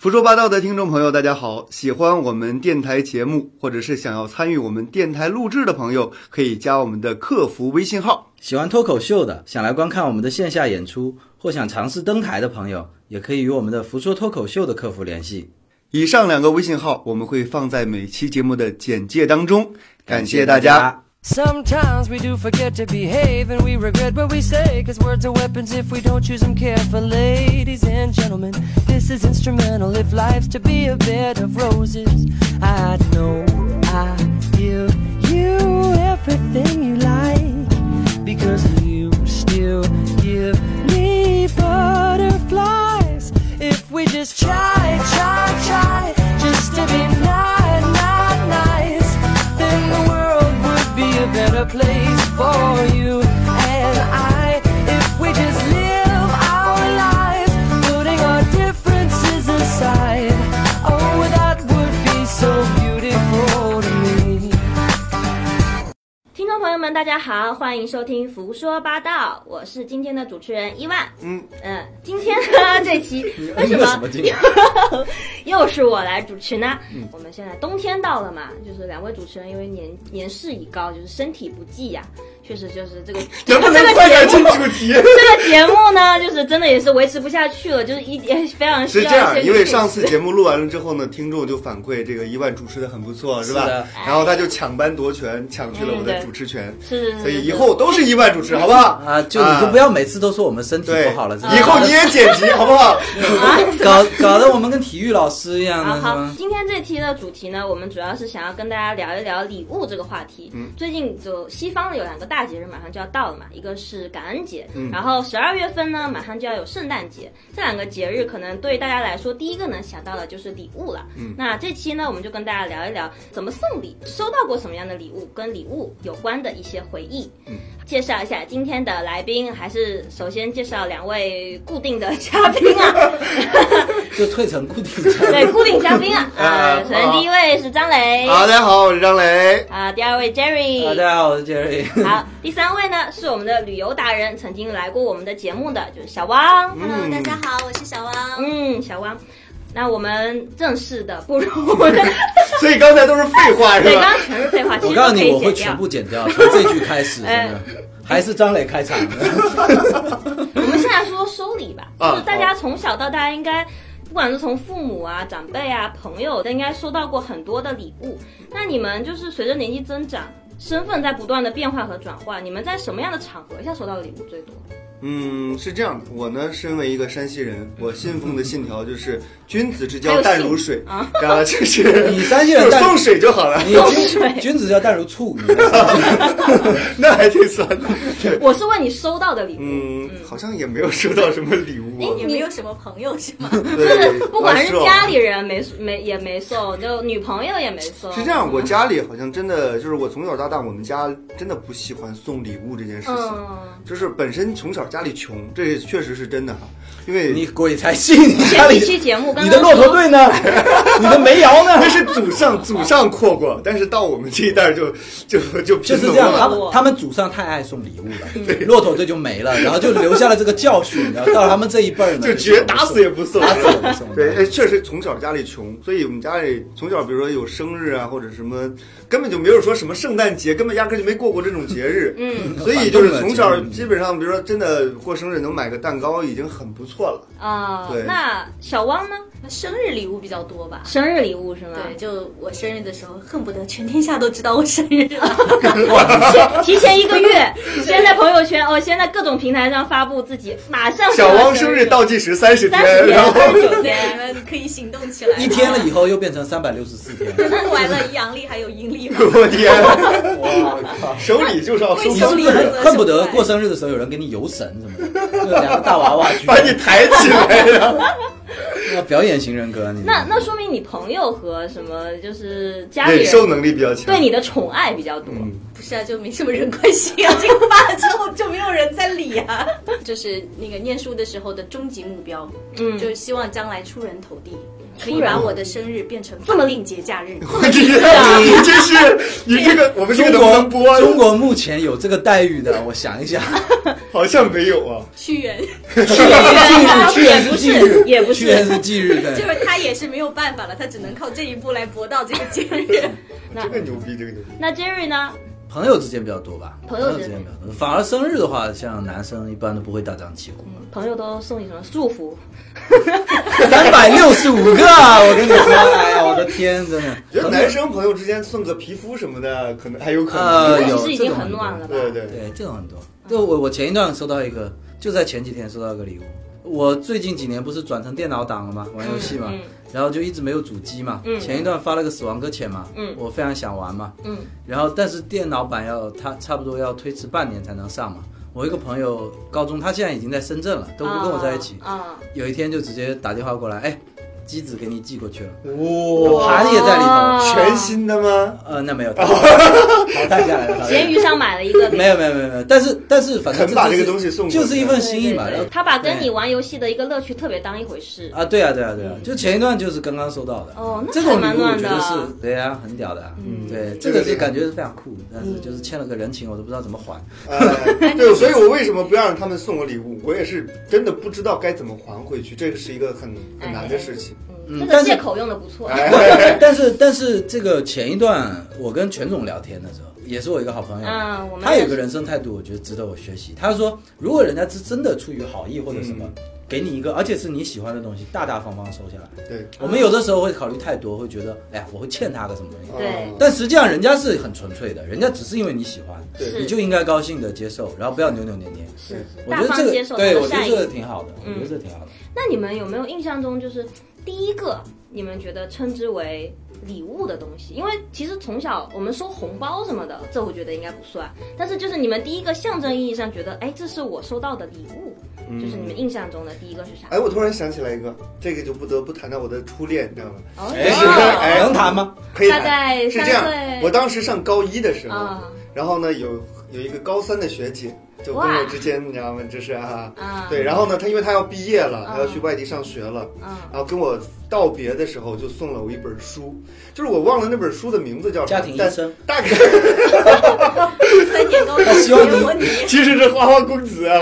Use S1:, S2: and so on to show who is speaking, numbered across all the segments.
S1: 胡说八道的听众朋友，大家好！喜欢我们电台节目，或者是想要参与我们电台录制的朋友，可以加我们的客服微信号。
S2: 喜欢脱口秀的，想来观看我们的线下演出，或想尝试登台的朋友，也可以与我们的“福说脱口秀”的客服联系。
S1: 以上两个微信号我们会放在每期节目的简介当中。感谢大家。
S2: 家，
S3: Sometimes we do forget to behave and we regret what we say. Cause words are weapons if we don't choose them carefully. Ladies and gentlemen, this is instrumental. If life's to be a bed of roses, I know I give you everything you like. Because you still give me butterflies. If we just try, try, try, just to be nice, nice, nice, then the world would be a better place for you and I. If we just live our lives, putting our differences aside, oh, that would be so beautiful to me.
S4: 听众朋友们，大家好，欢迎收听《胡说八道》，我是今天的主持人伊万。
S1: 嗯
S4: 嗯，今天呢这 期为什
S2: 为
S4: 么
S2: 什么今天
S4: 又是我来主持呢？
S1: 嗯
S4: 我们现在冬天到了嘛，就是两位主持人因为年年事已高，就是身体不济呀、确实就 是这个
S1: 能不能
S4: 这个
S1: 快点
S4: 节
S1: 进
S4: 目
S1: 主题？
S4: 这个节目呢，就是真的也是维持不下去了，就是一也非常需
S1: 是
S4: 要
S1: 这
S4: 一
S1: 样，
S4: 些
S1: 因为
S4: 运动
S1: 上次节目录完了之后呢，听众就反馈这个一万主持的很不错，是吧
S2: 是的？
S1: 然后他就抢班夺权，抢去了我
S4: 嗯
S1: 的
S4: 对
S1: 主持权。
S4: 是是是
S1: 所以以
S4: 是
S1: 后都是一万主持，好不好？
S2: 啊，就你就不要每次都说我们身体
S1: 对
S2: 不好了，
S1: 以后你也剪辑，好不好？
S2: 搞搞得我们跟体育老师一样啊
S4: 好
S2: 的，是
S4: 好
S2: 吗，
S4: 今天这期的主题呢，我们主要是想要跟大家聊一聊礼物这个话题。嗯，最近就西方有两个大节日马上就要到了嘛，一个是感恩节，然后十二月份呢马上就要有圣诞节。这两个节日可能对大家来说，第一个呢想到的就是礼物了。嗯，那这期呢我们就跟大家聊一聊怎么送礼，收到过什么样的礼物，跟礼物有关的一些回忆。嗯，介绍一下今天的来宾，还是首先介绍两位固定的嘉宾啊。
S2: 就退成固定嘉宾。
S4: 对，固定嘉 宾啊，
S1: 啊
S2: 哎
S4: 呃，首先
S1: 好
S4: 第一位是张磊，
S1: 好，大家好，我是张雷。
S4: 啊，第二位 Jerry，
S2: 啊，大家好，我是 Jerry。
S4: 好，第三位呢是我们的旅游达人，曾经来过我们的节目的就是小汪，
S2: 嗯
S5: Hello，大家好，我是小汪。
S4: 嗯，小汪。那我们正式的步入我们的，
S1: 所以刚才都是废话，是
S4: 对，刚
S1: 吧
S4: 刚？全是废话，其
S2: 我
S4: 实
S2: 告诉
S4: 都可
S2: 你，我
S4: 以
S2: 会
S4: 剪
S2: 全
S4: 掉
S2: 部。剪掉，从这句开始，真的。还是张磊开场 的。
S4: 我们现在说收礼吧，
S1: 啊
S4: 就是大家从小到大应该。不管是从父母啊、长辈啊、朋友，都应该收到过很多的礼物。那你们就是随着年纪增长，身份在不断的变化和转换，你们在什么样的场合下收到的礼物最多？
S1: 嗯，是这样的，我呢，身为一个山西人，我信奉的信条就是君子之
S4: 嗯还
S1: 交
S4: 有
S1: 淡
S4: 信
S1: 如水
S4: 啊，
S1: 然后就是
S2: 你山西人
S1: 就
S2: 淡
S1: 送水就好了，
S2: 你
S4: 送水
S2: 君君子要淡如醋， 你知道吗
S1: 那还挺酸 的。对
S4: 我是问你收到的礼物，
S1: 嗯，好像也没有收到什么礼物
S5: 也
S1: 啊。
S5: 没有什么朋友是吗？
S4: 就是
S1: 对，
S4: 哎 不管是
S1: 啊
S4: 家里人没没也没送，就女朋友也没送。
S1: 是这样，我家里好像真的就是我从小到大，我们家真的不喜欢送礼物这件事情，
S4: 嗯，
S1: 就是本身从小家里穷，这确实是真的哈，因为
S2: 你鬼才信！家
S4: 前
S2: 里
S4: 几期节目刚刚
S2: 你的骆驼
S4: 说
S2: 队呢？你的煤窑呢
S1: 那？是祖上祖上阔过，但是到我们这一代儿就就就贫
S2: 就是
S1: 农
S2: 这样，
S1: 了
S2: 他们他们祖上太爱送礼物 了，骆驼队就没了，然后就留下了这个教 训，然后到了他们这一辈儿呢，
S1: 就绝打死也不送。
S2: 打死也不送。
S1: 对，哎，确实从小家里穷，所以我们家里从小，比如说有生日啊，或者什么，根本就没有说什么圣诞节，根本压根就没过过这种节日。
S4: 嗯
S1: 所以就是从
S2: 反
S1: 小
S2: 动了
S1: 基本上，比如说真的过生日能买个蛋糕已经很不错了。
S4: 啊
S1: 对，
S4: 那小汪呢？
S5: 生日礼物比较多吧？
S4: 生日礼物是吗？
S2: 啊
S5: 对，就我生日的时候，恨不得全天下都知道我生日了。
S4: 提前一个月，先在朋友圈哦，先在各种平台上发布自己，马上
S1: 小汪生日倒计时三十
S4: 三
S1: 天，
S4: 十天，
S1: 然后
S4: 二十九
S5: 对，你
S4: 天。
S5: 们可以行动起来。
S2: 一天 了以后又变成三百六十四天，
S5: 完了，阳历还有阴历吗？
S1: 我天，哇， 手里就是要收
S2: 你是
S1: 工
S2: 不
S5: 礼
S2: 是
S5: 盒
S2: 很
S5: 子
S2: 恨不得过生日的时候有人给你游神什么的， 就两个大娃娃去
S1: 把你抬起来了。
S2: 要表演型人格，你
S4: 那那说明你朋友和什么就是家里
S1: 忍受
S4: 人
S1: 能力比较强，
S4: 对你的宠爱比较多。
S2: 嗯
S5: 不是啊，就没什么人关心 啊。这个发了之后就没有人再理啊。就是那个念书的时候的终极目标，
S4: 嗯
S5: 就是希望将来出人头地，可以把我的生日变成法定节假日。
S1: 我这 你这是你这个，我们这个
S2: 中
S1: 能不
S2: 国
S1: 能播？啊
S2: 中国目前有这个待遇的，我想 一想，
S1: 好像没有啊。
S5: 屈原。
S4: 屈原
S2: 屈原是
S4: 也不
S2: 禁欲
S4: 是，也不
S5: 就是
S2: 屈原是忌日
S5: 就
S2: 的，
S5: 是他也是没有办法了，他只能靠这一步来博到这个节 日。
S1: 这个牛逼，这个牛逼。
S4: 那 Jerry 呢？
S2: 朋友之间比较多吧，
S4: 朋
S2: 朋
S4: 友
S2: 友
S4: 之
S2: 之
S4: 间
S2: 间比较多。反而生日的话，像男生一般都不会大张旗鼓，
S4: 朋友都送你什么祝福？
S2: 三百六十五个啊！我跟你说，哎呀，我的天，真的。
S1: 觉得男生朋友之间送个皮肤什么的，可能还有可
S2: 呃
S1: 能。
S2: 有
S4: 其实已经
S2: 这种
S4: 很暖了吧？
S1: 对对对，
S2: 对，这种很多。就我我前一段收到一个，就在前几天收到一个礼物。我最近几年不是转成电脑党了吗？玩游戏嘛，
S4: 嗯嗯
S2: 然后就一直没有主机嘛。
S4: 嗯
S2: 前一段发了个《死亡搁浅》嘛，
S4: 嗯
S2: 我非常想玩嘛。
S4: 嗯，
S2: 然后但是电脑版要它差不多要推迟半年才能上嘛。我一个朋友高中，他现在已经在深圳了，都不跟我在一起。
S4: 啊，
S2: 有一天就直接打电话过来，哎，机子给你寄过去了，
S1: 哇，
S2: 盘也在里头。
S1: 全新的吗？
S2: 呃，那 没有，淘汰下来了。淘汰下来了
S4: 啊闲鱼上买了一个。
S2: 没有没有没有没有，但是但是反正
S1: 肯把
S2: 就是
S1: 这个东西送过去
S2: 就是一份
S4: 对
S2: 心意嘛。
S4: 对
S2: 然
S4: 对
S2: 后
S4: 他把跟你
S2: 对
S4: 玩游戏的一个乐趣特别当一回事。
S2: 啊，对啊对啊对啊，就前一段就是刚刚收到的。
S4: 哦那
S2: 这种
S4: 还蛮
S2: 礼物我
S4: 暖
S2: 觉
S4: 的
S2: 得是对啊，很屌的啊。嗯，对，这
S1: 这个厉
S2: 个是
S1: 害
S2: 感觉是非常酷，但是
S4: 嗯
S2: 就是欠了个人情，我都不知道怎么还。
S1: 哎，对，所以我为什么不让他们送我礼物？我也是真的不知道该怎么还回去，这个是一个很很难的事情。
S4: 嗯，这个
S2: 但是哎
S4: 借口用的不错。
S2: 但是但是这个前一段我跟全总聊天的时候，也是我一个好朋友，
S4: 嗯我们
S2: 他
S4: 也
S2: 有个
S4: 是
S2: 人生态度，我觉得值得我学习。他说，如果人家是真的出于好意或者什么，
S4: 嗯
S2: 给你一个，而且是你喜欢的东西，大大方方收下
S4: 嗯
S2: 来。
S1: 对，
S2: 我们有的时候会考虑太多，会觉得，哎呀，我会欠他个什么东西。
S4: 对
S1: 嗯
S2: 但实际上，人家是很纯粹的，人家只是因为你喜欢，
S4: 是
S2: 你就应该高兴的接受，然后不要扭扭捏捏。
S4: 是是
S2: 我
S4: 大
S2: 觉得
S4: 方
S2: 这
S4: 接受
S2: 个，对
S4: 他的
S2: 我觉得
S4: 善
S2: 这个
S4: 意
S2: 挺好的，我觉得
S4: 嗯
S2: 这个挺好的。
S4: 那你们有没有印象中就是第一个你们觉得称之为礼物的东西？因为其实从小我们收红包什么的，这我觉得应该不算。但是就是你们第一个象征意义上觉得，哎，这是我收到的礼物，就是你们印象中的第一个是
S1: 嗯
S4: 啥？
S1: 哎，我突然想起来一个，这个就不得不谈到我的初恋，你知道吗？
S4: 哦，
S1: 哎是这样哎
S2: 能谈吗？
S1: 可以
S4: 大概
S1: 谈，是这样
S4: 三岁。
S1: 我当时上高一的时候，
S4: 啊
S1: 然后呢，有有一个高三的学姐，就跟
S4: 哇
S1: 我之间，你知道吗？就是啊，
S4: 啊
S1: 对，然后呢，她因为她要毕业了，她要
S4: 嗯
S1: 去外地上学了，
S4: 嗯
S1: 然后跟我道别的时候就送了我一本书，就是我忘了那本书的名字叫什么，
S2: 家庭医
S1: 但
S2: 生
S1: 大概
S5: 三年高考，
S2: 希望你
S5: 我你
S1: 其实是花花公子啊，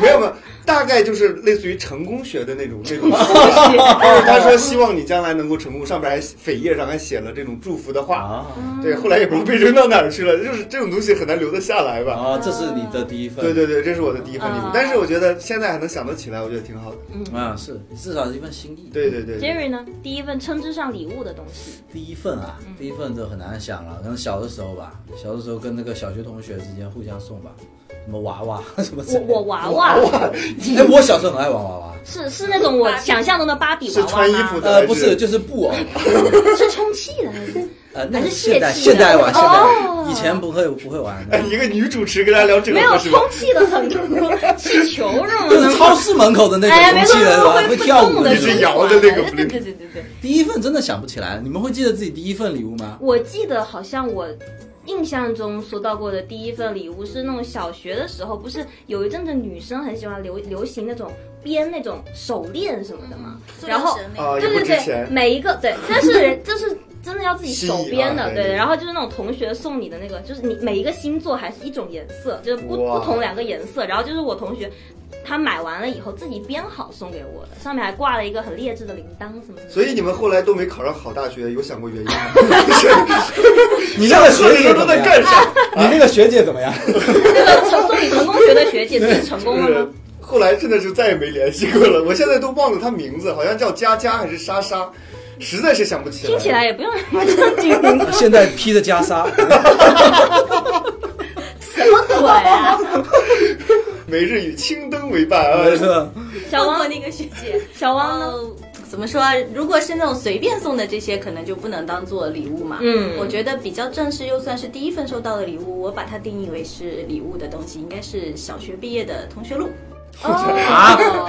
S1: 没有没有，大概就是类似于成功学的那种那种书。 对他说希望你将来能够成功，上面还扉页上还写了这种祝福的话。
S2: 啊
S1: 对，后来也不知道被扔到哪儿去了，就是这种东西很难留得下来吧。
S2: 啊，这是你的第一份。
S1: 对对对，这是我的第一份礼物
S4: 啊，
S1: 但是我觉得现在还能想得起来，我觉得挺好的。
S2: 啊，是至少是一份心意。
S1: 对对对，对
S4: Jerry 呢？第一份称之上礼物的东西，
S2: 第一份啊，
S4: 嗯
S2: 第一份就很难想了。可能小的时候吧，小的时候跟那个小学同学之间互相送吧，什么娃 娃什么之
S4: 我
S2: 类的。
S4: 我娃娃
S2: 哎，我小时候很爱玩娃 娃。
S4: 是是那种我想象中的芭比娃
S1: 是
S4: 娃吗？
S1: 穿衣服的，
S2: 呃，不
S1: 还
S2: 是，就是布偶，
S4: 是充气的还是？
S2: 呃，那
S4: 还是
S2: 个
S4: 泄
S2: 现代
S4: 气
S2: 现
S4: 的
S2: 代玩，现代
S4: 哦
S2: 玩，以前不会不会玩的
S1: 哎，。一个女主持跟大家聊这个
S4: 没有
S1: 是吧
S4: 充？气的很多气球什么
S2: 就
S4: 的
S2: 是。超市门口的那
S4: 哎，
S2: 种
S4: 没
S2: 机
S4: 错，
S2: 器人玩，
S4: 会
S2: 跳舞
S4: 的
S2: 的
S1: 一直
S2: 种。
S1: 摇的那个
S4: 对对对对对。
S2: 第一份真的想不起来，你们会记得自己第一份礼物 吗？
S4: 我记得好像我印象中收到过的第一份礼物是那种小学的时候，不是有一阵子女生很喜欢流流行那种编那种手链什么的吗？
S5: 嗯
S4: 然后
S5: 呃
S1: 啊，也
S4: 对
S1: 不
S4: 对
S1: 值
S4: 对，
S1: 钱。
S4: 每一个对，这是 人，这是真的要自己
S1: 心
S4: 手
S1: 意
S4: 编
S1: 啊
S4: 的，
S1: 对
S4: 对。然后就是那种同学送你的那个，就是你每一个星座还是一种颜色，就是不
S1: 哇
S4: 不同两个颜色。然后就是我同学，他买完了以后自己编好送给我的，上面还挂了一个很劣质的铃铛什么的。
S1: 所以你们后来都没考上好大学，有想过原因吗？
S2: 你那个
S1: 说
S2: 学
S1: 你
S2: 姐
S1: 们都在
S2: 怎么样？
S1: 干啥？
S4: 啊
S2: 你那个学姐怎么样？
S4: 那个成送你成功学的学姐，自己成功了吗？
S1: 后来真的就再也没联系过了，我现在都忘了她名字，好像叫佳佳还是莎莎，实在是想不起来。
S4: 听起来也不用 那么正 经，
S2: 现在披着袈 裟，
S4: 什么鬼啊？
S1: 每日与青灯为伴啊，
S2: 没错，
S4: 小
S5: 包括
S4: 汪，
S5: 那个学 姐，
S4: 小汪呢？
S5: 呃，怎么说啊？如果是那种随便送的这些，可能就不能当做礼物嘛。
S4: 嗯
S5: 我觉得比较正式又算是第一份收到的礼物，我把它定义为是礼物的东西，应该是小学毕业的同学录。
S2: 啊
S4: 哦，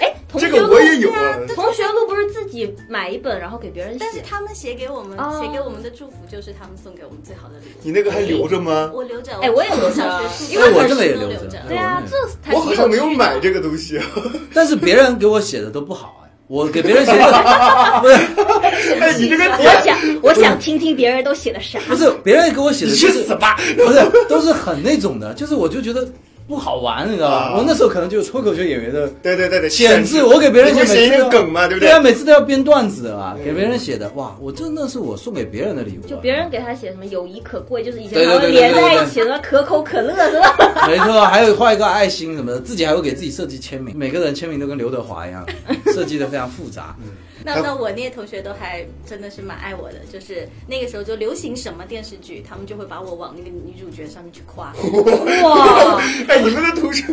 S4: 哎，
S1: 啊
S4: 同
S1: 这
S4: 学
S1: 个
S4: 录
S1: 我，也有啊。
S4: 同学录不是自己买一本然后给别人
S5: 但是
S4: 写？
S5: 他们写给我们、
S4: 哦
S5: 写给我们的祝福，就是他们送给我们最好的礼物。
S1: 你那个还留着吗？
S5: 我留着，啊
S4: 哎我也留着
S5: 小学数
S4: 因为
S5: 我
S4: 我
S2: 这个也
S5: 留
S2: 留着
S4: 对啊，这才
S1: 我好像没有
S4: 趣的
S1: 买这个东西啊。
S2: 但是别人给我写的都不好哎， 我给别人写的 不是
S1: 哎，你这 个
S4: 我想，我想听听别人都写的啥。
S2: 不是别人给我写
S1: 你
S2: 的
S1: 去
S2: 就是
S1: 死吧！
S2: 不是都是很那种的，就是我就觉得不好玩，你知道吧？
S1: 啊
S2: 我那时候可能就是脱口秀演员的
S1: 对对对对，
S2: 简直，我给别人
S1: 你
S2: 写
S1: 会
S2: 每
S1: 写一
S2: 次
S1: 个
S2: 都
S1: 梗嘛，对
S2: 对
S1: 不对？
S2: 啊，每次都要编段子啊，给别人写的，哇，我真的是我送给别人的礼物啊，
S4: 就别人给他写什么友谊可贵，就是以前
S2: 对对
S4: 他们
S2: 对对
S4: 连
S2: 对对
S4: 在
S2: 对
S4: 一起什么可口可乐是吧？
S2: 没错，还有画一个爱心什么的，自己还会给自己设计签名，每个人签名都跟刘德华 一样，设计的非常复杂。
S5: 那那我那些同学都还真的是蛮爱我的，就是那个时候就流行什么电视剧，他们就会把我往那个女主角上面去夸。
S4: 哇，
S1: 哎，你们的图生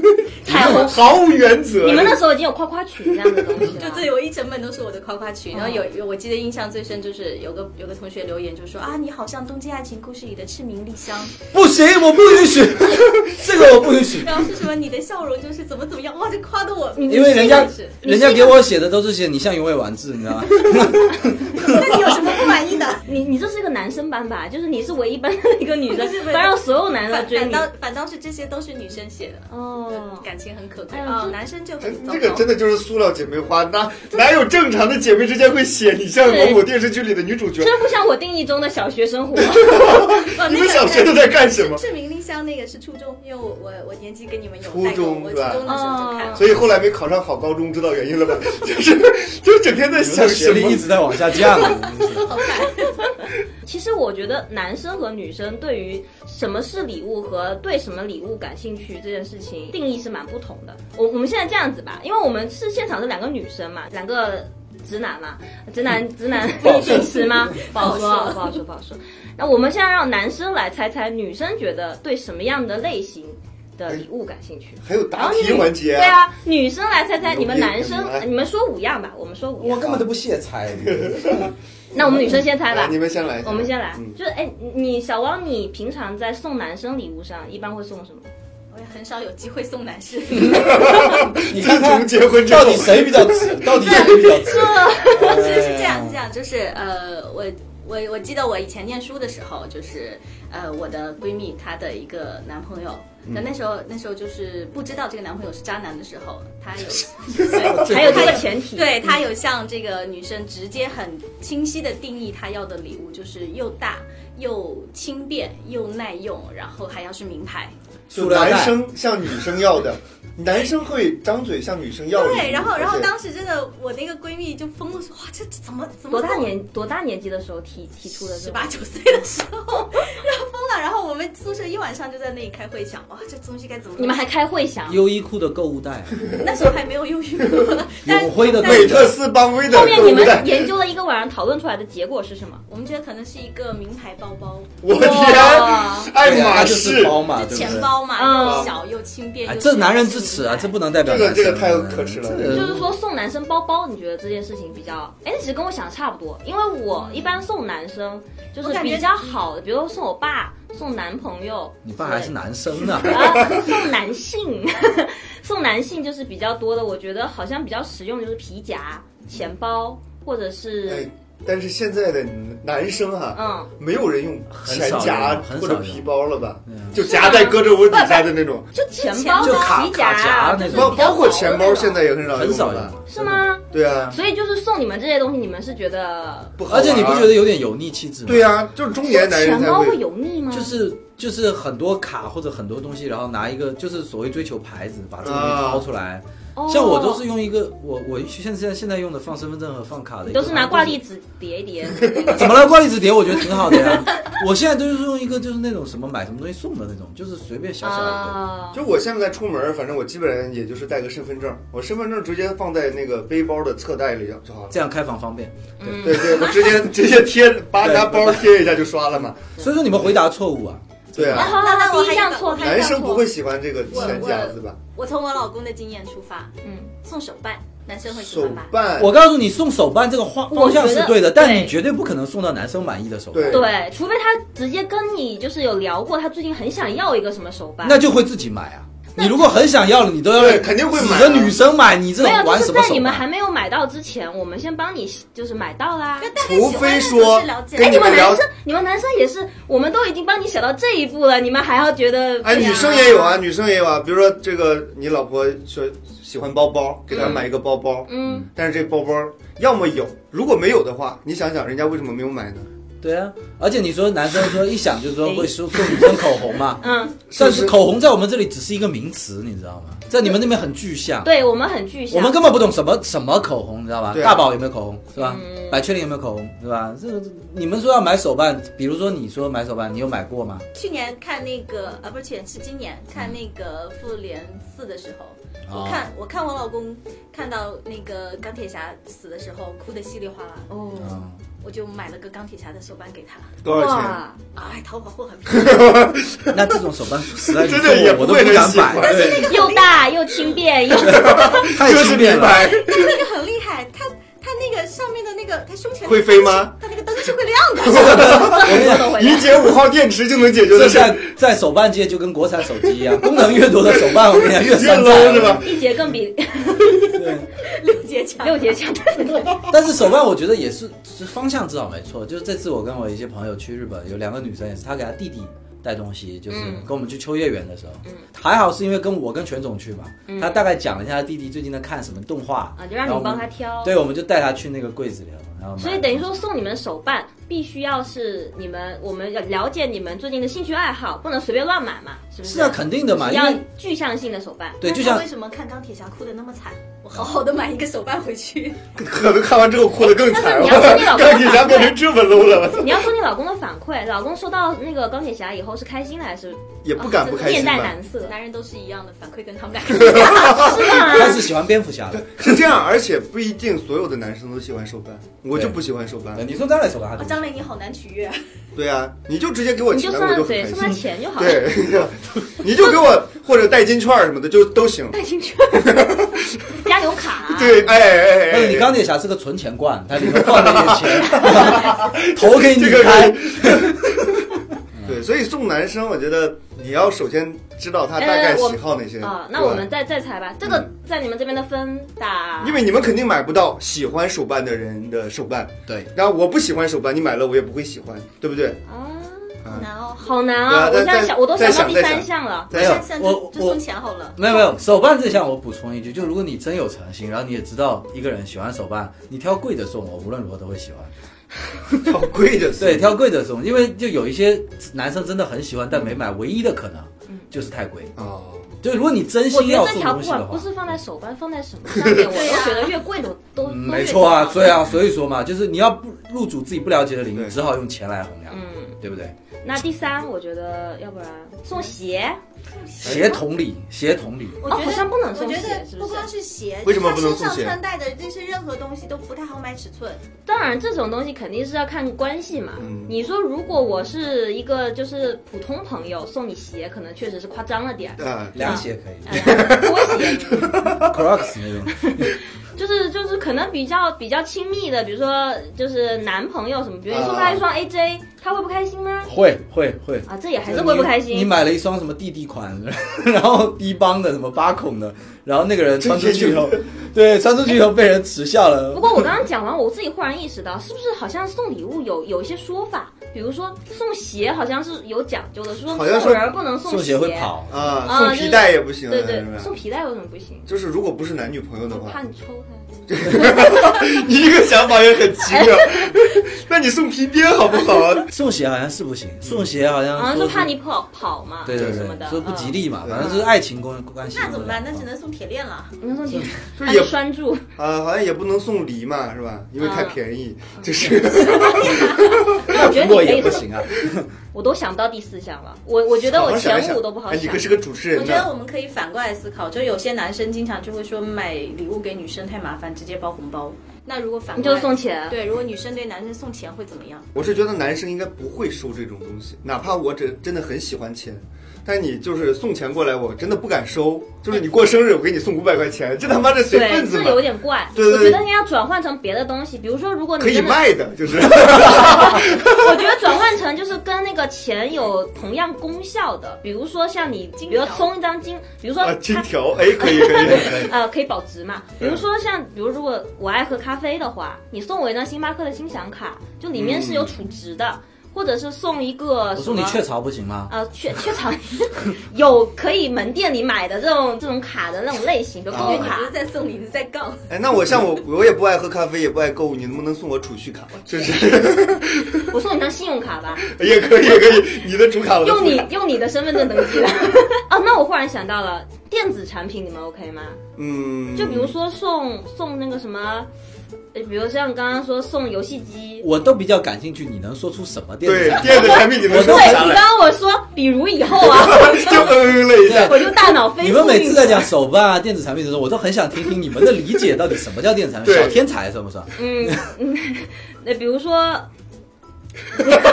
S4: 彩虹
S1: 毫无原则，
S4: 你们那时候已经有夸夸群这样的东西
S5: 就
S4: 了，
S5: 对我一整本都是我的夸夸群，
S4: 嗯
S5: 然后有有我记得印象最深就是有个有个同学留言就说啊你好像《东京爱情故事》里的赤名莉香，
S2: 不行，我不允许， 这个我不允许，
S5: 然后是什么你的笑容就是怎么怎么样，哇这夸的我，
S2: 因为人家
S5: 你是
S2: 人家给我写的都是些你像永尾完治，你知道吗？
S5: 那你有什么不满意 的？
S4: 你你这是个男生班吧？就是你是唯一班的一个女生
S5: 不是，不是
S4: 班上所有男的
S5: 反
S4: 追
S5: 反
S4: 你。
S5: 倒反倒是这些都是女生写的，
S4: 哦，
S5: 感情很可贵
S4: 哎呦
S5: 啊、
S4: 这
S5: 男生就
S1: 哎
S5: 很糟糕。
S1: 这个真的就是塑料姐妹花，那哪有正常的姐妹之间会写你像某某电视剧里的女主角？
S4: 真不像我定义中的小学生 活。
S5: 哦
S1: 你们小学都在干什么？
S5: 志明丽香那个是初中，因为我我我年纪跟你们有
S1: 初
S5: 代沟
S1: 中
S5: 我
S1: 是
S5: 初
S1: 吧
S5: 中的时候
S4: 嗯
S5: 就看了。
S1: 所以后来没考上好高中，知道原因了吧？ 就是就整天在
S2: 你的
S1: 想
S2: 学
S1: 什
S2: 历
S1: 么
S2: 一？直在往下降。啊
S5: 好看，
S4: 其实我觉得男生和女生对于什么是礼物和对什么礼物感兴趣这件事情定义是蛮不同的。我我们现在这样子吧，因为我们是现场是两个女生嘛，两个直男嘛，直 男直男可以进食吗？ 不好说，不好说，不好说。那我们现在让男生来猜猜女生觉得对什么样的类型的礼物感兴趣。
S1: 还有
S4: 然
S1: 答
S4: 后
S1: 题
S4: 女
S1: 环节、
S4: 对，啊，女生来猜猜，
S1: 有
S4: 你们
S1: 病
S4: 男生
S1: 你来
S4: 你们说五样吧，啊我们说五样。
S2: 根本都不屑猜，
S4: 那我们女生先猜
S1: 来，。
S4: 吧
S1: 哎你们先来，
S4: 我 们先来
S1: 嗯，
S4: 就是哎，你小汪，你平常在送男生礼物上一般会送什么？
S5: 我也很少有机会送 男士。
S2: 你
S1: 自
S2: 看
S1: 从
S2: 看
S1: 结婚之后
S2: 到，底谁比较 直，到底谁比较直？
S5: 是是这样，是这样，就是呃，我我我记得我以前念书的时候，就是呃，我的闺蜜她的一个男朋友，那那时候那时候就是不知道这个男朋友是渣男的时候，她 有
S2: 哎
S4: 还有这个前提，
S5: 对他有向这个女生直接很清晰的定义他要的礼物，就是又大又轻便又耐用，然后还要是名牌。
S1: 就
S2: 塑料
S1: 男
S2: 袋。
S1: 生向女生要 的，男生会张嘴向女生要礼物。
S5: 对，然后然后
S1: 而且
S5: 当时真的我那个闺蜜就疯了，说哇这这怎么怎么
S4: 多大
S5: 送
S4: 年多大年纪的时候提提出的
S5: 十
S4: 这个？
S5: 八九岁的时候，然 后疯了，然后我们宿舍一晚上就在那里开会想，哇这东西该怎么弄？
S4: 你们还开会想？
S2: 优衣库的购物袋，
S5: 那时候还没有用语 课， 但
S2: 永辉的购
S1: 美
S2: 物
S1: 特
S2: 袋，啊
S1: 斯邦威的
S4: 后面你
S1: 购物袋
S4: 们研究了一个晚上，讨论出来的结果是什么？
S5: 我们觉得可能是一个名牌包包，
S1: 我
S4: 哇
S1: 天，爱
S2: 对啊它
S1: 马
S2: 就
S1: 仕
S2: 是，宝马，对
S5: 就
S2: 不
S5: 钱
S2: 对？
S5: 包嘛，
S4: 嗯
S5: 又小又轻便。
S2: 哎，
S5: 又
S2: 这
S5: 是
S2: 男人之耻啊，
S5: 名牌
S2: 这不能代表
S1: 这个
S2: 男生
S1: 这个太可耻了
S2: 嗯
S1: 这个
S4: 就是说送男生包包，你觉得这件事情比较？哎，那其实跟我想的差不多，因为我一般送男生就是
S5: 我感觉
S4: 比较好的，比如说送我爸、送男朋友。
S2: 你爸还是男生呢，
S4: 啊，送男性，送男性就是比较多的，我觉得好像比较实用的就是皮夹、钱包或者
S1: 哎
S4: 是，
S1: 但是现在的男生哈、
S4: 嗯，
S1: 没有人用钱
S2: 很少
S1: 夹
S2: 用很
S1: 或者
S2: 少用
S1: 皮包了吧？
S2: 嗯
S1: 就夹在胳肢窝底下的那种，
S4: 就钱包、
S5: 就
S2: 卡
S4: 皮夹
S2: 卡夹那种
S4: 就是
S1: 包
S4: 比较
S1: 包括
S4: 薄的
S1: 钱包现在也很少
S2: 很少
S1: 用
S2: 有
S1: 了。，
S4: 是？吗？
S1: 对啊，
S4: 所以就是送你们这些东西，你们是觉得
S1: 不好玩
S2: 而且你不觉得？有点油腻气质吗？
S1: 对啊，就是中年男人
S4: 钱
S1: 才
S4: 包会油腻吗？
S2: 就是就是很多卡或者很多东西，然后拿一个就是所谓追求牌子，把这个东
S4: 啊
S2: 西掏出来。
S4: 哦
S2: 像我都是用一个我我现在现在用的放身份证和放卡的一
S4: 你
S2: 个，
S4: 都是拿挂历纸叠一叠，
S2: 怎么了？挂历纸叠我觉得挺好的呀。 我现在都是用一个就是那种什么买什么东西送的那种，就是随便小小的一个。
S4: 啊，
S1: 就我现在出门，反正我基本上也就是带个身份证，我身份证直接放在那个背包的侧袋里就好了。
S2: 这样开房方便，
S4: 嗯，
S1: 对对，我直接 直接贴，把拿包贴一下就刷了嘛。
S2: 所以说你们回答错误啊！
S1: 对
S4: 那
S1: 啊，
S4: 好好
S5: 那
S4: 好，
S5: 我
S4: 第一
S5: 还有
S4: 项
S5: 一个
S4: 错
S5: 我还
S4: 开，
S5: 有
S1: 男生不会喜欢这个
S5: 我
S1: 钱夹子吧？
S5: 我从我老公的经验出发，
S4: 嗯，
S5: 送手办，男生会喜
S1: 手
S5: 欢吧？
S1: 办，
S2: 我告诉你，送手办这个方
S4: 我
S2: 方
S4: 觉得
S2: 向是对的，但
S4: 对
S2: 你绝对不可能送到男生满意的手办，
S1: 对
S4: 对，除非他直接跟你就是有聊过，他最近很想要一个什么手办，
S2: 那就会自己买啊。你如果很想要了，你都要
S1: 对肯定会买啊
S2: 指着女生买，你这
S4: 没有，
S2: 种玩
S4: 就是
S2: 什么
S4: 在
S2: 手
S4: 你们
S2: 办？啊
S4: 还没有买到之前，我们先帮你就是买到啦。
S1: 除非说
S5: 哎
S1: 跟
S4: 你
S1: 你们
S4: 们男
S1: 聊
S4: 生，你们男生也是，我们都已经帮你想到这一步了，你们还要觉得？
S1: 哎，
S4: 对呀
S1: 女生也有啊，女生也有啊。比如说，这个你老婆说喜欢包包，给她买一个包包，
S4: 嗯，
S1: 但是这包包要么有，如果没有的话，你想想人家为什么没有买呢？
S2: 对啊，而且你说男生说一想就是说会送送女生口红嘛，嗯，但是口红在我们这里只是一个名词，你知道吗？在你们那边很具象，
S4: 对我们很具象，
S2: 我们根本不懂什么什么口红，你知道吧？
S1: 对啊
S2: 大宝有没有口红是吧？百雀羚有没有口红是吧？这你们说要买手办，比如说你说买手办，你有买过吗？
S5: 去年看那个啊，不是去年是今年看那个《复联四》的时候，
S2: 哦
S5: 我看我看我老公看到那个钢铁侠死的时候，哭的稀里哗啦，
S4: 哦，
S2: 嗯，
S5: 我就买了个钢铁侠的手办给他。
S1: 多少钱？
S4: 哇，
S5: 哎，淘宝货很便宜，
S2: 那这种手办说实在
S1: 真
S2: 你送
S1: 的也
S2: 我我
S1: 不
S2: 都
S1: 会
S2: 敢
S1: 很喜
S2: 买，
S1: 欢
S2: 对，
S4: 又大又轻 便又
S2: 太
S1: 就
S2: 轻
S1: 是
S2: 便
S1: 名
S2: 了。
S1: 牌，
S5: 那个很厉害，他他那个上面的那个他胸前
S1: 会飞吗？
S5: 他那个灯是会亮的，
S2: 我跟你讲，
S1: 一解五号电池就能解决
S2: 这
S1: 的事儿
S2: 在。在手办界就跟国产手机一样，功能越多的手办，我跟你讲越山寨
S1: 越 low 是吧？
S4: 一节更比
S5: 六节强，
S4: 六节强。
S2: 但是手办我觉得也是，是方向至少没错。就是这次我跟我一些朋友去日本，有两个女生也是，她给她弟弟带东西，就是
S4: 嗯
S2: 跟我们去秋叶原的时候，还好是因为跟我跟全总去嘛，他大概讲了一下他弟弟最近在看什么动画，
S4: 嗯啊就让
S2: 然
S4: 你
S2: 后我们
S4: 帮他挑
S2: 对，我们就带他去那个柜子里了，然后买
S4: 所以等于说送你们手办，必须要是你们我们要了解你们最近的兴趣爱好，不能随便乱买嘛，是不
S2: 是啊，肯定的嘛，因
S4: 要
S2: 为
S4: 具象性的手办。
S2: 对，
S5: 那
S2: 就
S5: 他
S2: 像
S5: 为什么看钢铁侠哭的那么惨？我好好的买一个手办回去，
S1: 可能看完之后哭得更 惨，
S4: 但是你要
S1: 我
S4: 跟 你老公
S1: 钢铁侠变成这么 low 了，
S4: 你要说你老公的反馈，老公收到那个钢铁侠以后是开心的还是哦
S1: 也不敢不开
S4: 面
S1: 心
S4: 带
S1: 吧？
S4: 难色？
S5: 男人都是一样的，反馈跟他们两个一 样。
S4: 啊
S2: 他是喜欢蝙蝠侠的，
S1: 是这样，而且不一定所有的男生都喜欢手办，我就
S2: 对
S1: 不喜欢手办
S2: 对。你说张磊手办，他
S5: 啊，
S2: 就
S4: 哦
S5: 张磊你好难取 悦，
S1: 对啊，你就直接给我
S4: 你就
S1: 钱，
S4: 送
S1: 我
S4: 他
S1: 就
S4: 对
S1: 很
S4: 送
S1: 开
S4: 他
S1: 心。
S4: 钱就好了。
S1: 对， 你就给我或者代金券什么的就都行。
S4: 带进去，加油卡、啊。
S1: 对，哎哎哎
S2: 但
S1: 哎，
S2: 是你钢铁侠是个存钱罐，他里面放了一点
S4: 哦
S2: 钱， 头给你
S1: 这个
S2: 开。
S1: 对，所以送男生，我觉得你要首先知道他大概喜好哪些
S4: 啊、
S1: 对
S4: 那
S1: 吧
S4: 我们再再猜吧。这个在你们这边的分打，
S1: 因为你们肯定买不到喜欢手办的人的手办，
S2: 对，
S1: 然后我不喜欢手办，你买了我也不会喜欢，对不对？
S4: 啊，
S5: 好难哦。
S4: 好难
S1: 对啊再
S4: 啊！我现在
S1: 再
S4: 想，我都
S1: 再想
S4: 想到第
S1: 再
S4: 三
S1: 想
S4: 项了。
S1: 没有
S5: 现在
S2: 我
S5: 就就
S2: 我
S5: 送钱好了。
S2: 没有没有，手办这项我补充一句，就如果你真有诚心，然后你也知道一个人喜欢手办，你挑贵的送，我无论如何都会喜欢。
S1: 挑贵的送
S2: 对，挑贵的送，因为就有一些男生真的很喜欢，
S4: 嗯
S2: 但没买，唯一的可能就是太贵。
S1: 哦，
S2: 就如果你真
S4: 我
S2: 心
S4: 觉
S2: 要
S4: 得这
S2: 送
S4: 条
S2: 东
S4: 不
S2: 西
S4: 管
S2: 的
S4: 不
S2: 话，
S4: 是放在手办，放 在什么上面，我都
S1: 啊
S4: 觉得越贵的都都
S2: 嗯，
S4: 都越
S2: 没错啊，
S4: 好
S2: 对啊，所以说嘛，就是你要不入主自己不了解的领域，
S1: 对
S2: 只好用钱来衡量，
S4: 嗯，
S2: 对不对？
S4: 那第三，我觉得要不然送鞋，
S2: 鞋同理，鞋同理，
S5: 我
S4: 哦
S5: 觉得
S4: 好像不能
S5: 我
S4: 送
S5: 觉
S4: 鞋是
S5: 得
S4: 不
S5: 不
S4: 是
S5: 光是鞋，
S1: 为什么不能
S5: 他身
S1: 送鞋
S5: 上穿戴的这是任何东西都不太好买尺寸。
S4: 当然这种东西肯定是要看关系嘛。
S1: 嗯
S4: 你说如果我是一个就是普通朋友送你鞋，可能确实是夸张了点儿。
S1: 啊，
S2: 凉鞋可以
S4: 哎呀拖鞋
S2: ，Crocs 那种。
S4: 就是就是可能比较比较亲密的，比如说就是男朋友什么，比如你送
S1: 啊
S4: 他一双 AJ，他会不开心吗？
S2: 会会会
S4: 啊这也还是会不开心
S2: 你。你买了一双什么弟弟款， 然后低帮的什么八孔的，然后那个人穿出去以后，对，穿出去以后被人耻笑了。
S4: 不过我刚刚讲完，我自己忽然意识到，是不是好像送礼物有有一些说法，比如说送鞋好像是有讲究的，说
S1: 好像
S4: 送
S1: 说
S4: 人不能送
S2: 送鞋会。跑，
S1: 啊，
S4: 啊
S1: 送
S4: 就是
S1: 皮带也不行，
S4: 对
S1: 是
S4: 对
S1: 吧，
S4: 送皮带为什么不行？
S1: 就是如果不是男女朋友的
S4: 我怕
S1: 话，
S4: 你抽他。
S1: 你这个想法也很奇 妙。那你送皮鞭好不好？
S2: 送鞋好像是不行，送鞋好像
S4: 好像
S2: 说
S4: 是
S2: 是
S4: 怕你跑跑嘛，
S2: 对对
S4: 什么
S2: 对，
S4: 的，
S2: 说不吉
S4: 嗯。
S2: 利嘛，
S1: 嗯
S2: 反正就是爱情关关系。
S5: 那怎么办？那只能送铁链了。
S4: 你要送皮，
S1: 就
S4: 嗯那
S1: 是
S4: 就
S1: 也
S4: 拴住。
S1: 啊，好像也不能送梨嘛，是吧？因为
S4: 啊
S1: 太便宜，就是
S4: 那我觉得
S2: 落
S4: 你可
S2: 也
S4: 以
S2: 不
S4: 送，
S2: 行啊。
S4: 我都想不到第四项了。我我觉得
S1: 好
S4: 我
S1: 好想一
S4: 前
S1: 想
S4: 五都不好
S1: 哎，你
S4: 想
S1: 可。是个主持人
S5: 我觉得
S1: 呢
S5: 我。们可以反过来思考，就有些男生经常就会说买礼物给女生太麻烦，直接包红包。那如果反
S4: 你
S5: 过
S4: 就
S5: 来
S4: 送钱，
S5: 对，如果女生对男生送钱会怎么样？
S1: 我是觉得男生应该不会收这种东西，哪怕我真真的很喜欢钱，但你就是送钱过来，我真的不敢收。就是你过生日，我给你送五百块钱，这他妈的随份
S4: 对，
S1: 子
S4: 这
S1: 嘛，
S4: 有点怪。
S1: 对对
S4: 我
S1: 对
S4: 觉得应该要转换成别的东西，比如说，如果你
S1: 可以
S4: 真的
S1: 卖的，就是。
S4: 我觉得转换成就是跟那个钱有同样功效的，比如说像你，比如说送一张金，比如说
S1: 啊，金
S4: 它
S1: 条，哎，可以可以，
S4: 呃可以保值嘛。比如说像，比如如
S1: 嗯
S4: 果我爱喝咖啡的话，你送我一张星巴克的星享卡，就里面是有储值的。或者是送一个
S2: 我
S4: 什
S2: 送你
S4: 么
S2: 雀巢不行吗？
S4: 呃，雀 雀巢有可以门店里买的这种这种卡的那种类型，比
S1: 啊
S4: 如购物
S5: 你
S4: 卡
S5: 不。是在送礼，你是在杠。
S1: 哎，那我像我我也不爱喝咖啡，也不爱购物，你能不能送我储蓄卡？就是
S4: 我送你张信用卡吧，
S1: 也可以，也可以，你的主卡我的
S4: 用
S1: 副
S4: 你
S1: 卡
S4: 用你的身份证登记。 哦，那我忽然想到了，电子产品你们 OK 吗？
S1: 嗯，
S4: 就比如说送送那个什么，呃比如像刚刚说送游戏机。
S2: 我都比较感兴趣，你能说出什么电子
S1: 对
S2: 产品？
S1: 电子产品，你能
S2: 我都
S1: 说
S4: 对
S1: 啥
S4: 你刚
S1: 来？
S4: 刚我说，比如以后 啊，我
S1: 就嗯嗯了一下，
S4: 就我就大脑飞速
S2: 你
S4: 运
S2: 们
S4: 转。
S2: 每次在讲手办啊、电子产品的时候，我都很想听听你们的理解，到底什么叫电子产品？
S1: 对
S2: 小天才算不算？
S4: 嗯，嗯， 那比 如说，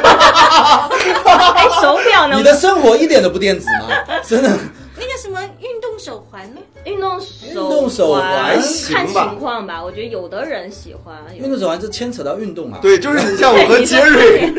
S4: 哎，手表呢？
S2: 你的生活一点都不电子吗？真的，
S5: 那个什么运动手环呢？
S4: 运动手
S2: 运动手环
S4: 看
S1: 行吧
S4: 情况吧，我觉得有的人喜欢，有
S2: 运动手环就牵扯到运动啊。，
S1: 对，就是你像我
S4: 哎
S1: 和杰瑞，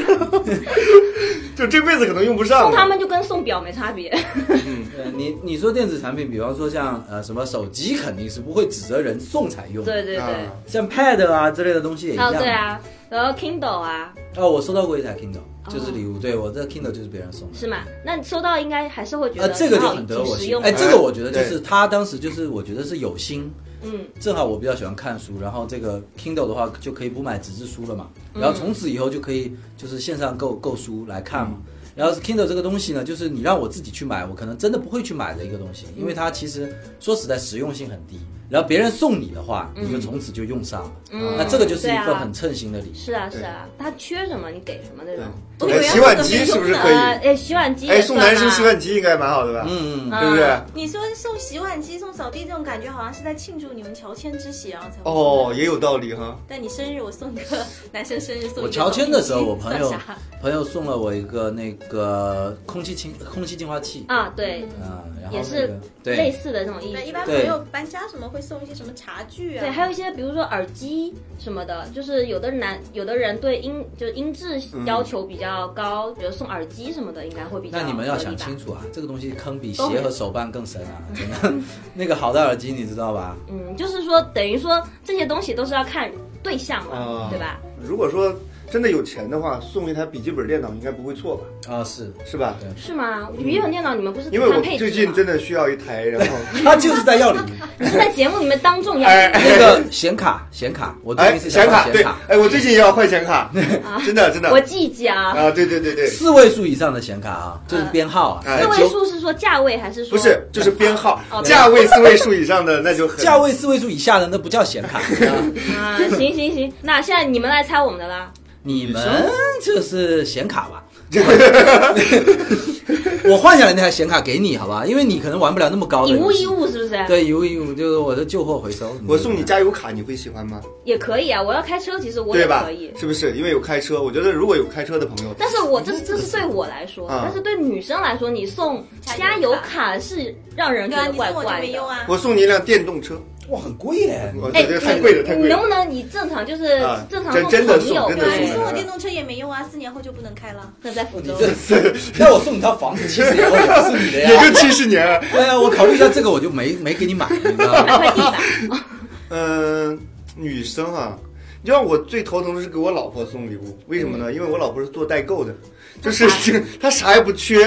S1: 就这辈子可能用不上
S4: 送
S1: 了。
S4: 他们就跟送表没差别。
S2: 呃，你你说电子产品，比方说像呃什么手机，肯定是不会指着人送才用。
S4: 对，对对，
S1: 啊
S2: 像 Pad 啊之类的东西也一
S4: 还有
S2: 样。
S4: 对。啊，然后 Kindle 啊，
S2: 哦，我收到过一台 Kindle，就是
S4: 哦
S2: 礼物。对我这 Kindle 就是别人送的。
S4: 是吗？那你收到应该还是会觉
S2: 呃，
S4: 得
S2: 这个就
S4: 挺好
S2: 很得我
S4: 挺实
S2: 心。
S4: 用的。
S2: 哎，这个我觉得就
S1: 对
S2: 是他当时就是我觉得是有心。
S4: 嗯，
S2: 正好我比较喜欢看书，然后这个 Kindle 的话就可以不买纸质书了嘛，
S4: 嗯
S2: 然后从此以后就可以就是线上购购书来看嘛。
S4: 嗯
S2: 然后 Kindle 这个东西呢，就是你让我自己去买，我可能真的不会去买的一个东西，
S4: 嗯
S2: 因为它其实说实在实用性很低。然后别人送你的话，你就从此就用上了。
S4: 嗯
S2: 那这个就是一
S4: 对
S2: 份
S4: 啊
S2: 很称心的礼物。
S4: 是啊是啊，他缺什么你给什么那种。
S5: 我以
S1: 哎
S5: 为要
S1: 洗碗
S5: 送
S1: 机
S5: 给
S1: 是不是
S5: 中
S1: 可以
S5: 国？
S4: 呃，哎，洗碗机
S1: 哎，
S4: 也
S1: 送
S4: 算
S1: 男生
S4: 吧
S1: 洗碗机应该蛮好的吧？
S2: 嗯，
S1: 对不对
S4: 嗯？
S5: 你说送洗碗机、送扫地这种感觉，好像是在庆祝你们乔迁之喜，然啊后才会送
S1: 哦，
S5: 的。
S1: 也有道理哈。
S5: 但你生日，我送一个男生生日送一个
S2: 我乔迁的时候，
S5: 扫地机
S2: 我朋友
S5: 算啥
S2: 朋友送了我一个那个空气净空气净化器啊、
S4: 啊，对，
S1: 嗯
S2: 然后、那
S4: 也
S2: 个、
S4: 是
S2: 对
S4: 类似的这种意
S5: 对，一
S4: 思。
S5: 般朋
S2: 对
S5: 友搬家什么会送一些什么茶具啊？
S4: 对，还有一些比如说耳机什么的，就是有的男有的人对音就音质
S1: 嗯
S4: 要求比较高，比如送耳机什么的，应该会比较。
S2: 那你们要想清。楚啊，这个东西坑比鞋和手办更深 啊！真的，那个好的耳机你知道吧？
S4: 嗯，就是说等于说这些东西都是要看对象嘛，
S1: 啊
S4: 对吧？
S1: 如果说真的有钱的话，送一台笔记本电脑应该不会错吧？
S4: 嗯
S2: 啊，是，
S1: 是吧？
S2: 对
S4: 是吗？笔记本电脑你们不是
S1: 因为
S4: 看
S1: 我
S4: 配置
S1: 最近
S4: 吗
S1: 真的需要一台，然 后
S2: 他就是在要礼物。
S4: 你 是在节目里面当众要
S1: 哎哎
S2: 那个显卡，显卡，我最
S1: 哎，
S2: 近是想
S1: 显
S2: 买
S1: 卡对
S2: 显卡，，
S1: 哎，我最近也要换显 卡，真的真的
S4: 啊我记一记啊。
S1: 啊，对对对对，
S2: 四位数以上的显卡啊，就是编号啊，
S1: 哎
S4: 嗯四位
S1: 九
S4: 数是说价位还是说
S1: 不是就是编号
S4: 哦，对
S1: 价位四位数以上的那 就很
S2: 价位四位数以下的那不叫显卡。啊
S4: 啊？行行行，那现在你们来猜我们的啦。
S2: 你们就是显卡吧？ 我换下来那台显卡给你，好吧？因为你可能玩不了那么高的
S4: 以物
S2: 游戏。
S4: 易物是不是？
S2: 对，以物易物就是我的旧货回收。嗯
S1: 我送你加油卡，你会喜欢吗？
S4: 也可以啊。我要开车，其实我
S1: 对
S4: 也
S1: 吧
S4: 可以？。
S1: 是不是？因为有开车，我觉得如果有开车的朋友，
S4: 但是我这这是对我来说，
S1: 啊
S4: 但是对女生来说，你送加
S5: 加
S4: 油
S5: 油
S4: 卡是让人
S5: 对
S4: 觉
S5: 啊，
S4: 得
S5: 你
S4: 怪
S5: 送我就
S4: 怪
S5: 没用
S4: 的。
S5: 啊。
S1: 我送你一辆电动车，
S2: 哇，很贵耶！
S1: 我
S4: 哎，
S1: 觉得太贵了，太
S4: 你你
S1: 贵
S4: 能不
S1: 了。
S4: 能你正常就是
S1: 啊
S4: 正常
S1: 真
S4: 做
S1: 真的
S4: 朋
S1: 送
S4: 友
S1: 真的
S5: 对，
S1: 送
S5: 你
S1: 的
S4: 对？
S5: 送我电动车也没用啊，四年后就不能开了。
S4: 那在福州，
S2: 这要我送你套房子，其实也会也是你的
S1: 也
S2: 呀。
S1: 就七十年啊，
S2: 对啊，我考虑一下这个，我就没没给你买，你知道
S4: 买
S2: 吗？
S4: 快递吧。
S1: 嗯，女生啊，你知道我最头疼的是给我老婆送礼物，为什么呢？因为我老婆是做代购的，就是她啥也不缺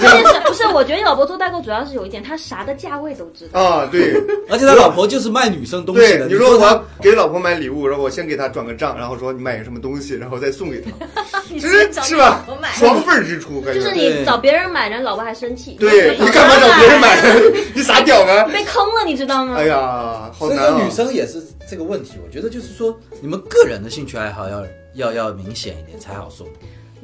S4: 关键是不是？我觉得老伯做代购主要是有一点，他啥的价位都知道。
S1: 啊。对
S2: 而且他老婆就是卖女生东西
S1: 对
S2: 的。，
S1: 你说我要给老婆买礼物，然后我先给她转个账，然后说你买个什么东西，然后再送给她，
S5: 你
S1: 这
S5: 直接
S1: 是
S5: 找
S1: 是
S5: 你老
S1: 吧
S5: 婆买？。
S1: 双份儿支出，感
S4: 就
S1: 觉。
S4: 是
S2: 对
S4: 你找别人买，人家老婆还生气。
S1: 对你干嘛找别人买？ 你傻屌吗？
S4: 被坑了，你知道吗
S1: 哎？呀，好
S2: 所以
S1: 难
S2: 说
S1: 啊！
S2: 女生也是这个问题，我觉得就是说，你们个人的兴趣爱好要要要明显一点才好送。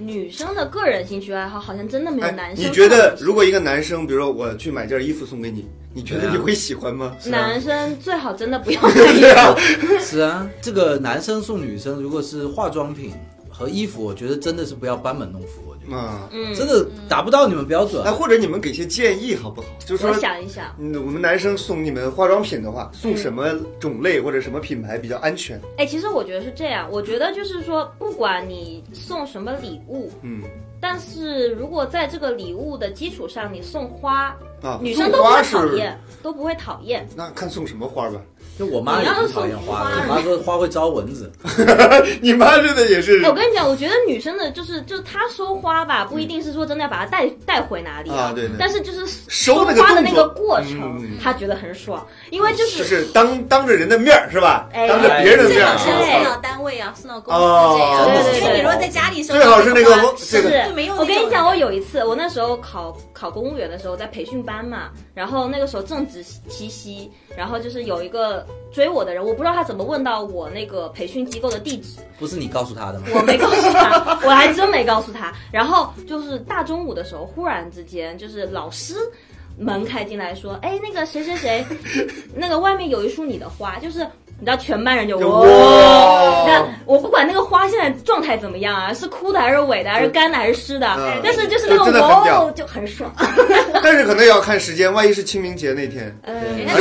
S4: 女生的个人兴趣爱好好像真的没有
S1: 哎，
S4: 男生。
S1: 你觉得如果一个男生，比如说我去买件衣服送给你，你觉
S2: 对
S1: 得
S2: 啊
S1: 你会喜欢吗？
S2: 啊
S4: 男生最好真的 不要买衣服
S2: 是啊，这个男生送女生，如果是化妆品和衣服，我觉得真的是不要班门弄斧，我觉得。
S1: 啊，
S4: 嗯
S2: 真的达不到你们标准啊
S1: 哎，，或者你们给些建议好不好？就是
S4: 我
S1: 说，
S4: 想一嗯想，
S1: 嗯，我们男生送你们化妆品的话，送什么种类或者什么品牌比较安全？
S4: 哎，其实我觉得是这样，我觉得就是说，不管你送什么礼物，
S1: 嗯，
S4: 但是如果在这个礼物的基础上，你送花，
S1: 啊，
S4: 女
S1: 送
S4: 生都不
S1: 花
S4: 会讨
S1: 是
S4: 厌，都不会讨厌。
S1: 那看送什么花吧。
S2: 就我妈也不讨厌花的，我妈说花会招蚊子。
S1: 你妈真的也是
S4: 我跟你讲，我觉得女生的就是就她收花吧，不一定是说真的要把它带带回哪里
S1: 啊对对
S4: 但是就是
S1: 收那个
S4: 花的
S1: 动
S4: 那
S1: 作
S4: 个过
S1: 嗯嗯
S4: 程，她觉得很爽，因为就
S1: 就是是当当着人的面儿是吧？
S4: 哎
S1: 当着别人的
S5: 最
S1: 面
S5: 好
S1: 儿，
S5: 是
S4: 对
S5: 送
S1: 啊
S5: 到单位啊，送到公司这样。
S4: 哦对对对
S5: 因为你如果在家里收
S1: 最
S5: 到的话，
S1: 好是那个这个
S4: 是
S5: 就没有那
S4: 我跟你
S5: 种
S4: 讲，我有一次，我那时候考考公务员的时候，在培训班嘛，然后那个时候正值七夕，然后就是有一个追我的人，我不知道他怎么问到我那个培训机构的地址，
S2: 不是你告诉她的吗？
S4: 我没告诉他，我还真没告诉他。然后就是大中午的时候，忽然之间就是老师。门开进来说：“哎，那个谁 谁谁，那个外面有一束你的花，就是你知道，全班人就
S1: 就
S4: 哇
S1: 哇
S4: 那我不管那个花现在状态怎么样啊，是枯的还是萎的，还是干的还是湿的，
S1: 嗯
S4: 但是就是那
S1: 就真
S4: 种
S1: 的很
S4: 哇
S1: 屌
S4: 哦，就很爽。
S1: 但是可能也要看时间，万一是清明节那天，
S4: 嗯，，
S5: 人家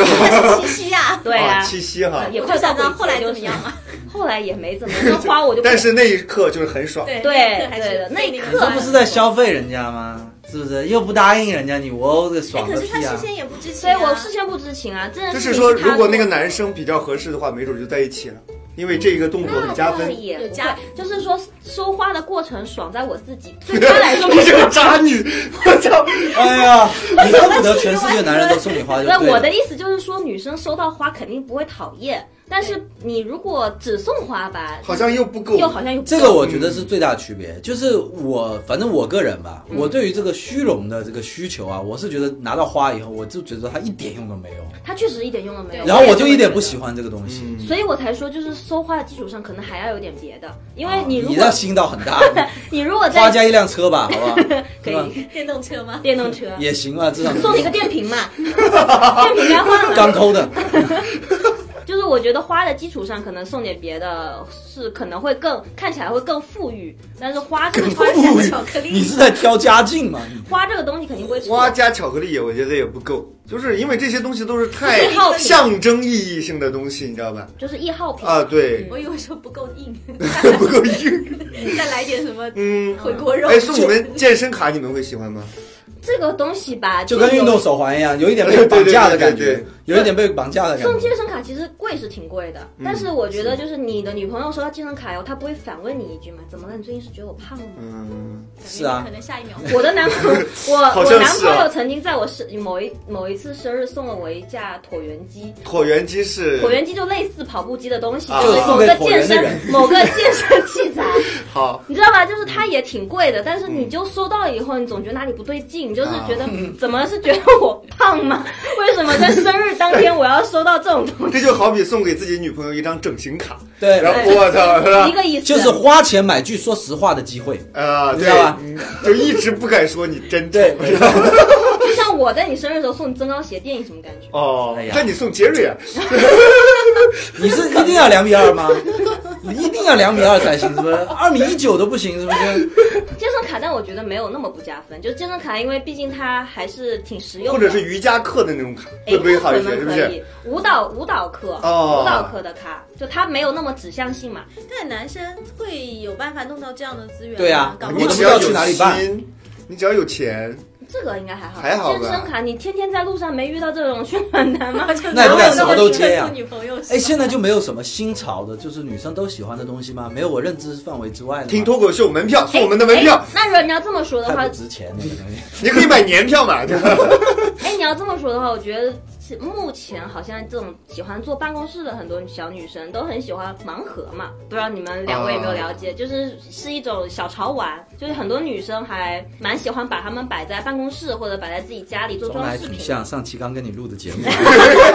S5: 是七夕啊
S4: 对
S1: 啊，
S4: 啊，
S1: 七夕哈
S4: 也
S5: 我
S4: 快
S5: 就
S4: 到
S5: 想知道
S4: 鬼节
S5: 后来
S4: 就
S5: 怎么
S4: 是
S5: 样啊？
S4: 后来也没怎么，那花我就不
S1: 但是那一刻就是很爽，
S5: 对
S4: 对
S5: 那一刻还是
S4: 对的那一刻
S2: 这不是在消费人家吗？是不是又不答应人家你，我哦这爽
S4: 哎
S5: 可
S2: 个
S5: 是他
S2: 屁啊
S5: 事！先也不知情
S4: 所以
S5: 啊，
S4: 我事先不知情啊，真的
S1: 就是
S4: 是
S1: 说，
S4: 你是他
S1: 如果那个
S4: 做的
S1: 男生比较合适的话，没准就在一起了，因为这个动作很加
S4: 那
S1: 分。
S4: 也
S5: 有
S4: 不
S5: 加
S4: 会，就是说收花的过程爽在我 自己，对他来说
S1: 你 这个渣女，我操！
S2: 哎呀，你恨不得全世界男人都送你花就
S4: 那
S2: 对
S4: 我
S2: 了。
S4: 的意思就是说，女生收到花肯定不会讨厌，但是你如果只送花吧，
S1: 好像又不够，
S4: 又好像又不
S2: 这个
S4: 够
S2: 我觉得是最大的区别，就是我反正我个人吧，
S4: 嗯
S2: 我对于这个虚荣的这个需求啊，我是觉得拿到花以后，我就觉得它一点用都没有，
S4: 他确实一点用都没有。
S2: 然后我就一点
S4: 不。
S2: 不喜欢这个东西。
S1: 嗯
S4: 所以我才说，就是收花的基础上，可能还要有点别的，因为你
S2: 啊你
S4: 如果、
S2: 那心倒很 大，
S4: 你如果
S2: 花
S4: 在
S2: 加一辆车吧，好 不好？
S4: 可
S2: 对吧
S4: 以
S5: 电动车吗？
S4: 电动车
S2: 也行啊，至少
S4: 送 你个电瓶嘛，电瓶该换了。
S2: 刚抠的。
S4: 就是我觉得花的基础上，可能送点别的是可能会更看起来会更富裕，但是花这个花
S5: 富 裕
S4: 巧克
S2: 你
S4: 力，
S2: 是在挑家境 吗？你
S4: 花这个东西肯定不会错
S1: 花。加巧克力，我觉得也不够，就是因为这些东西都是太
S4: 就是耗品
S1: 象征意义性的东西，你知道吧？
S4: 就是易耗品
S1: 啊，对，
S5: 我以为说不够硬，
S4: 嗯
S1: 不够硬。
S5: 再来点什么
S1: 嗯，
S5: 回锅肉。
S1: 哎，送你们健身卡，你们会喜欢吗？
S4: 这个东西吧，
S2: 就跟
S4: 有
S2: 运动手环一样，有一点被绑架的感
S1: 对对对
S2: 觉
S1: 对，
S2: 有一点被绑架的感
S4: 送
S2: 觉。
S4: 健身卡其实贵是挺贵的，但是我觉得就是你的女朋友收到健身卡以后，她不会反问你一句嘛？怎么了？你最近是觉得我胖了吗？
S1: 嗯，
S2: 是啊
S5: 可能下一秒
S4: 我的男朋友，我、
S1: 好
S4: 我
S1: 像
S4: 男
S1: 是
S4: 朋
S1: 啊
S4: 友曾经在我生某一某一次生日送了我一架椭圆机，
S1: 椭圆机是
S4: 椭圆机就类似跑步机的东西，
S1: 啊
S4: 就是某个健
S2: 就送给椭圆的
S4: 身
S2: 人
S4: 某个健身器材，
S1: 好，
S4: 你知道吧？就是它也挺贵的，但是
S1: 嗯
S4: 你就收到了以后，你总觉得哪里不对劲，就是觉
S1: 啊
S4: 得、怎么是觉得我胖吗？为什么在生日当天我要收到这种 东
S1: 这就好比送给自己女朋友一张整形卡，
S2: 对，
S1: 然后我操，啊是
S4: 西？一
S1: 吧？
S4: 个意思
S2: 就是花钱买句说实话的机 会。
S1: 啊，
S2: 你
S1: 对
S2: 知道吧
S1: 嗯就一直不敢说你真丑，
S2: 对，
S4: 就像我在你生日的时候送你增高鞋垫，你什么感觉？
S1: 哦
S2: 哎，呀
S1: 看你送杰瑞啊，
S2: 你是一定要两米二吗？你一定要两米二才行，是不是？二米一九都不行，是 不是？
S4: 健身卡，但我觉得没有那么不加分，就是健身卡，因为毕竟它还是挺实用的，
S1: 或者是瑜伽课的那种卡，
S4: 哎
S1: 会不会好一些？
S4: 可能
S1: 是不
S4: 可
S1: 是
S4: 以？舞蹈舞蹈课，
S1: 哦
S4: 舞蹈课的卡，就它没有那么指向性嘛。
S5: 但男生会有办法弄到这样的资源吗？
S2: 对啊
S5: 搞不
S2: 你
S1: 你
S5: 好
S2: 怎
S1: 只
S2: 么知
S1: 要
S2: 道
S1: 有
S2: 去哪里办嗯
S1: 心，你只要有钱，
S4: 这个应该还好，
S1: 还好吧
S4: 健身卡，你天天在路上没遇到这种宣传单吗？
S2: 那也不敢什么都
S5: 我
S2: 接呀
S5: 送女朋友是吧
S2: 哎，现在就没有什么新潮的，就是女生都喜欢的东西吗？没有我认知范围之外的。
S1: 听，脱口秀门票送
S4: 哎
S1: 我们的门
S4: 哎
S1: 票，
S4: 那如果你要这么说的话
S2: 太不，值钱那个东西。
S1: 你可以买年票嘛？ 对吧
S4: 哎，你要这么说的话，我觉得是目前好像这种喜欢坐办公室的很多小女生都很喜欢盲盒嘛，不知道你们两位
S1: 嗯
S4: 有没有了解？就是是一种小潮玩，就是很多女生还蛮喜欢把它们摆在办公室或者摆在自己家里做
S2: 装的
S4: 装
S2: 还
S4: 饰
S2: 挺
S4: 品。
S2: 像上期刚跟你录的 节目，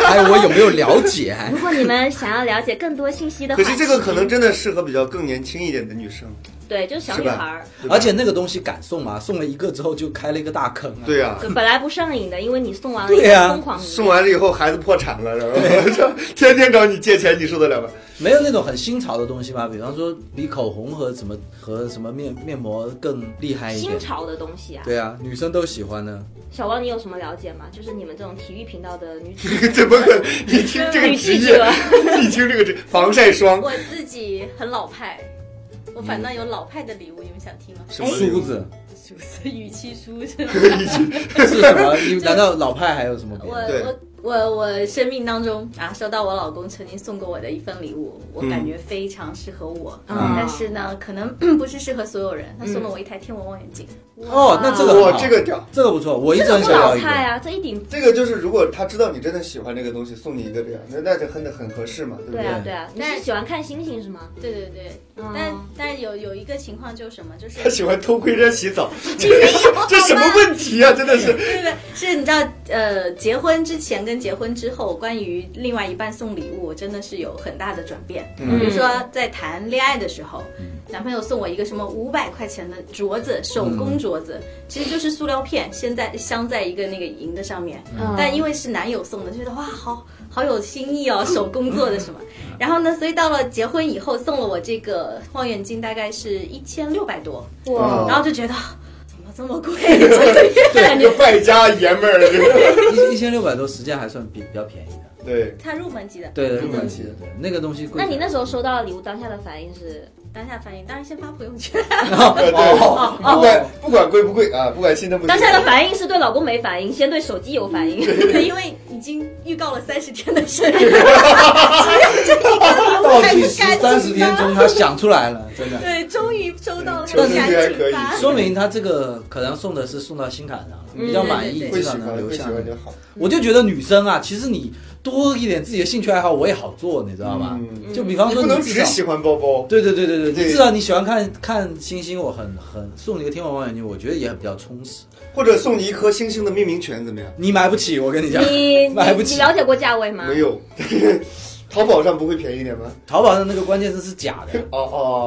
S2: 还有我有没有了解？哎 还
S4: 如果你们想要了解更多信息的话，
S1: 可是这个可能真的适合比较更年轻一点的女生，
S4: 对，就是小
S1: 是
S4: 女
S1: 吧
S4: 孩儿，
S1: 对吧
S2: 而且那个东西敢送吗？送了一个之后就开了一个大坑、啊。
S1: 对呀、
S4: 就本来不上瘾的，因为你送完了，
S2: 对呀
S4: 疯狂迷恋
S1: 送完了以后孩子破产了，然 后就天天找你借钱，你受得了吗？
S2: 没有那种很新潮的东西吗？比方说比口红和什么和什么面面膜更厉害一
S4: 新
S2: 点。
S4: 潮的东西啊。
S2: 对啊，女生都喜欢呢。
S4: 小王，你有什么了解吗？就是你们这种体育频道的女主
S1: 怎么可能？你听这个
S4: 女
S1: 职
S4: 记
S1: 业
S4: 者，，
S1: 你听这个职防晒霜
S5: 我自己很老派，我反倒有老派的礼物，你们想听吗？
S1: 什么礼
S2: 梳
S1: 物？
S2: 子
S5: 书是语气书是吧？
S2: 是什么？你难道老派还有什么别
S5: 我
S2: 的？
S1: 对
S5: 我我我生命当中啊，收到我老公曾经送过我的一份礼物，
S2: 嗯
S5: 我感觉非常适合我，
S4: 嗯
S5: 但是呢，可能 不是适合所有人。他送了
S2: 嗯
S5: 我一台天文望远镜，
S2: 哦，那这个
S1: 哇
S2: 很，好
S1: 这个屌，
S2: 这个不错，我一
S4: 这
S2: 直
S4: 个
S2: 很
S4: 不
S2: 想要
S4: 老
S2: 一个。
S4: 派啊，这一顶
S1: 这个就是如果他知道你真的喜欢这个东西，送你一个这样，那那就很很合适嘛，对不
S4: 对啊对啊，你
S5: 但
S4: 是喜欢看星星是吗？
S5: 对对对，
S4: 嗯
S5: 但但有有一个情况就是什么，就 是
S1: 他喜欢偷窥人家洗澡，这这什么问题啊？真的是，
S5: 对对，是你知道，呃，结婚之前跟结婚之后，关于另外一半送礼物，我真的是有很大的转变。
S1: 嗯
S5: 比如说在谈恋爱的时候，
S4: 嗯
S5: 男朋友送我一个什么五百块钱的镯子，手工镯子，
S4: 嗯
S5: 其实就是塑料片，现在镶在一个那个银的上面。
S4: 嗯
S5: 但因为是男友送的，就觉得哇，好好有心意哦，手工做的什么。
S4: 嗯
S5: 然后呢，所以到了结婚以后，送了我这个望远镜，大概是一千六百多，
S1: 哇
S2: 哦
S5: 然后就觉得怎么这么贵？这个
S1: 对，一个败家爷们儿，这个
S2: 一一千六百多，实际上还算比比较便宜的。
S1: 对，
S5: 它入门级的。
S2: 对对，
S1: 入
S2: 入
S1: 门
S2: 门
S1: 级
S2: 级的，对那个东西贵
S4: 那
S2: 点。
S4: 你那时候收到的礼物当下的反应是？
S5: 当下反应，当然先发朋友圈。
S1: 对
S2: 哦
S1: 对，不管不管贵不贵啊，不管新的不新的
S4: 当下的反应是对老公没反应，先对手机有反应。
S5: 对，因为已经预告了三十天的生 日，
S2: 到期十三十天中，他想出 来了，真的。
S5: 对，终于收到了，
S1: 求生
S5: 赶
S1: 欲还可
S5: 紧
S1: 以
S5: 发。
S2: 说明他这个可能送的是送到心坎上，比较满意，
S5: 嗯
S1: 会喜
S2: 至少
S1: 欢
S2: 能留
S1: 会喜
S2: 下。
S1: 欢就好。
S2: 我就觉得女生啊，其实你多一点自己的兴趣爱好，我也好做，你知道吧？
S1: 嗯
S2: 就比方
S1: 你
S2: 说
S1: 不
S2: 你
S1: 能
S2: 至
S1: 只
S2: 少
S1: 喜欢包包，
S2: 对对对对对，
S1: 对
S2: 你至少你喜欢看看星星，我很很送你个天文望远镜，我觉得也比较充实。
S1: 或者送你一颗星星的命名权怎么样？
S2: 你买不起，我跟你讲，
S4: 你你
S2: 买不
S4: 你
S2: 起。
S4: 了解过价位吗？
S1: 没有， 淘宝上不会便宜一点吗？
S2: 淘宝上那个关键字是假的，
S1: 哦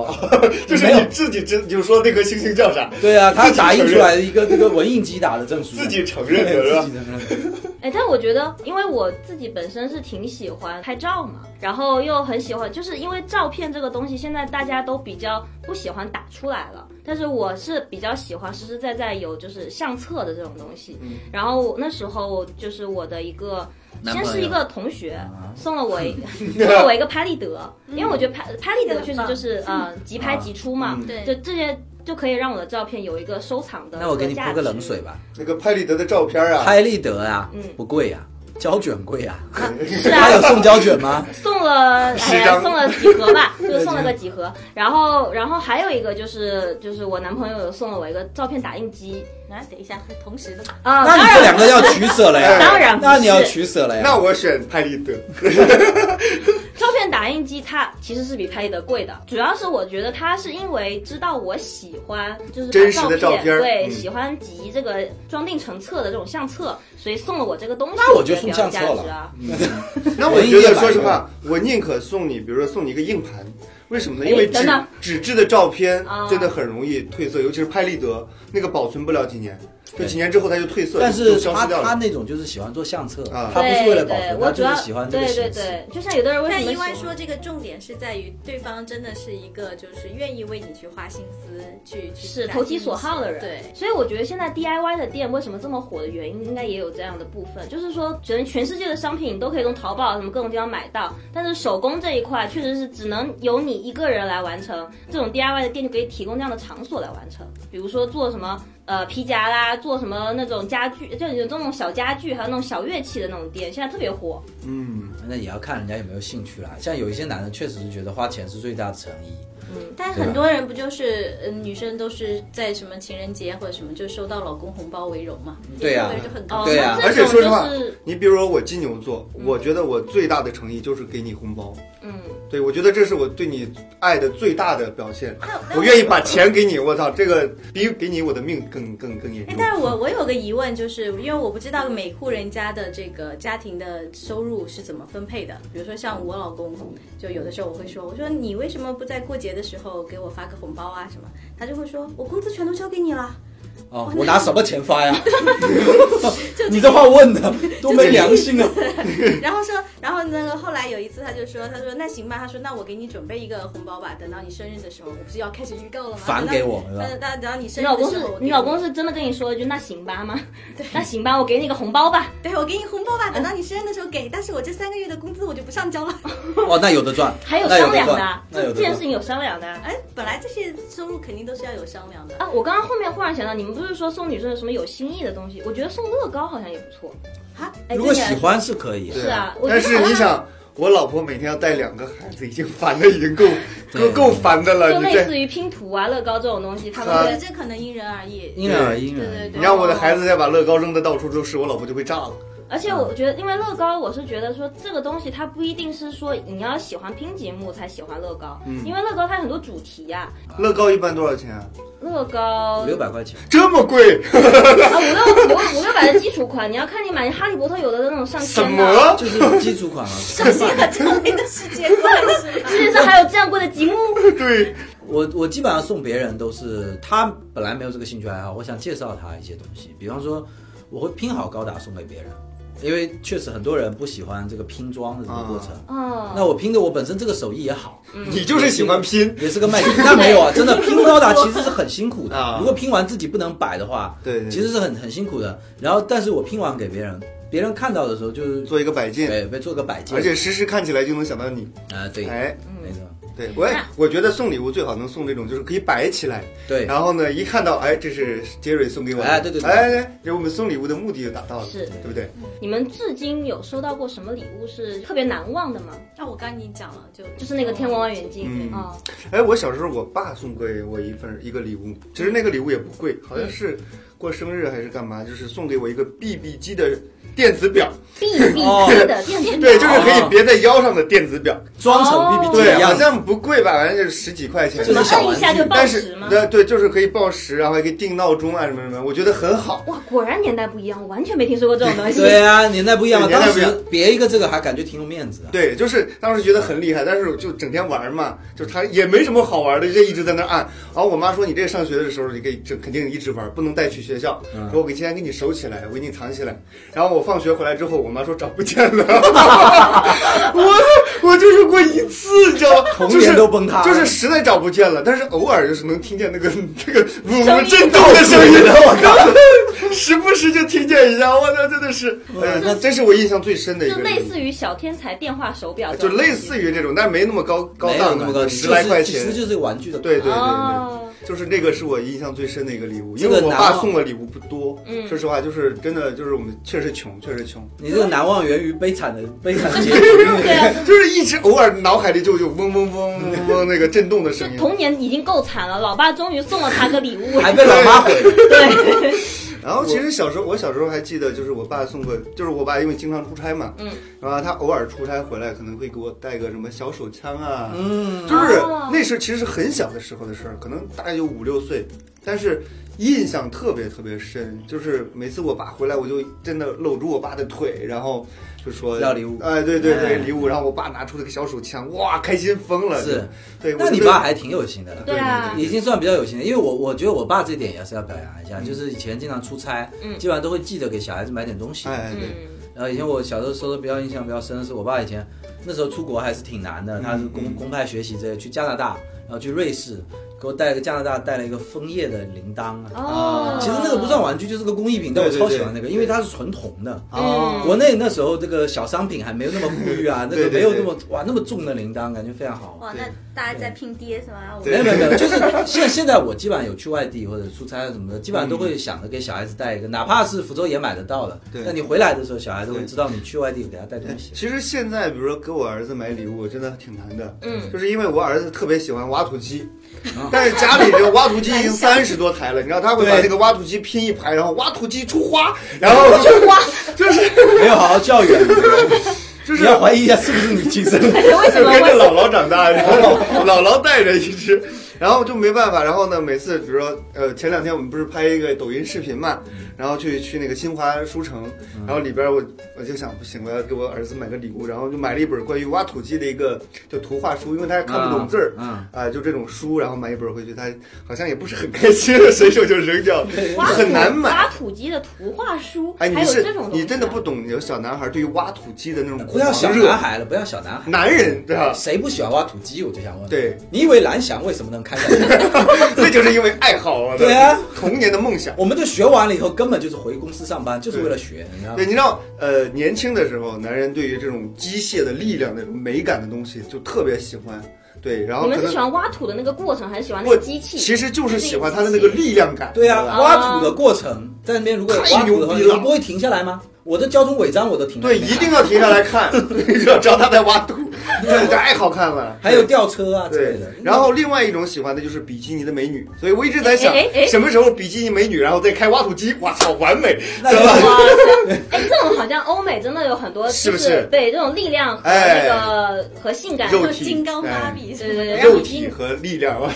S1: 哦， 就是
S2: 没
S1: 你
S2: 有
S1: 自己知，你就说那颗星星叫啥？
S2: 对啊，他
S1: 自己
S2: 打印
S1: 承
S2: 出
S1: 认
S2: 来的一个这个文印机打的证书，
S1: 自己承认的是吧
S2: 自己承认的。
S4: 哎，但我觉得，因为我自己本身是挺喜欢拍照嘛，然后又很喜欢，就是因为照片这个东西，现在大家都比较不喜欢打出来了，但是我是比较喜欢实实在在有就是相册的这种东西。然后我那时候就是我的一个。
S2: 男
S4: 先
S2: 朋友啊
S4: 是一个同学送了我 一送了我一个拍立得，因为我觉得拍拍立得确实就是呃即拍即出嘛，
S2: 嗯
S5: 对
S4: 就这些就可以让我的照片有一个收藏的。
S2: 那我给你泼个冷水。吧，
S1: 那个拍立得的照片啊，
S2: 拍立得啊
S4: 嗯，
S2: 不贵啊，胶卷贵 啊，
S4: 是啊，
S2: 他有送胶卷吗？
S4: 送 了，哎
S1: 十
S4: 呀，
S1: 张
S4: 送了几盒吧，就是送了个几盒。然后，然后还有一个就是，就是我男朋友有送了我一个照片打印机
S5: 啊，等一下，同时的吧。
S4: 啊，
S2: 那
S4: 当
S2: 你这
S4: 然
S2: 两个要取舍了呀，
S4: 当然不是
S2: 那你要取舍了呀。
S1: 那我选拍立得。
S4: 照片打印机它其实是比拍立得贵的，主要是我觉得它是因为知道我喜欢就是把
S1: 真实的照片儿
S4: 对，
S1: 嗯
S4: 喜欢集这个装订成册的这种相册，所以送了我这个东西，
S2: 那我就
S4: 觉得比较
S2: 送相
S4: 有价
S2: 册
S4: 值啊。
S1: 那我觉得，说实话，我宁可送你，比如说送你一个硬盘，为什么呢？因为
S4: 哎
S1: 纸
S4: 等等
S1: 纸质的照片
S4: 啊
S1: 真的很容易褪色，尤其是拍立得，那个保存不了几年，就几年之后它就褪色，
S2: 但
S1: 就是消
S2: 他
S1: 失掉
S2: 他
S1: 了。
S2: 那种就是喜欢做相册，
S1: 啊
S2: 他不是为了保
S4: 对
S2: 存，
S4: 对，我
S2: 他
S4: 主
S2: 就
S4: 要
S2: 是喜欢这个
S4: 对
S2: 形
S4: 对
S2: 式。
S4: 对，就像有的人为什
S5: 但
S4: 么
S5: 意外
S4: 喜
S5: 说，这个重点是在于对方真的是一个就是愿意为你去花心思去去
S4: 是
S5: 打
S4: 投其所好的人，
S5: 对，
S4: 所以我觉得现在 DIY 的店为什么这么火的原因，应该也有这样的部分，就是说全全世界的商品你都可以从淘宝啊什么各种地方买到，但是手工这一块确实是只能由你一个人来完成，这种 DIY 的店就可以提供这样的场所来完成，比如说做什么呃皮夹啦，做什么那种家具，就有那种小家具，还有那种小乐器的那种店，现在特别火。
S1: 嗯，
S2: 那也要看人家有没有兴趣啦。像有一些男人确实是觉得花钱是最大的诚意，
S5: 但很多人不就是，嗯、女生都是在什么情人节或者什么就收到老公红包为荣嘛？
S2: 对呀
S5: 就很高
S4: 哦，
S5: 兴。
S2: 对啊
S4: 那
S1: 而
S4: 这
S1: 且
S4: 种
S1: 说
S4: 就
S1: 实话
S4: 是，
S1: 你比如说我金牛座，我觉得我最大的诚意就是给你红包，
S4: 嗯，
S1: 对我觉得这是我对你爱的最大的表现
S5: 那。那
S1: 我愿意把钱给你，我操，这个比给你我的命更更更严
S5: 哎
S1: 重，。
S5: 但是我我有个疑问，就是因为我不知道每户人家的这个家庭的收入是怎么分配的。比如说像我老公，就有的时候我会说，我说你为什么不在过节的时候给我发个红包啊什么？他就会说，我工资全都交给你了。
S2: 哦，我拿什么钱 发呀？ 你这话问的多没良心 啊！
S5: 然后说，然后那个后来有一次他就说，他说那行吧，他说那我给你准备一个红包吧，等到你生日的时候，我不是要开始预告了吗？
S2: 返给我
S5: 等到呃
S2: 是
S5: 等到等到你
S4: 你
S5: 生日
S4: 老公
S5: 的时
S4: 是
S5: 候，我给
S4: 你老公是真的跟你说一句那行吧吗？那行吧，我给你个红包吧。
S5: 对我给你红包
S4: 嗯
S5: 吧，等到你生日的时候给，但是我这三个月的工资我就不上交了。
S2: 哦，那有的赚，
S4: 还有
S2: 那有
S4: 商
S2: 的
S4: 量的
S2: 赚
S4: 啊，，
S2: 那有
S4: 这
S2: 的
S4: 件
S2: 赚
S4: 事。情有商量的啊。啊
S5: 哎，本来这些收入肯定都是要有商量的。
S4: 啊我刚刚后面忽然想到，你们不是不是说送女生什么有新意的东西，我觉得送乐高好像也不错。
S5: 啊，
S4: 哎
S2: 如果
S4: 对你来
S2: 喜
S4: 说
S2: 欢是可以，
S4: 是啊我觉得
S1: 但是你想，我老婆每天要带两个孩子，已经烦的已经够够
S2: 对
S1: 够烦的了。
S4: 就
S1: 你
S4: 类
S1: 这
S4: 似于拼图啊、乐高这种东西，他们
S5: 我觉
S4: 会
S5: 得这可能因人而异。
S2: 因人而异，因人而
S5: 对对
S2: 异
S5: 对。
S1: 你让我的孩子再把乐高扔的到处都是，我老婆就会炸了。
S4: 而且我觉得，因为乐高，我是觉得说这个东西它不一定是说你要喜欢拼积木才喜欢乐高，因为乐高它有很多主题呀、
S1: 乐高一般多少钱啊？
S4: 乐高
S2: 五六百块钱，
S1: 这么贵？
S4: 啊，五六五五六百的基础款，你要看你买哈利波特有的那种上
S1: 什
S4: 千的，
S1: 么
S2: 就？是基础 款啊。
S5: 这是一个成为的世界观是吧？
S4: 世界上还有这样贵的积木？
S1: 对，
S2: 我我基本上送别人都是他本来没有这个兴趣爱哎好，我想介绍他一些东西，比方说我会拼好高达送给别人，因为确实很多人不喜欢这个拼装的这个过程。
S4: 哦，
S2: 那我拼的我本身这个手艺也好，
S1: 你啊嗯就是喜欢拼。
S2: 也是个卖点。那没有啊，真的拼高达其实是很辛苦
S1: 啊
S2: 的。如果拼完自己不能摆的话，
S1: 对对
S2: 其实是很很辛苦的。然后，但是我拼完给别人，别人看到的时候就是
S1: 做一个摆件，
S2: 对被做个摆件，
S1: 而且时时看起来就能想到你。
S2: 啊对，
S1: 哎，
S2: 没错，
S1: 对我也
S4: 那
S1: 我觉得送礼物最好能送这种，就是可以摆起来。
S2: 对
S1: 然后呢，一看到哎，这是杰瑞送给我的，
S2: 哎对对对
S1: 哎，哎给我们送礼物的目的就达到了，
S4: 是
S1: 对不对？
S4: 你们至今有收到过什么礼物是特别难忘的吗？
S5: 那哦我刚跟你讲了，就
S4: 就是那个天文望远镜
S1: 嗯
S4: 哦，
S1: 哎，我小时候我爸送给我一份一个礼物，其实那个礼物也不贵，好像是过生日还是干嘛，就是送给我一个 BB 机的电子表，
S4: B B 机的电子
S1: 哦
S4: 表，
S1: 对，就是可以别在腰上的电子表，
S2: 装成
S4: 哦
S2: B B 机
S1: 哦对
S2: 的，
S1: 好
S2: 样子，
S1: 像不贵吧，反正就是十几块钱
S2: 这。是小
S4: 按一
S2: 玩
S4: 下就
S2: 具。
S4: 报
S1: 但是
S4: 时吗？
S1: 对对，就是可以报时，然后还可以定闹钟啊什么什么，我觉得很好。
S4: 哇，果然年代不一样，我完全没听说过这种东西。
S2: 对啊，年代不一样嘛，
S1: 对年代
S2: 当
S1: 不一样
S2: 时别一个这个还感觉挺有面子的。
S1: 对，就是当时觉得很厉害，但是就整天玩嘛，就是他也没什么好玩的，就一直在那儿按。然后我妈说：“你这上学的时候，你可以这肯定一直玩，不能带去学校。
S2: 嗯
S1: 说：“我给今天给你收起来，我给你藏起来。”然后我放学回来之后，我妈说找不见 了。我我就是过一次，你知道吗？
S2: 童
S1: 就
S2: 年
S1: 是
S2: 都崩塌了
S1: 就是实在找不见了。但是偶尔就是能听见那个 那个呜
S4: 声
S1: 呜
S4: 音
S1: 震动的声音， 我靠， 时不时就听见一下，我操，真的是，
S2: 呃
S1: 哎，那这是我印象最深的一
S4: 就
S1: 个礼物。
S4: 类似于小天才电话手表这
S1: 啊就
S4: 种东西，
S1: 类似于这种，但是没那么高高
S2: 没有
S1: 档
S2: 那么高
S1: 的，
S2: 级，
S1: 十来块
S2: 其实
S1: 钱。
S2: 就是玩具的。
S1: 对对对
S4: 哦
S1: 对，就是那个是我印象最深的一个礼物，因
S2: 这
S1: 为
S2: 个
S1: 我
S2: 难
S1: 爸
S2: 忘
S1: 送的礼物不多。
S4: 嗯
S1: 说实话，就是真的就是我们确实穷，确实穷，
S2: 你这个难忘源于悲惨的悲惨的结局。
S4: 对啊，
S1: 就是一直偶尔脑海里就有嗡嗡嗡嗡嗡那个震动的
S4: 就
S1: 声音。
S4: 童年已经够惨了，老爸终于送了他个礼物，
S2: 还被老妈毁了。
S4: 对，
S1: 然后其实小时候，我小时候还记得，就是我爸送过，就是我爸因为经常出差嘛，
S4: 嗯，
S1: 然后他偶尔出差回来，可能会给我带个什么小手枪啊，
S2: 嗯，
S1: 就是
S4: 哦
S1: 那时其实很小的时候的事儿，可能大概有五六岁，但是印象特别特别深。就是每次我爸回来，我就真的搂住我爸的腿，然后就说
S2: 要礼物
S1: 哎，对对
S2: 哎
S1: 对，礼物。然后我爸拿出了个小手枪，哇，开心疯了。
S2: 是，
S1: 对，我
S2: 那你
S1: 觉得
S2: 爸还挺有心的了。
S4: 对啊
S1: 对
S2: 已经算比较有心的，因为我我觉得我爸这点也是要表扬
S1: 嗯
S2: 一下，就是以前经常出差，
S4: 嗯
S2: 基本上都会记得给小孩子买点东西。
S1: 哎，对，
S4: 嗯，
S2: 然后以前我小时候收的比较印象比较深的是我爸以前那时候出国还是挺难
S1: 嗯
S2: 的，他是公公派学习这些，去加拿大，然后去瑞士，给我带了个加拿大带了一个枫叶的铃铛啊。
S4: 哦，
S2: 其实那个不算玩具，就是个工艺品，但我
S1: 对对
S2: 超
S1: 对
S2: 喜欢那个，因为它是纯铜的。
S4: 嗯
S2: 啊
S1: 哦，
S2: 国内那时候这个小商品还没有那 么富裕啊，那
S1: 对
S2: 个
S1: 对
S2: 没有
S1: 对
S2: 那么哇那么重的铃铛，感觉非常好。
S5: 哇，那大家在拼爹是吧？我
S1: 对
S2: 没有没有没有，就是现现在我基本上有去外地或者出差啊什么的，基本上都会想着给小孩子带一个，哪怕是福州也买得到的
S1: 嗯对。
S2: 那你回来的时候，小孩子会
S1: 对
S2: 知道你去外地给他带东西。
S1: 其实现在，比如说给我儿子买礼物，真的挺难的。
S4: 嗯
S1: 就是因为我儿子特别喜欢挖土机，但是家里这个挖土机已经三十多台了，你知道他会把
S2: 对
S1: 这个挖土机拼一排，然后挖土机出 花，然后出花，就是
S2: 没有好好教育啊，你这个人
S1: 就
S2: 你
S1: 是
S2: 要怀疑一下是不是你亲生的。
S4: 为什
S1: 就
S4: 么
S1: 跟着
S4: 会
S1: 姥姥长大，然后 姥姥带着一只，然后就没办法。然后呢，每次比如说，呃，前两天我们不是拍一个抖音视频嘛，
S4: 嗯
S1: 然后去去那个新华书城，然后里边我我就想不行，我要给我儿子买个礼物，然后就买了一本关于挖土机的一个就图画书，因为他也看不懂字儿，
S2: 嗯
S1: 啊、就这种书，然后买一本回去，他好像也不是很开心，随手就扔掉，
S4: 挖土
S1: 很难买。
S4: 挖土机的图画书，
S1: 哎，
S4: 还
S1: 你
S4: 有
S1: 是
S4: 这种东西啊，
S1: 你真的不懂，有小男孩对于挖土机的那种
S2: 不要小
S1: 狂热
S2: 男，孩了，不要小男孩。
S1: 男人对吧？
S2: 谁不喜欢挖土机？我就想问。
S1: 啊对，
S2: 你以为蓝翔为什么能开在？
S1: 这就是因为爱好啊，
S2: 对啊，。
S1: 童年的梦想
S2: 我们就学完了以后，根本就是回公司上班，就是为了学，你知道吗
S1: 对，？你知道，呃，年轻的时候，男人对于这种机械的力量、那种美感的东西就特别喜欢。对，然后
S4: 你们
S1: 哦可能
S4: 是喜欢挖土的那个过程，还是喜欢那
S1: 我
S4: 个机器？
S1: 其实就是喜欢它的那个力量感。
S2: 对呀、啊
S1: 吧
S2: 挖土的过程在那边如果有挖土的话，
S1: 太牛逼
S2: 你
S1: 了
S2: 不会停下来吗？我的交通违章我都停在
S1: 对，
S2: 那边
S1: 一定要停下来 看，对，要知道他在挖土，对，太好看了。
S2: 还有吊车啊之类
S1: 对
S2: 的。，
S1: 然后另外一种喜欢的就是比基尼的美女，所以我一直在想
S4: 哎哎哎，
S1: 什么时候比基尼美女，然后再开挖土机，哇操，完美，
S2: 那
S1: 对吧？
S4: 哇塞！哎，这种好像欧美真的有很多，
S1: 是
S4: 就
S1: 不是哎
S4: 对这种力量和那个和性感，
S1: 肉
S5: 就
S1: 体
S5: 金刚芭比什
S4: 对
S5: 么
S4: 对对，
S5: 的。
S4: 让
S1: 肉
S4: 你
S1: 体
S4: 听。
S1: 和力量 啊！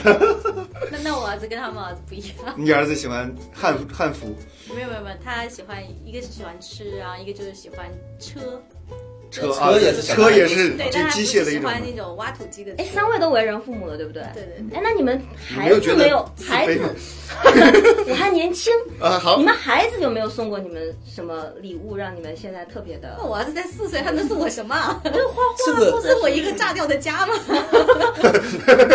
S5: 那那我儿子跟他们儿子不一样，
S1: 你儿子喜欢汉服汉服
S5: 没有没有没有，他喜欢一个是喜欢吃啊，一个就是喜欢车，
S1: 车
S2: 车
S1: 啊，
S2: 也是小
S1: 车
S2: 孩
S1: 也
S2: 子
S1: 是
S5: 对，
S1: 就
S5: 但他
S1: 机
S5: 不
S1: 械
S5: 是
S1: 的一
S5: 喜
S1: 种嘛。
S5: 欢那种挖土机的车。
S4: 哎，三位都为人父母了，对不对？
S5: 对对对。
S4: 哎，那你们
S1: 你
S4: 孩
S1: 没有
S4: 子
S1: 觉
S4: 没
S1: 得
S4: 有
S1: 自
S4: 孩
S1: 卑
S4: 子呃
S1: 吗？
S4: 我还 年轻，
S1: 啊，好
S4: 你，们孩子有没有送过你们什么礼物，让你们现在特别的
S5: 那？我儿子才四岁，他能送我什么 啊？
S2: 这
S5: 不
S2: 个
S5: 是我一个炸掉的家 吗？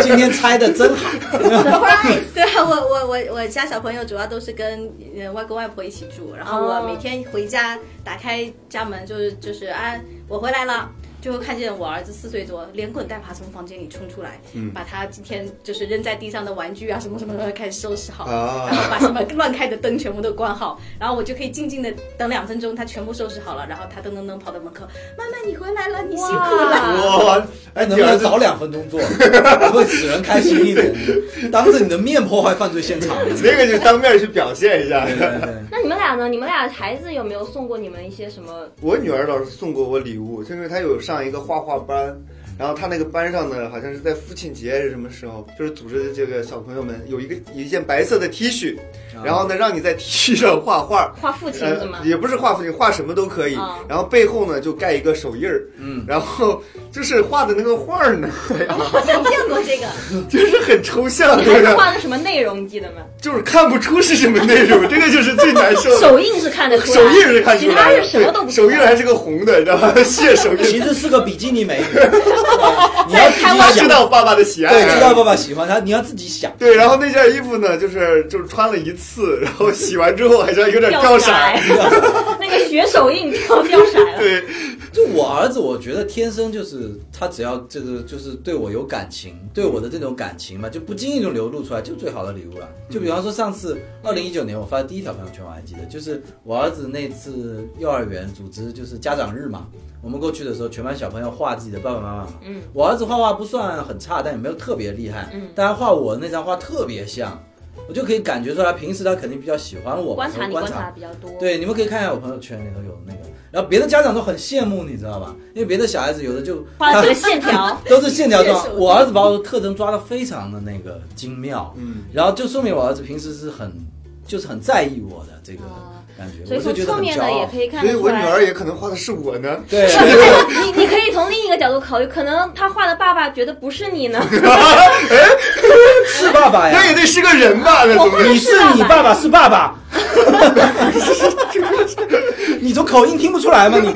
S2: 今天猜的真好，
S5: 对啊，我我我我家小朋友主要都是跟呃外公外婆一起住，然后
S4: 哦
S5: 我每天回家打开家门就是就是啊，我回来了。就会看见我儿子四岁多，连滚带爬从房间里冲出来，
S1: 嗯
S5: 把他今天就是扔在地上的玩具啊什么什么什么开始收拾好，
S1: 啊
S5: 然后把什么乱开的灯全部都关好，然后我就可以静静的等两分钟，他全部收拾好了，然后他噔噔噔跑到门口，妈妈你回来了，你辛苦了。
S1: 哇，哎，
S2: 哎，能
S1: 你
S2: 不
S1: 儿
S2: 能
S1: 子
S2: 早两分钟做，会使人开心一 点？当着你的面破坏犯罪现场。
S1: 你这个就当面去表现一下。
S2: 对对对
S4: 那你们俩呢？你们俩孩子有没有送过你们一些什么？
S1: 我女儿老师送过我礼物，就是她有上一个画画班，然后她那个班上呢，好像是在父亲节还是什么时候，就是组织的这个小朋友们有一个有一件白色的 T 恤，
S2: 啊
S1: 然后呢让你在 T 恤上画画。
S4: 画父亲是吗
S1: 呃，？也不是画父亲，画什么都可以。
S4: 啊
S1: 然后背后呢就盖一个手印儿，
S2: 嗯，
S1: 然后就是画的那个画 儿呢，哎呀
S5: 好像见过 这个，
S1: 就是很抽象，
S4: 你
S1: 就
S4: 还
S1: 是
S4: 是画的什么内容？你记得吗？
S1: 就是看不出是什么内 容，这个就是最难受的。
S4: 手印是看得出来，
S1: 呃手印是看出
S4: 其
S1: 来
S4: 他
S1: 的，
S4: 是什么都不
S1: 对
S4: 知
S1: 手
S4: 道
S1: 印还是个红的，你知道 吧？谢手
S2: 其
S1: 印，
S2: 实是个比基尼美 女，
S1: 他
S2: 你要自己
S1: 知
S2: 想，
S1: 道哎爸爸的喜爱，
S2: 对，知道爸爸喜欢她，你要自己想。
S1: 对，然后那件衣服呢，就是就是穿了一次，然后洗完之后好像有点
S4: 掉
S1: 色
S4: 色哎
S1: 儿，
S4: 儿， 那个血手印掉掉色儿了。
S1: 对，
S2: 就我儿子，我觉得天生就是他，只要这个就是对我有感情，对我的这种感情嘛，就不经意中流露出来，就最好的礼物了。就比方说上次二零一九年我发的第一条朋友圈，我还记得，就是我儿子那次幼儿园组织就是家长日嘛，我们过去的时候，全班小朋友画自己的爸爸妈妈嘛。
S4: 嗯，
S2: 我儿子画画不算很差，但也没有特别厉害。
S4: 嗯
S2: 但他画我那张画特别像，我就可以感觉出来，平时他肯定比较喜欢我嘛，
S4: 观察你
S2: 观
S4: 观
S2: 察
S4: 察比较多。
S2: 对，你们可以看一下我朋友圈里头有那个，然后别的家长都很羡慕，你知道吧？因为别的小孩子有的就
S4: 画了几个
S2: 他
S4: 线条
S2: ，都是线条
S5: 是
S2: 状，
S5: 是
S2: 我儿子把我的特征抓得非常的那个精妙，
S1: 嗯，
S2: 然后就说明我儿子平时是很就是很在意我的这个感觉，
S4: 哦所以
S2: 我就觉
S4: 从
S2: 得
S4: 侧
S2: 很
S4: 面
S2: 骄
S4: 呢也
S2: 傲
S4: 可。以看
S1: 所
S4: 得
S1: 以
S4: 出
S1: 我女
S4: 来。
S1: 儿也可能画的是我呢，
S2: 对，
S4: 你你可以从另一个角度考虑，可能他画的爸爸觉得不是你 呢。
S2: 是爸爸呀
S1: 那，也得是个人吧？那
S4: 我
S1: 总
S4: 画
S1: 归
S4: 的
S2: 你是你
S4: 爸
S2: 爸爸是爸 爸，你从口音听不出来吗？你，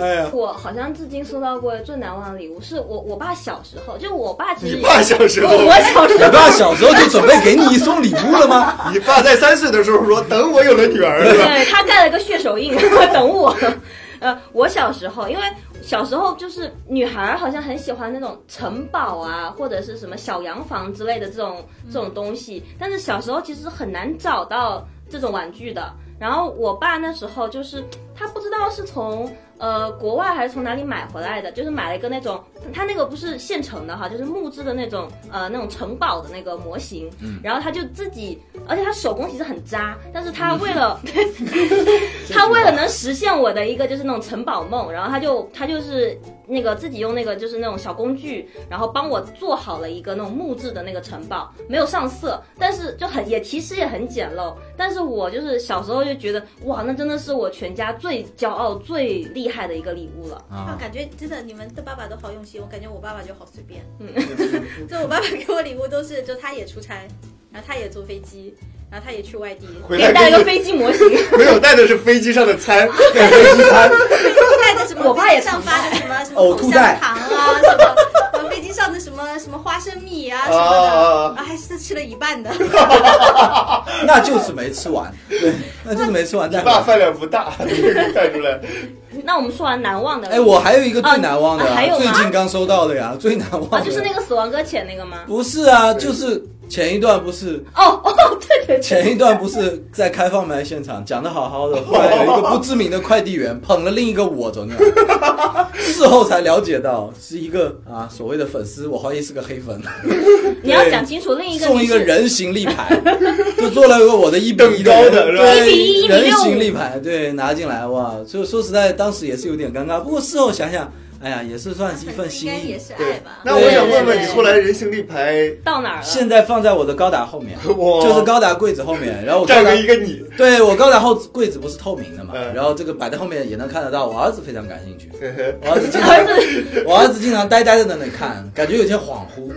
S2: 哎呀，
S4: 我好像至今收到过最难忘的礼物，是我我爸小时候，就我爸其
S1: 你
S4: 实
S1: 爸小时候
S4: 我，我小时
S2: 你爸小时候就准备给你送礼物了吗？
S1: 你爸在三岁的时候说，等我有了女儿，是吧？
S4: 对他盖了个血手印， 等我。呃，我小时候，因为小时候就是女孩儿好像很喜欢那种城堡啊，或者是什么小洋房之类的这种
S1: 嗯
S4: 这种东西，但是小时候其实很难找到这种玩具的。然后我爸那时候就是他不知道是从呃国外还是从哪里买回来的，就是买了一个那种他那个不是现成的哈，就是木质的那种呃那种城堡的那个模型，
S1: 嗯
S4: 然后他就自己，而且他手工其实很渣，但是
S1: 嗯
S4: 他为了、他为了能实现我的一个就是那种城堡梦，然后他就他就是那个自己用那个就是那种小工具，然后帮我做好了一个那种木质的那个城堡，没有上色，但是就很也其实也很简陋，但是我就是小时候就觉得哇，那真的是我全家最骄傲、最厉害的一个礼物了。
S5: 啊，
S2: 啊，
S5: 感觉真的你们的爸爸都好用心，我感觉我爸爸就好随便。 嗯，就我爸爸给我礼物都是，就他也出差，然后他也坐飞机，然后他也去外地，
S2: 哎
S1: 回
S4: 给
S1: 来
S4: 你带了个
S1: 跟
S4: 飞机模型，
S1: 你没有带的是飞机上的餐，
S2: 飞机餐，
S5: 带的什么
S4: 我爸也
S5: 飞机上发的什么什么
S2: 呕
S5: 口
S2: 吐
S5: 香
S2: 袋
S5: 糖啊，什么。什么飞机上的什么什么花生米 啊什么
S1: 啊啊
S5: 的，
S1: 啊
S5: 啊还是吃了一 半的，
S2: 那就是没吃完，对，那就是没吃完。
S1: 你
S2: 但
S1: 爸饭量不大，带出来。
S4: 那我们说完难忘的，
S2: 哎，我还有一个最难忘的、
S4: 啊啊还有吗
S2: 最近刚收到的呀， 最难忘的、
S4: 啊，就是那个死亡搁浅那个吗？
S2: 不是啊，就是前一段不是
S4: 哦哦，对对对，
S2: 前一段不是在开放麦现场讲的好好的，后来有一个不知名的快递员捧了另一个我走那儿，事后才了解到是一个啊所谓的粉丝，我怀疑是个黑粉，
S4: 你要讲清楚另一个
S2: 送
S4: 你
S2: 一
S4: 是
S2: 个人形立牌， 就做了一个我的一比一
S1: 更高的是吧
S2: 对
S4: 一比一一比
S2: 人
S4: 六
S2: 形立牌，对，拿进来哇，所以说实在当时也是有点尴尬，不过事后想想，哎呀，也是算是一份
S5: 应
S2: 心
S5: 该
S2: 意
S5: 也。是爱
S1: 对
S5: 吧，？
S1: 那我想问
S4: 对
S1: 问
S4: 对
S1: 你，
S4: 对
S1: 后来人形立牌
S4: 到哪儿了？
S2: 现在放在我的高达后面，
S1: 哇
S2: 就是高达柜子后面，然后我高
S1: 站
S2: 达
S1: 着一个你，
S2: 对我高达后柜子不是透明的嘛，
S1: 嗯
S2: 然后这个摆在后面也能看得到。我儿子非常感 兴趣，
S1: 嘿嘿
S2: 我儿子经常，我儿子经常呆呆的在那里看，感觉有些恍惚。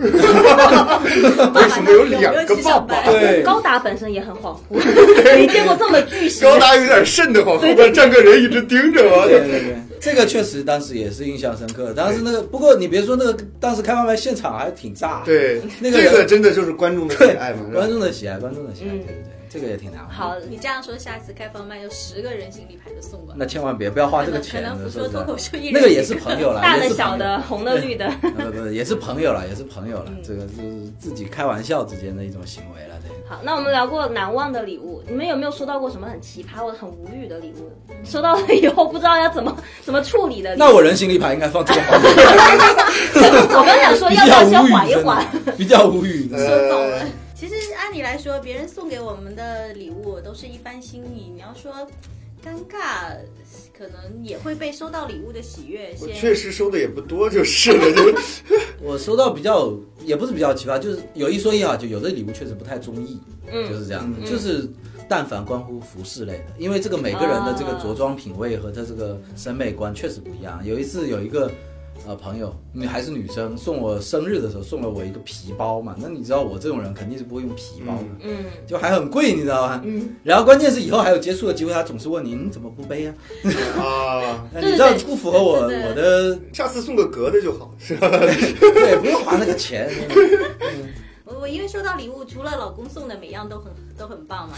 S1: 为什么有两个爸爸？
S5: 对
S2: 对，
S4: 高达本身也很恍惚，没见过这么巨型的。
S1: 高达有点瘆得慌，后面站个人一直盯着我。
S2: 对对对，这个确实当时也是印象深刻。当时那个，不过你别说那个，当时开放麦现场还挺炸。
S1: 对，
S2: 那个
S1: 这个真的就是观众的喜
S2: 对
S1: 爱嘛，，
S2: 观众的喜爱，观众的喜爱，对
S4: 嗯
S2: 对对，这个也挺难忘的。
S4: 好，
S5: 你这样说，下次开放麦有十个人形立牌就送过来。
S2: 那千万别不要花这个钱
S5: 可能
S2: 的，
S5: 不
S2: 是不
S5: 说
S2: 是
S5: 脱口秀艺人
S2: 那个也是朋友了，
S4: 大
S2: 也
S4: 的、
S2: 是朋友
S4: 小的、嗯红的、绿的，
S2: 呃不不，也是朋友了，也是朋友了，这个就是自己开玩笑之间的一种行为了，对。
S4: 好，那我们聊过难忘的礼物，你们有没有收到过什么很奇葩或者很无语的礼物？收到了以后不知道要怎么 怎么处理的礼物？
S2: 那我人形立牌应该放这 个环节，
S4: 我刚想 说
S2: 比
S4: 要不要
S2: 较
S4: 先
S2: 无语，
S4: 缓一
S2: 真
S4: 缓？
S2: 的，比较无语。真的
S5: 说走了
S1: 呃。
S5: 其实按理来说，别人送给我们的礼物都是一番心意。你要说尴尬，可能也会被收到礼物的喜悦
S1: 我
S5: 先。
S1: 确实收的也不多，就是了，就
S2: 我收到比较也不是比较奇葩，就是有一说一啊，就有的礼物确实不太中意，
S4: 嗯
S2: 就是这样的，就是但凡关乎服饰类的，因为这个每个人的这个着装品味和他这个审美观确实不一样。有一次有一个。呃，朋友，女还是女生，送我生日的时候送了我一个皮包嘛，那你知道我这种人肯定是不会用皮包的，
S1: 嗯
S4: 嗯，
S2: 就还很贵，你知道吗？嗯。然后关键是以后还有接触的机会，他总是问你，你怎么不背呀、
S1: 啊，
S2: 那
S4: 对
S2: 你知道
S4: 对
S2: 不符合我
S5: 对对
S2: 我的，
S1: 下次送个格的就好，是吧？
S2: 对，不用花那个 钱。
S5: 我我因为收到礼物，除了老公送的每样都很 都很 棒嘛，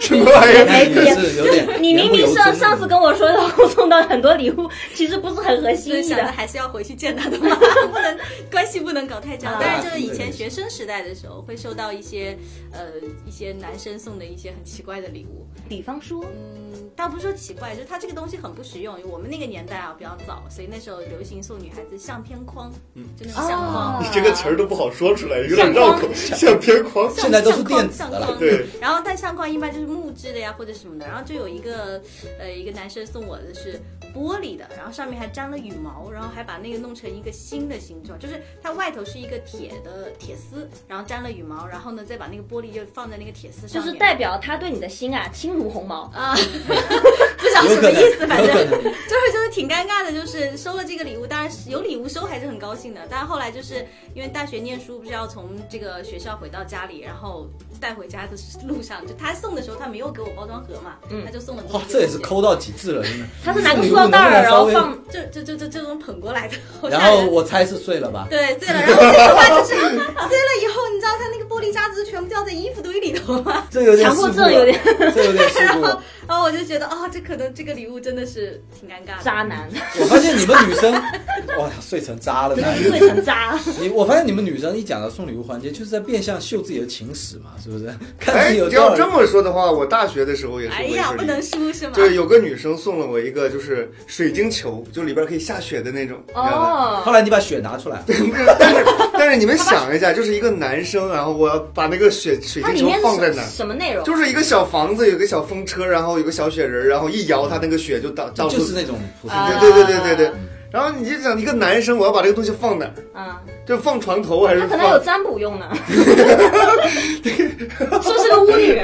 S1: 什么玩意儿？
S2: 哎也是有点
S4: 你明明
S2: 言
S4: 上
S2: 不由衷
S4: 上次跟我说老公送到很多礼物，其实不是很合
S5: 所以
S4: 心意
S5: 想着
S4: 的。
S5: 还是要回去见他 的妈，不能关系不能搞太僵
S4: 啊。
S5: 但是就是以前学生时代的时候，会收到一些呃一些男生送的一些很奇怪的礼物。
S4: 比方说，
S5: 嗯，倒不是说奇怪，就是它这个东西很不实用。我们那个年代啊比较早，所以那时候流行送女孩子相片框，嗯，就那种相框。
S4: 哦
S1: 你这个词儿都不好说出来，有点绕口，像偏框。
S5: 相
S2: 现在都是电子
S5: 相
S2: 的
S5: 框
S2: 了
S5: 相框
S1: 对
S5: 然后但相框一般就是木质的呀或者什么的，然后就有一个呃一个男生送我的是玻璃的，然后上面还沾了羽毛，然后还把那个弄成一个新的形状，就是它外头是一个铁的铁丝，然后沾了羽毛，然后呢再把那个玻璃就放在那个铁丝
S4: 就
S5: 上
S4: 是
S5: 面，
S4: 代表他对你的心啊，轻如鸿毛。
S5: 啊，不晓得
S2: 有
S5: 什
S2: 可
S5: 么
S2: 能
S5: 意思，反正
S2: 有可能
S5: 就是就是挺尴尬的，就是收了这个礼物，当然是有礼物收还是很高兴的，但是后来就是因为大学念书，不是要从这个学校回到家里，然后带回家的路上，就他送的时候他没有给我包装盒嘛，他就送了
S2: 哇
S5: 么，
S2: 这也是抠到极致了，真的。
S4: 他是拿个塑料袋儿，然后放
S5: 这这这这这种捧过来的，好吓
S2: 然
S5: 人
S2: 后我猜是碎了吧？
S5: 对，碎了， 然后这个话就是碎了以后，你知道他那个玻璃渣子全部掉在衣服堆里头吗？
S2: 这有点
S4: 强迫
S2: 事故了
S4: 症有点，
S2: 这有点事故 了。
S5: 然后我就觉得，哦，这可能这个礼物真的是挺尴尬的。
S4: 渣男，
S2: 我发现你们女生，哇，碎成渣了呢。
S4: 碎成渣。
S2: 你我发现你们女生一讲到送礼物环节，就是在变相秀自己的情史嘛，是不是？看
S1: 哎，
S2: 自己有
S1: 你
S2: 多
S1: 要
S2: 少
S1: 这
S2: 人。
S1: 么说的话，我大学的时候也是
S5: 哎
S1: 我也
S5: 呀，
S1: 是
S5: 不能输是吗？
S1: 就是有个女生送了我一个，就是水晶球，就里边可以下雪的那种。你知道吗，
S4: 哦
S2: 后，来你把血拿出来，
S1: 但是但是你们想一下，就是一个男生，啊然后我要把那个雪水
S4: 它
S1: 晶球
S4: 里面
S1: 放在
S4: 是
S1: 哪儿？
S4: 什么内容？
S1: 就是一个小房子，有个小风车，然后有个小雪人，然后一摇，它那个雪就到到处
S2: 就是那种普通
S4: 啊
S2: 的。
S1: 对对对对对对。然后你就想一个男生，我要把这个东西放哪儿？
S4: 啊，
S1: 就放床头还是
S4: 他可能有
S1: 放？
S4: 占 卜用呢， 说是个巫女。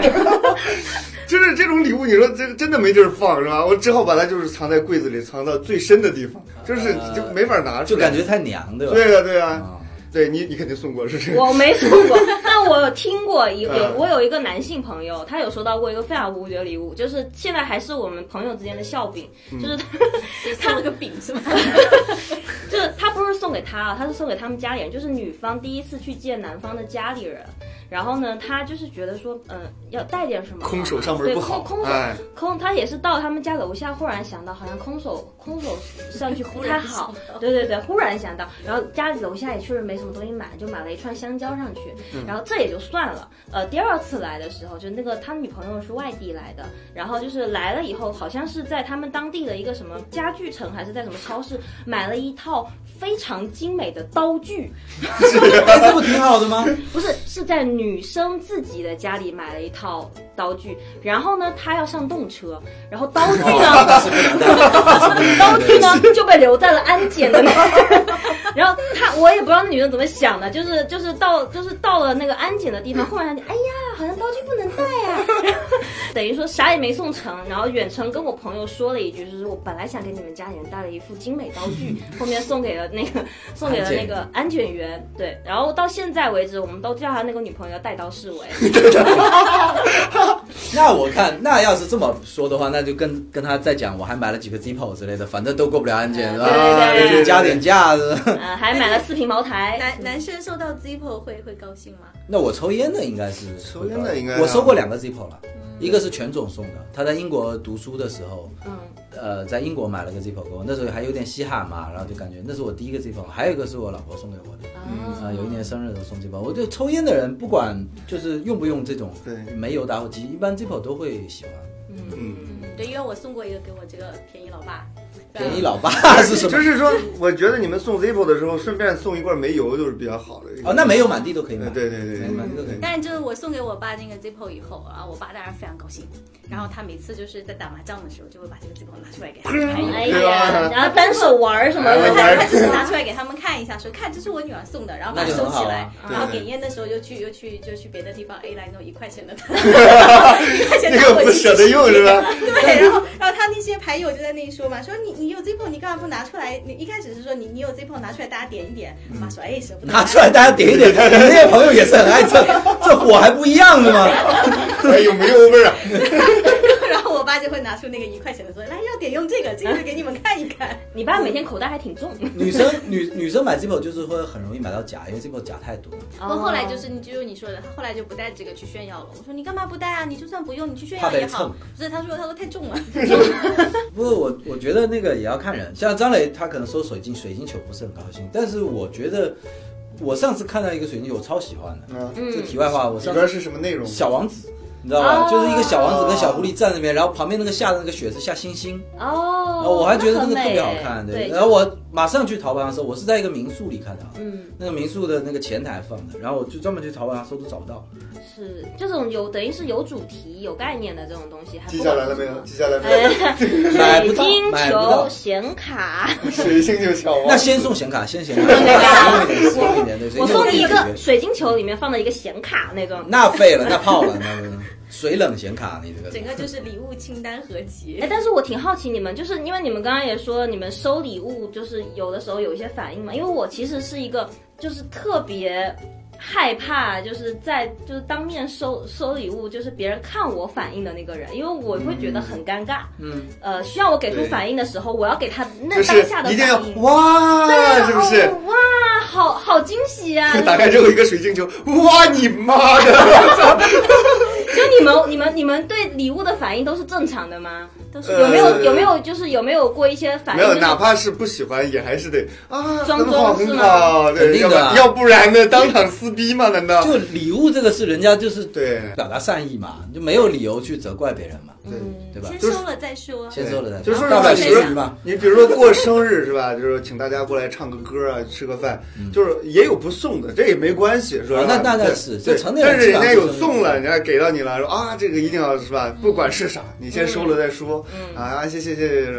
S1: 就是这种礼物，你说这个真的没地儿放是吧？我只好把它就是藏在柜子里，藏到最深的地方，就是
S2: 呃
S1: 就没法拿出
S2: 就
S1: 来。
S2: 感觉太娘，对吧？
S1: 对啊对啊，
S2: 啊，
S1: 对你你肯定送过是不是？
S4: 我没送过，但我听过一有
S1: 嗯
S4: 我有一个男性朋友，他有收到过一个非常无语的礼物，就是现在还是我们朋友之间的笑柄，
S1: 嗯
S4: 就是 他
S5: 送了个饼是吗？
S4: 就是他不是送给他啊，他是送给他们家里人，就是女方第一次去见男方的家里人，然后呢，她就是觉得说，嗯、要带点什么啊，
S1: 空手上门
S4: 对
S1: 不好，
S4: 空空手
S1: 哎，
S4: 空，他也是到他们家楼下，忽然想到好像空手空手上去不太好，对对对，忽然想到，然后家里楼下也确实没什么东西买，就买了一串香蕉上去，然后这也就算了。呃，第二次来的时候，就那个他女朋友是外地来的，然后就是来了以后，好像是在他们当地的一个什么家具城还是在什么超市买了一套非常精美的刀具，
S2: 哎，这不挺好的吗？
S4: 不是，是在女生自己的家里买了一套刀具，然后呢，她要上动车，然后刀具
S2: 啊
S4: 呢，刀具呢就被留在了安检的那儿，然后她我也不知道那女的怎么想的，就是就是到就是到了那个安检的地方，忽然想起，哎呀，好像刀具不能带呀、 等于说啥也没送成，然后远程跟我朋友说了一句，就是我本来想给你们家里人带了一副精美刀具，后面送给了那个送给了那个安检员，对，然后到现在为止，我们都叫他那个女朋友带刀侍卫，
S2: 那我看，那要是这么说的话，那就跟跟他再讲，我还买了几个 Zippo 之类的，反正都过不了安检是吧？
S4: 对对对
S2: 就加点价是吧？
S4: 呃，还买了四瓶茅台，
S5: 男男生收到 Zippo 会会高兴吗？
S2: 那我抽烟的应该是
S1: 抽烟的应该
S2: 我收过两个 Zippo
S4: 嗯
S2: 了，一个是全总送的，他在英国读书的时候，
S4: 嗯，
S2: 呃，在英国买了个 Zippo 给我，那时候还有点稀罕嘛，然后就感觉那是我第一个 Zippo，还有一个是我老婆送给我的。
S4: 哦
S2: 啊、有一年生日的时候送 Zippo，我对抽烟的人不管就是用不用这种
S1: 对
S2: 煤油打火机，一般 Zippo 都会喜欢。
S1: 嗯，
S5: 对，因为我送过一个给我这个便宜老爸，嗯对
S2: 便宜老爸是什么
S1: 就？是说，我觉得你们送 Zippo 的时候，顺便送一罐煤油就是比较好的。
S2: 哦，那煤油满地都可以买。
S1: 对对对对
S2: 满地都可以买。
S5: 但就是我送给我爸那个 Zippo 以后啊，我爸当然非常高兴。然后他每次就是在打麻将的时候，就会把这个 Zippo 拿出来给他们看一
S4: 哎
S5: 眼。
S4: 呀，然后单手玩儿什么
S1: 哎
S5: 他
S1: 玩
S4: 的，
S5: 他就是拿出来给他们看一下，说看这是我女儿送的，然后把它
S2: 那就
S5: 收
S2: 很好
S5: 起来，
S2: 啊
S5: 然后
S1: 对对
S5: 点烟的时候又去又去就去别的地方 A 来弄一块钱的，一块钱
S1: 那
S5: 的
S1: 个
S5: 火
S1: 不
S5: 机
S1: 舍得用是 吧？
S5: 对，然后然后他那些牌友就在那里说嘛，说你你有 Zippo 你干嘛不拿出来？你一开始是说你你有 Zippo 拿出来大家点一点，我妈说哎舍不得
S2: 拿出来，大家点一点。你那些朋友也是很爱 蹭，这火还不一样的吗？
S1: 哎，有煤油味儿啊！
S5: 然后我爸就会拿出那个一块钱的说来要点用这个，这个给你们看一看。
S4: 你爸每天口袋还挺重，
S2: 女生女女生买 Zippo 就是会很容易买到假，因为 Zippo 假太多了。
S5: 我后来就是你就是你说的，他后来就不带这个去炫耀了。我说你干嘛不带啊？你就算不用，你去炫耀
S2: 怕被
S5: 也好
S2: 蹭。
S5: 不是，他说他说太重 了。
S2: 不过我我觉得那个也要看人，像张磊他可能收水晶，水晶球不是很高兴，但是我觉得我上次看到一个水晶球，我超喜欢的。
S1: 嗯，
S2: 这题外话，我
S1: 里
S2: 上
S1: 边
S2: 次
S1: 是什么内容？
S2: 小王子。你知道吧？
S4: 哦
S2: 就是一个小王子跟小狐狸站那边，然后旁边那个下的那个雪是下星星，
S4: 哦
S2: 然后，我还觉得那个
S4: 很
S2: 特别好
S4: 美
S2: 看，
S4: 对，
S2: 然后我马上去淘宝上搜，我是在一个民宿里看到的，
S4: 嗯
S2: 那个民宿的那个前台放的，然后我就专门去淘宝上搜都找不到。
S4: 是这种有等于是有主题有概念的这种东西，还不
S1: 记下来了没
S2: 嗯
S1: 有？ 记下来没 有？
S2: 买
S4: 哎，
S2: 不
S4: 水
S2: 到
S4: 晶
S2: 买不到
S4: 球显卡。
S1: 水星就小
S2: 那
S1: 王子。
S2: 先送显卡，先显卡，实用一点，对，
S4: 我送你
S2: 实
S4: 一
S2: 用
S4: 个
S2: 点
S4: 水晶球，里面放了一个显卡那个。
S2: 那废了，那泡了，那个水冷显卡，你这个
S5: 整个就是礼物清单合集
S4: 哎，。但是我挺好奇你们，就是因为你们刚刚也说你们收礼物，就是有的时候有一些反应嘛。因为我其实是一个，就是特别害怕，就是在就是当面收收礼物，就是别人看我反应的那个人，因为我会觉得很尴尬。
S2: 嗯，
S4: 呃，需要我给出
S1: 对
S4: 反应的时候，我要给他
S1: 就
S4: 那当
S1: 是
S4: 下的
S1: 一定
S4: 反
S1: 要
S4: 应。
S1: 哇，啊是不是？
S4: 哦哇，好好惊喜呀、啊！
S1: 打开之后一个水晶球，哇你妈 的！
S4: 就你们、你们、你们对礼物的反应都是正常的吗？
S5: 都是
S1: 呃
S4: 有没有有没有就是有没有过一些反
S1: 没
S4: 应？
S1: 有，
S4: 就是
S1: 哪怕是不喜欢，也还是得啊，
S4: 装
S1: 很
S4: 作
S1: 好，
S4: 是
S1: 很
S4: 吗
S1: 好，
S2: 肯
S1: 对，
S2: 定
S1: 要不
S2: 的啊
S1: 然要不然呢，当场撕逼吗？难道？
S2: 就礼物这个是人家就是
S1: 对
S2: 表达善意嘛，你就没有理由去责怪别人嘛，
S1: 对
S2: 对吧？
S5: 先
S1: 就是
S5: 收了再说。
S2: 先收了再
S1: 就说实话，
S2: 大不了吃
S1: 比
S2: 个鱼
S1: 如
S2: 嘛。
S1: 你比如说过生日是吧？就是请大家过来唱个歌啊，吃个饭，就是也有不送的，这也没关系是吧
S2: 嗯啊？那那那
S1: 对
S2: 是
S1: 对
S2: 就成年人
S1: 但是人家
S2: 基本上
S1: 有
S2: 就是
S1: 送了，人家给到你了，说啊这个一定要是吧？不管是啥，你先收了再说啊，谢谢谢谢。谢谢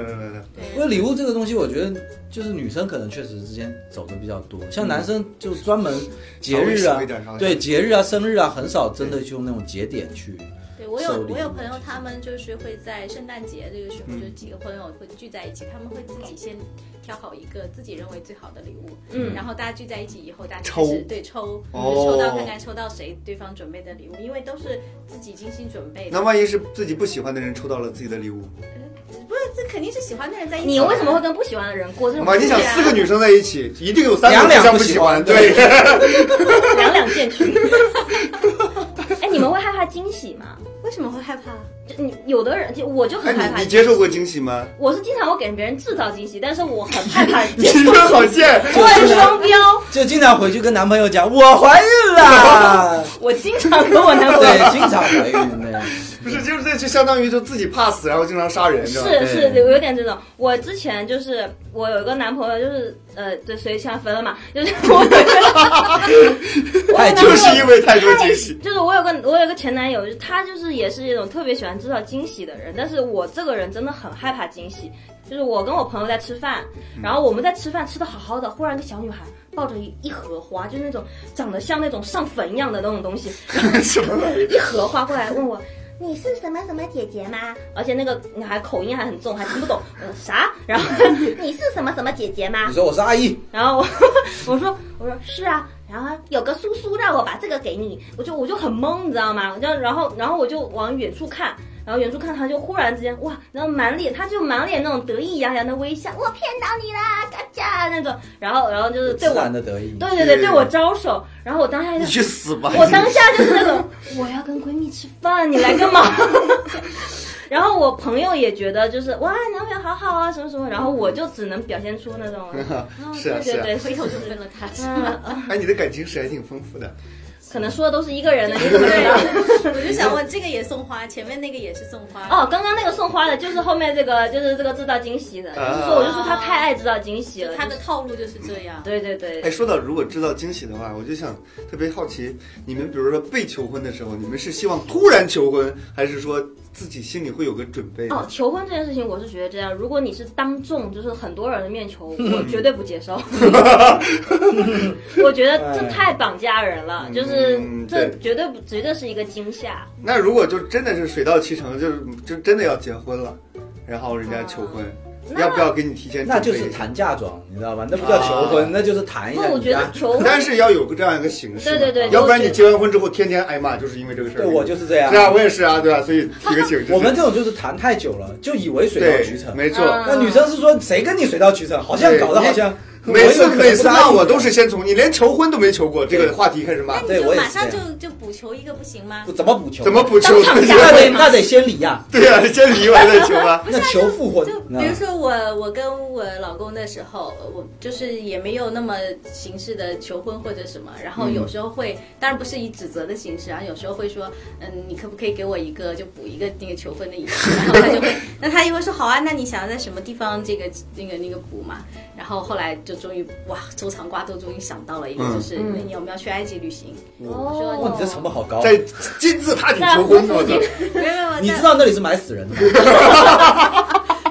S2: 因为礼物这个东西，我觉得就是女生可能确实之间走的比较多，像男生就专门节日
S1: 嗯稍微
S2: 啊
S1: 少一点稍微少一点，
S2: 对节日啊、生日啊，很少真的去用那种节点去。
S5: 对我有
S2: 收礼物
S5: 我有朋友，他们就是会在圣诞节这个时候，
S2: 嗯
S5: 就几个朋友会聚在一起，他们会自己先挑好一个自己认为最好的礼物，
S4: 嗯
S5: 然后大家聚在一起以后，大家
S1: 抽
S5: 开始对抽，
S1: 哦
S5: 就抽到看看抽到谁对方准备的礼物，因为都是自己精心准备
S1: 那
S5: 的，
S1: 万一是自己不喜欢的人抽到了自己的礼物，
S5: 不是这肯定是喜欢的人在一起。
S4: 你为什么会跟不喜啊欢的人过这种
S1: 妈，你想四个女生在一起，一定有三个
S2: 两两
S1: 互 相
S2: 不
S1: 不喜
S2: 喜欢
S1: 对，
S4: 两两见群？哎惊喜吗？
S5: 为什么会害怕？
S4: 就你有的人，就我就
S1: 哎，
S4: 很害 怕。
S1: 你你接受过惊喜吗？
S4: 我是经常我给别人制造惊喜，但是我很害怕
S1: 你
S4: 接
S1: 这
S4: 受惊喜。
S1: 好贱！
S4: 我很双标，
S2: 就经常回去跟男朋友讲我怀 孕了，
S4: 我经常跟我男朋友
S2: 对，经常怀孕对，
S1: 不是，就是这就相当于就自己怕死，然后经常杀人，知道吗？
S4: 是是，
S2: 对
S4: 有有点这种。我之前就是我有一个男朋友，就是呃，对，所以现在分了嘛，就是我有一个 我
S2: 太
S4: 有个男朋友
S1: 就是因为太多惊 喜。
S4: 就是我有个我有个前男友，就是他就是也是一种特别喜欢制造惊喜的人，但是我这个人真的很害怕惊喜。就是我跟我朋友在吃饭，然后我们在吃饭吃的好好的，忽然一个小女孩抱着一一盒花，就是那种长得像那种上坟一样的那种东西，
S1: 什么玩意儿？
S4: 一盒花过来问我。你是什么什么姐姐吗？而且那个女孩口音还很重，还听不懂。我说啥？然后 你是什么什么姐姐吗
S2: 你？说我是阿姨，
S4: 然后我 我说我说是啊，然后有个叔叔让我把这个给你，我就我就很懵，你知道吗？我就然后然后我就往远处看，然后远处看他就忽然之间哇，然后满脸他就满脸那种得意洋洋的微笑，我骗到你啦，嘎嘎那种，然后然后就是对
S2: 自
S4: 我
S2: 然的得意，
S4: 对对对对我招手，然后我当下就
S1: 你去死吧！
S4: 我当下就是那种，我要跟闺蜜吃饭，你来干嘛？ 然后我朋友也觉得就是哇，男朋友好好啊，什么什么，然后我就只能表现出那种，
S1: 是啊
S4: 嗯对
S1: 是
S4: 对
S1: 啊，
S4: 对，
S5: 回头就分了他，是
S4: 嗯
S5: 吗？
S4: 啊
S1: 哎，你的感情史还挺丰富的。
S4: 可能说的都是一个人的，
S1: 嗯
S4: 你不 知道。
S5: 我就想问，这个也送花，前面那个也是送花，
S4: 哦，刚刚那个送花的，就是后面这个，就是这个制造惊喜的，
S1: 啊
S4: 就是说我就说他太爱制造惊喜了，
S5: 他的
S4: 就是
S5: 套路就是这样。
S4: 对对对
S1: 哎，，说到如果制造惊喜的话，我就想特别好奇，你们比如说被求婚的时候，你们是希望突然求婚，还是说自己心里会有个准备？
S4: 哦，求婚这件事情，我是觉得这样，如果你是当众就是很多人的 面求，我绝对不接受。我觉得这太绑架人了，就是
S1: 嗯
S4: 这
S1: 对
S4: 绝对不，绝对是一个惊吓。
S1: 那如果就真的是水到渠成，就是就真的要结婚了，然后
S4: 啊
S1: 人家求婚，要不要给你提前准备？
S2: 那就是谈嫁妆，你知道吧？那不叫求婚，
S1: 啊
S2: 那就是谈一
S4: 不
S2: 下。，
S4: 我觉得
S2: 你知道
S4: 求婚
S1: 但是要有个这样一个形式嘛，
S4: 对对对
S1: 要不然你
S4: 我觉得
S1: 结完婚之后天天挨骂，就是因为这个事儿。
S2: 对我就是这样
S1: 是。啊，我也是啊，对吧、所以提个醒，就是
S2: 我们这种就是谈太久了，就以为水到
S1: 对
S2: 渠，成。
S1: 没错，
S4: 嗯
S2: 那女生是说谁跟你水到渠成？好像
S1: 对
S2: 搞得好像
S1: 每次每次骂我都
S2: 是
S1: 是先从你连求婚都没求过这个话题开始骂
S5: 那，你
S2: 对
S5: 就
S2: 我也
S5: 马
S2: 是
S5: 上
S2: 这
S5: 就
S2: 样
S5: 就补求一个不行吗？
S2: 怎么补求？
S1: 怎么？不求
S4: 当场
S1: 婚？
S4: 加
S2: 那得
S4: 对吗
S2: 那得先离呀，
S1: 对啊，先离完再求 啊。
S2: 那求复婚啊
S5: 就。比如说我，我跟我老公的时候，我就是也没有那么形式的求婚或者什么，然后
S2: 嗯
S5: 有时候会，当然不是以指责的形式啊，有时候会说，嗯，你可不可以给我一个就补一个那个求婚的仪式，然后他就会，那他也会说好啊，那你想要在什么地方这个那个那个补嘛？然后后来就终于哇，周长瓜都终于想到了一个，
S1: 嗯
S5: 就是、
S4: 嗯
S5: 那你有没有去埃及旅行？
S4: 哦
S2: 哇，你这成本好高啊。
S1: 在金字塔顶求婚，
S4: 在
S1: 我操！
S5: 没有没有，
S2: 你
S5: 但
S2: 知道那里是埋死人的吗？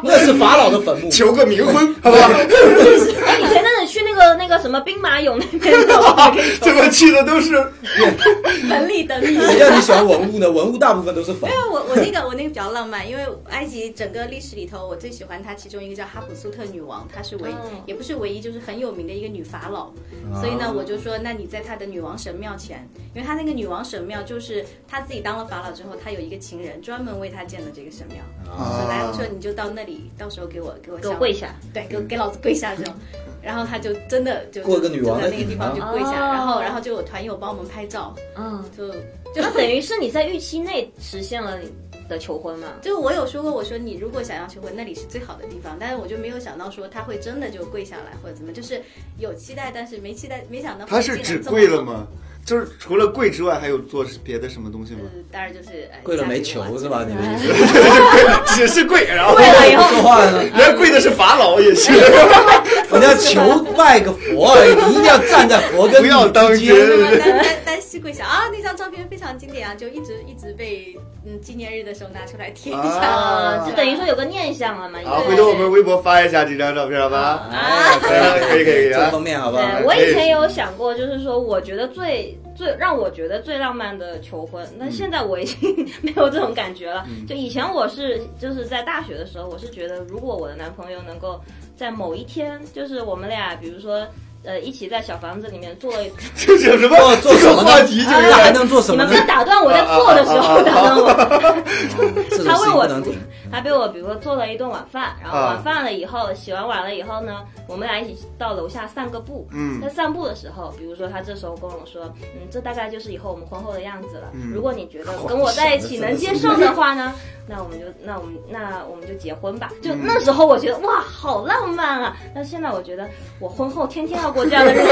S2: 那是法老的坟 墓。
S1: 求个冥 婚，好 吧？
S4: 哎，你前阵子去那个那个什么兵马俑那边走，
S1: 怎么去的都是
S5: 本里的历史。
S2: 只要你喜欢文物呢，文物大部分都是坟。
S5: 因为我我那个我那个比较浪漫，因为埃及整个历史里头，我最喜欢它其中一个叫哈普苏特女王，她是唯、
S4: 哦
S5: 也不是唯一，就是很有名的一个女法老。
S2: 啊
S5: 所以呢，我就说，那你在她的女王神庙前，因为她那个女王神庙就是她自己当了法老之后，她有一个情人专门为她建的这个神庙。
S1: 啊
S5: 说来，我说你就到那里，到时候给我给我
S4: 给我
S5: 下
S4: 跪下，
S5: 对，给我给老子跪下这种。然后她就真的就
S2: 过个女王
S5: 就
S2: 的
S5: 在那个地方
S2: 瘾
S5: 就
S2: 啊
S5: 跪下，
S4: 哦
S5: 然后然后就有团友帮我们拍照，
S4: 嗯，
S5: 就 就
S4: 那等于是你在预期内实现了你的求婚嘛？
S5: 就我有说过，我说你如果想要求婚，那里是最好的地方，但是我就没有想到说他会真的就跪下来或者怎么，就是有期待，但是没期待，没想到
S1: 他
S5: 会
S1: 是
S5: 进来
S1: 只
S5: 这么
S1: 跪了
S5: 好？
S1: 吗？就是除了跪之外，还有做别的什么东西
S5: 呃
S1: 吗？，
S5: 当然就是哎
S2: 跪了
S5: 下
S2: 没
S5: 去
S2: 求
S5: 玩
S2: 是吧？你的意思？
S1: 只是跪，然后
S4: 跪了以
S2: 说
S4: 后，
S2: 话呢？
S1: 人家跪的是法老，也 是
S2: 人家求拜个佛而已，你一定要站在佛跟
S1: 不要当
S2: 之间
S1: 真
S5: 那么单单单膝跪下啊，那张照片非常经典啊，就一直一直被嗯纪念日的时候拿出来贴一下。
S1: 啊
S4: 呃，就等于说有个念想了嘛？
S1: 好，
S4: 对
S1: 回头我们微博发一下这张照片，好吧？
S2: 哎
S1: 可以可以可以啊
S2: 这方面好不好？
S4: 对，我以前也有想过，就是说，我觉得最最让我觉得最浪漫的求婚，
S1: 嗯
S4: 那现在我已经 没有这种感觉了。就以前我是就是在大学的时候，我是觉得如果我的男朋友能够在某一天，就是我们俩，比如说。呃一起在小房子里面做了。
S1: 这是什么？
S2: 做
S1: 这
S2: 什
S1: 个
S2: 么呢
S1: 话题就
S2: 那还
S1: 是
S2: 能做什
S4: 你
S2: 么
S4: 们
S2: 呢
S4: 不？是打断我在做的时
S1: 啊
S4: 候打断我，
S2: 这种事
S4: 他为
S2: 情
S4: 我
S2: 不能停。
S4: 他被我比如说做了一顿晚饭，然后
S1: 啊
S4: 晚饭了以后洗完碗了以后呢，我们俩一起到楼下散个步。
S1: 嗯
S4: 在散步的时候，比如说他这时候跟我说，嗯，这大概就是以后我们婚后的样子了。
S1: 嗯
S4: 如果你觉得跟我在一起能接受的话呢，那我们就那我们那我们就结婚吧。
S1: 嗯
S4: 就那时候我觉得哇，好浪漫啊！但现在我觉得我婚后天天要过这样 的日子，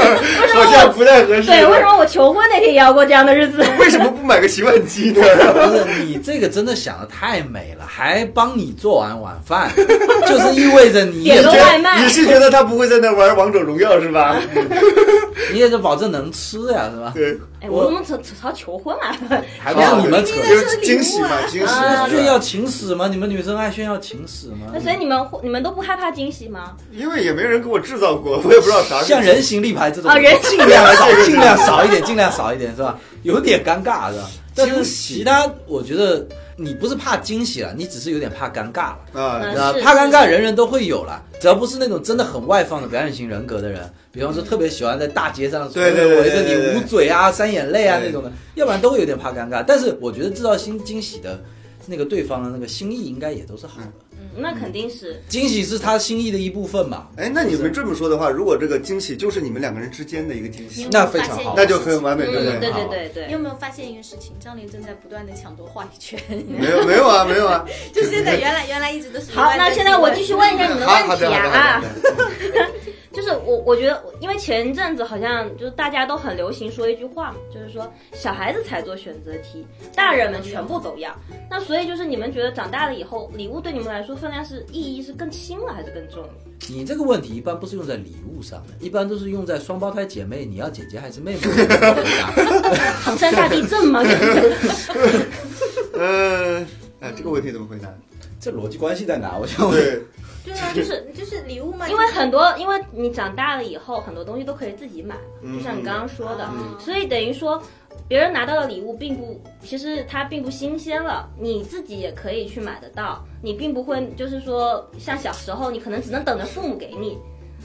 S4: 为什
S1: 好像
S4: 么
S1: 不太合
S4: 我
S1: 适。
S4: 对为什么我求婚那天也要过这样的日子？
S1: 为什么不买个洗碗机呢？
S2: 不是你这个真的想的太美了，还帮你做完晚饭， 就是意味着你也
S4: 点个 外卖啊
S1: 你是觉得他不会在那玩王者荣耀是吧？
S2: 你也得保证能吃呀，是吧？
S1: 对，
S4: 哎，
S2: 我
S4: 我怎么扯扯到求婚啊？
S2: 还不是你们扯。
S1: 就是惊喜嘛，惊喜
S2: 啊
S1: 嘛。
S2: 炫耀情史吗？你们女生爱炫耀情史吗
S4: 那？所以你们你们都不害怕惊喜吗？
S1: 因为也没人给我制造过，我也不知道啥是
S2: 嗯像人形立牌这种
S4: 啊人
S2: 尽量少，尽量少一点，尽量少一点，是吧？有点尴尬，是吧？但是
S1: 惊喜
S2: 其他，我觉得你不是怕惊喜了，你只是有点怕尴尬了。
S1: 啊
S4: 嗯
S2: 啊，
S4: 是
S2: 怕尴
S4: 是
S2: 尬
S4: 是
S2: 人人都会有了，只要不是那种真的很外放的表演型人格的人，比
S4: 嗯
S2: 方说特别喜欢在大街上
S1: 对对对
S2: 围着
S1: 对对
S2: 你
S1: 对
S2: 捂嘴啊、扇眼泪啊
S1: 对
S2: 那种的，要不然都会有点怕尴尬。但是我觉得制造新惊喜的那个对方的那个心意应该也都是好的，
S1: 嗯
S4: 那肯定是。
S2: 惊喜是他心意的一部分嘛。
S1: 哎，那你们这么说的话，如果这个惊喜就是你们两个人之间的一个惊喜，
S2: 那非常好
S1: 那就很完美，
S4: 嗯，
S1: 不
S4: 对
S1: 对？
S4: 对对
S5: 你
S4: 对
S5: 有，没有发现一个事情？张琳正在不断的抢夺话语权，
S1: 没有没有啊，没有 啊。
S5: 就现在原来原来一直都是
S4: 好，那现在我继续问一下你们的
S1: 好好
S4: 问
S1: 的
S4: 题
S1: 好
S4: 啊
S1: 的好
S4: 啊
S1: 的，，
S4: 就是我我觉得，因为前一阵子好像就是大家都很流行说一句话嘛，就是说小孩子才做选择题，大人们全部都要。那所以就是你们觉得长大了以后，礼物对你们来说分量是意义是更轻了还是更重 了？
S2: 你这个问题一般不是用在礼物上的，一般都是用在双胞胎姐妹，你要姐姐还是妹妹？
S4: 唐山大地震吗？
S1: 呃，哎，这个问题怎么回答？
S2: 这逻辑关系在哪？我想问。
S1: 对，
S5: 对啊，就是就是礼物嘛，
S4: 因为很多，因为你长大了以后，很多东西都可以自己买，就像你刚刚说的，
S5: 嗯
S4: 所以等于说，别人拿到的礼物并不，其实它并不新鲜了，你自己也可以去买得到，你并不会就是说像小时候，你可能只能等着父母给你，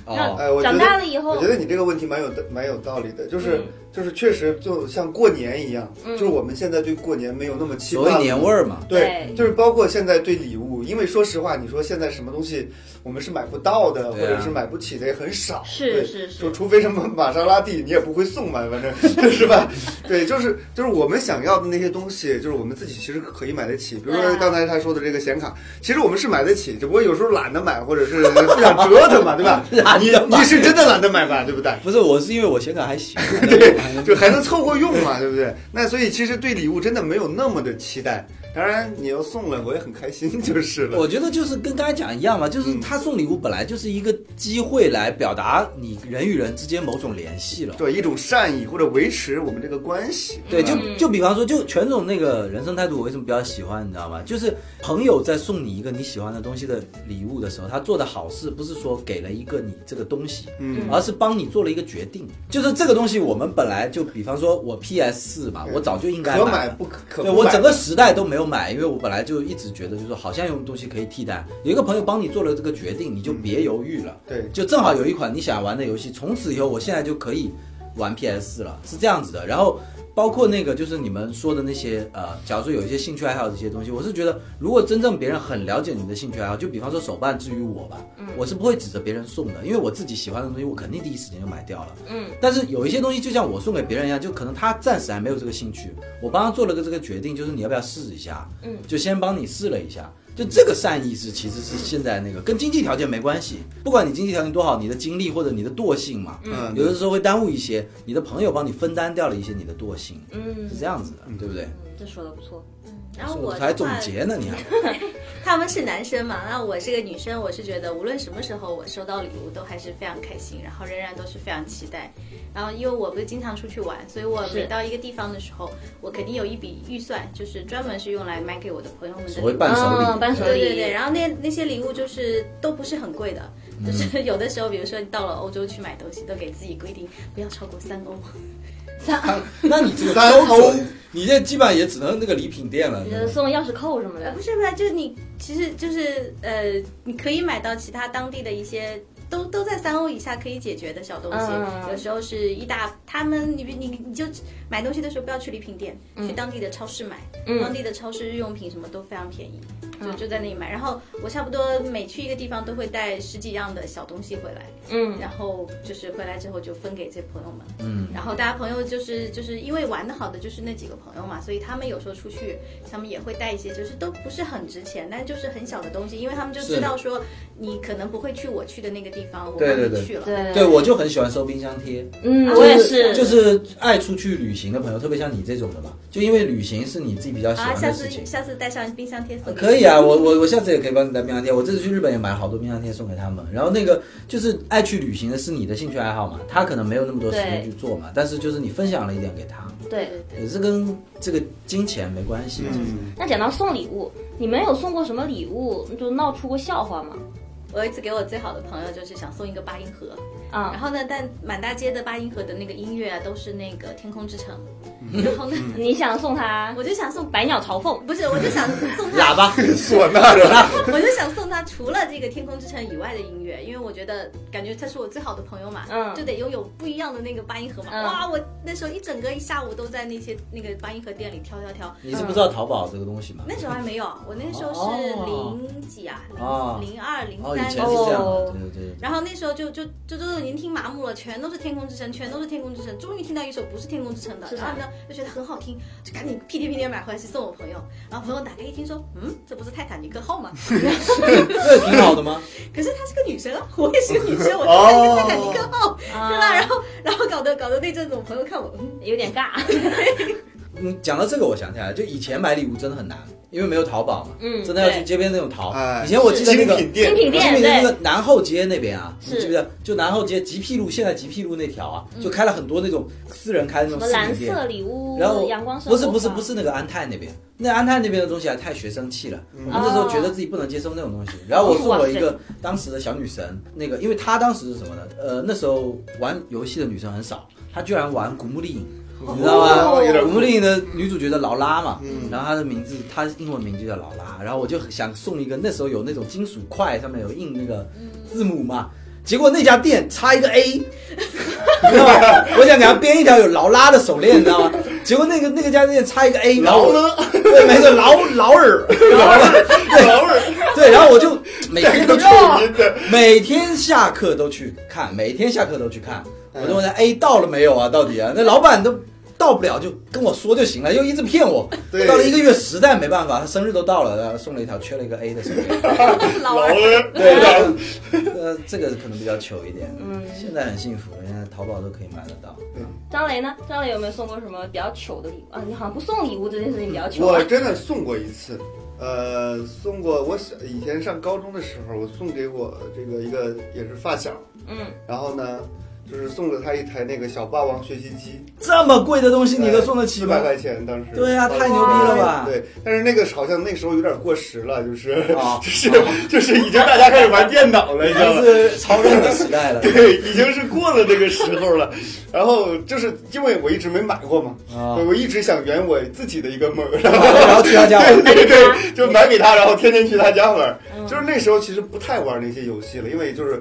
S2: 哦，
S1: 哎，我觉得
S4: 长大了以后
S1: 我觉得你这个问题蛮有蛮有道理的，就是
S4: 嗯
S1: 就是确实就像过年一样，
S4: 嗯
S1: 就是我们现在对过年没有那么期
S2: 所
S1: 盼了，
S2: 谓年味儿嘛。
S1: 对
S4: 对，
S1: 就是包括现在对礼物，因为说实话，你说现在什么东西我们是买不到的，或
S2: 对啊
S1: 者是买不起的也很少。
S4: 是
S1: 对
S4: 是是
S1: 就除非什么玛莎拉蒂，你也不会送嘛，反 正是吧？对，就是就是我们想要的那些东西，就是我们自己其实可以买得起。比如
S4: 对
S1: 说
S4: 啊
S1: 刚才他说的这个显卡，其实我们是买得起，只不过有时候懒得买，或者是不想折腾嘛，对吧？
S2: 懒
S1: 你
S2: 得买
S1: 你是真的懒得买吧，对不对？
S2: 不是，我是因为我显卡 还行，
S1: 对，就还能凑合用嘛，对不 对？那所以其实对礼物真的没有那么的期待。当然，你要送了，我也很开心就是了。
S2: 我觉得就是跟刚才讲一样嘛，
S1: 嗯
S2: 就是他送礼物本来就是一个机会来表达你人与人之间某种联系了。
S1: 对一种善意或者维持我们这个关系。
S2: 对，
S1: 嗯
S2: 就就比方说，就全总那个人生态度，我为什么比较喜欢，你知道吗？就是朋友在送你一个你喜欢的东西的礼物的时候，他做的好事不是说给了一个你这个东西，
S1: 嗯
S2: 而是帮你做了一个决定。就是这个东西，我们本来就，比方说我 PS 四嘛，我早就应该
S1: 嗯可
S2: 买
S1: 买
S2: 了
S1: 不可可不
S2: 对
S1: 买。
S2: 我整个时代都没有买，因为我本来就一直觉得，就是说好像有东西可以替代。有一个朋友帮你做了这个决定，你就别犹豫了。
S1: 嗯对
S2: 就正好有一款你想玩的游戏，从此以后我现在就可以玩 PS 了，是这样子的。然后包括那个就是你们说的那些呃，假如说有一些兴趣爱好这些东西，我是觉得如果真正别人很了解你的兴趣爱好，就比方说手办，至于我吧，我是不会指着别人送的，因为我自己喜欢的东西，我肯定第一时间就买掉了。
S4: 嗯，
S2: 但是有一些东西，就像我送给别人一样，就可能他暂时还没有这个兴趣，我帮他做了个这个决定，就是你要不要试一下？
S4: 嗯，
S2: 就先帮你试了一下。就这个善意是其实是现在那个跟经济条件没关系，不管你经济条件多好，你的精力或者你的惰性嘛，
S1: 嗯
S2: 有的时候会耽误一些，你的朋友帮你分担掉了一些你的惰性，
S4: 嗯
S2: 是这样子的，对不对？
S4: 这说的不错，
S5: 然后
S2: 我
S5: 我
S2: 才
S5: 的
S2: 总
S5: 话
S2: 结呢，你还
S5: 他们是男生嘛，那我是个女生，我是觉得无论什么时候我收到礼物都还是非常开心，然后仍然都是非常期待。然后因为我不是经常出去玩，所以我
S4: 是
S5: 每到一个地方的时候，我肯定有一笔预算，就是专门是用来买给我的朋友们的
S2: 所谓
S5: 礼物
S2: 伴手礼
S4: 嗯伴手
S5: 对
S4: 礼，
S5: 对对，然后那那些礼物就是都不是很贵的，
S2: 嗯
S5: 就是有的时候，比如说你到了欧洲去买东西，都给自己规定不要超过三欧。
S2: 那你这个
S1: 三
S2: 标
S1: 欧
S2: 准，你这基本上也只能那个礼品店了。
S4: 就是送钥匙扣什
S5: 哦
S4: 么的
S5: 不，是不是，就你其实就是呃，你可以买到其他当地的一些都都在三欧以下可以解决的小东西。
S4: 嗯
S5: 有时候是一大，他们你你你就买东西的时候不要去礼品店，
S4: 嗯
S5: 去当地的超市买，当地的超市日用品什么都非常便宜，
S4: 嗯
S5: 就就在那里买。然后我差不多每去一个地方都会带十几样的小东西回来，
S4: 嗯
S5: 然后就是回来之后就分给这朋友们，嗯，然后大家朋友就是就是因为玩的好的就是那几个朋友嘛，所以他们有时候出去，他们也会带一些就是都不是很值钱，但就是很小的东西，因为他们就知道说你可能不会去我去的那个地方，我
S2: 对
S5: 帮
S2: 对
S5: 你
S2: 对
S5: 去了，
S4: 对
S2: 对，我就很喜欢收冰箱贴。
S4: 嗯，我也
S5: 是
S2: 就是爱出去旅行的朋友，特别像你这种的嘛，就因为旅行是你自己比较喜
S5: 啊，
S2: 欢
S5: 下
S2: 的事
S5: 次
S2: 情。
S5: 下次带上冰箱贴送、
S2: 可以啊，，我我我下次也可以帮你带冰箱贴。我这次去日本也买了好多冰箱贴送给他们。然后那个就是爱去旅行的是你的兴趣爱好嘛，他可能没有那么多时间
S4: 对
S2: 去做嘛，但是就是你分享了一点给他，
S4: 对。
S2: 也是跟这个金钱没关系。就是
S1: 嗯，
S4: 那讲到送礼物，你们有送过什么礼物就闹出过笑话吗？
S5: 我有一次给我最好的朋友就是想送一个八音盒，然
S4: 啊，
S5: 后呢，但满大街的八音盒的那个音乐啊都是那个《天空之城》，
S2: 嗯
S5: 然后呢，
S4: 你想送他
S5: 我就想送
S4: 百鸟朝凤，
S5: 不是，我就想送他
S2: 喇叭，
S1: 唢呐 的，
S5: 我就想送他除了这个《天空之城》以外的音乐，因为我觉得感觉他是我最好的朋友嘛，
S4: 嗯
S5: 就得拥有不一样的那个八音盒嘛。
S4: 嗯
S5: 哇，我那时候一整个一下午都在那些那个八音盒店里挑挑挑。
S2: 你是不知道淘宝这个东西吗？
S5: 那时候还没有，我那时候是
S2: 哦
S5: 零几啊，
S2: 哦
S5: 零零二零
S2: 哦，以
S5: 三
S2: 前是
S5: 零
S2: 这
S5: 四
S2: 样。的，
S4: 哦
S2: 对对对对。
S5: 然后那时候就就就就都已经听麻木了，全都是《天空之城》，全都是《天空之城》。终于听到一首不是《天空之城》的，
S4: 是啥
S5: 然后呢就觉得很好听，就赶紧屁颠屁颠买回来去送我朋友。然后朋友打开一听说，嗯，这不是《泰坦尼克号》 吗？
S2: 那挺好的吗？
S5: 可是她是个女生啊， 我也是个女 生，我穿了一个泰坦尼克号，
S4: 哦
S5: 对吧？
S2: 啊
S5: 然后然后搞得搞得那阵子我朋友看我，嗯，
S4: 有点尬。
S2: 嗯，讲到这个，我想起来了，就以前买礼物真的很难，因为没有淘宝嘛，
S4: 嗯
S2: 真的要去
S4: 对
S2: 街边那种淘。
S1: 哎，
S2: 以前我记得那个
S1: 精品店，
S4: 精品
S2: 我
S4: 店
S2: 记得那
S4: 对
S2: 个南后街那边啊，你
S4: 是
S2: 记不记得？就南后街吉庇路，现在吉庇路那条啊，就开了很多那种私人开的那
S4: 什
S2: 种
S4: 么
S2: 饰
S4: 蓝
S2: 品店
S4: 色。礼物
S2: 然后，
S4: 阳光啊生
S2: 不
S4: 活
S2: 是不是
S4: 吧
S2: 不是那个安泰那边，那安泰那边的东西啊太学生气了，
S4: 嗯
S2: 我们那时候觉得自己不能接受那种东西。然后我送我一
S4: 哦
S2: 个当时的小女神，那个因为她当时是什么呢？呃，那时候玩游戏的女生很少，她居然玩《古墓丽影》。你知道吗？
S1: 哦有点
S2: 古墓丽影》的女主角的劳拉嘛，
S1: 嗯
S2: 然后她的名字，她英文名就叫劳拉，然后我就想送一个，那时候有那种金属块，上面有印那个字母嘛，结果那家店差一个 A，你知 道吧？我想给他编一条有劳拉的手链，你知道吗？结果那个那个家店差一个 A，然
S1: 劳
S2: 后我
S1: 呢？
S2: 对，没错，劳劳尔，然后
S1: 劳尔，
S2: 对，然后我就每
S1: 这
S2: 天
S1: 个啊口
S2: 都去，
S1: 音的，
S2: 每天下课都去看，每天下课都去看，
S1: 嗯
S2: 我就问他 A 到了没有啊？到底啊？那老板都。到不了就跟我说就行了，又一直骗我。
S1: 对
S2: 到了一个月实在没办法，他生日都到了，呃送了一条缺了一个 A 的手 链。
S1: 劳尔，
S2: 对
S1: 劳尔，，
S2: 呃，这个可能比较糗一点。嗯，现在很幸福，现在淘宝都可以买得到。
S4: 张雷呢？张雷有没有送过什么比较糗的礼物啊？你好像不送礼物这件事情比较糗啊
S1: 我。真的送过一次，呃，送过我小以前上高中的时候，我送给我这个一个也是发小，
S4: 嗯，
S1: 然后呢，就是送了他一台那个小霸王学习机，
S2: 这么贵的东西你都送得起
S1: 四
S2: 吗
S1: 百？块钱当时。
S2: 对啊，太牛逼了吧！
S1: 对，但是那个好像那时候有点过时了，就是、
S2: 啊
S1: 就是就是已经大家开始玩电脑了，你知道
S2: 这
S1: 吗？
S2: 是超人的时代 了。
S1: 对，已经是过了那个时候了。然后就是因为我一直没买过嘛，
S2: 啊
S1: 我一直想圆我自己的一个梦， 然后
S2: 然后去他家 玩，
S1: 对对对，就买给他，然后天天去他家玩。
S4: 嗯
S1: 就是那时候其实不太玩那些游戏了，因为就是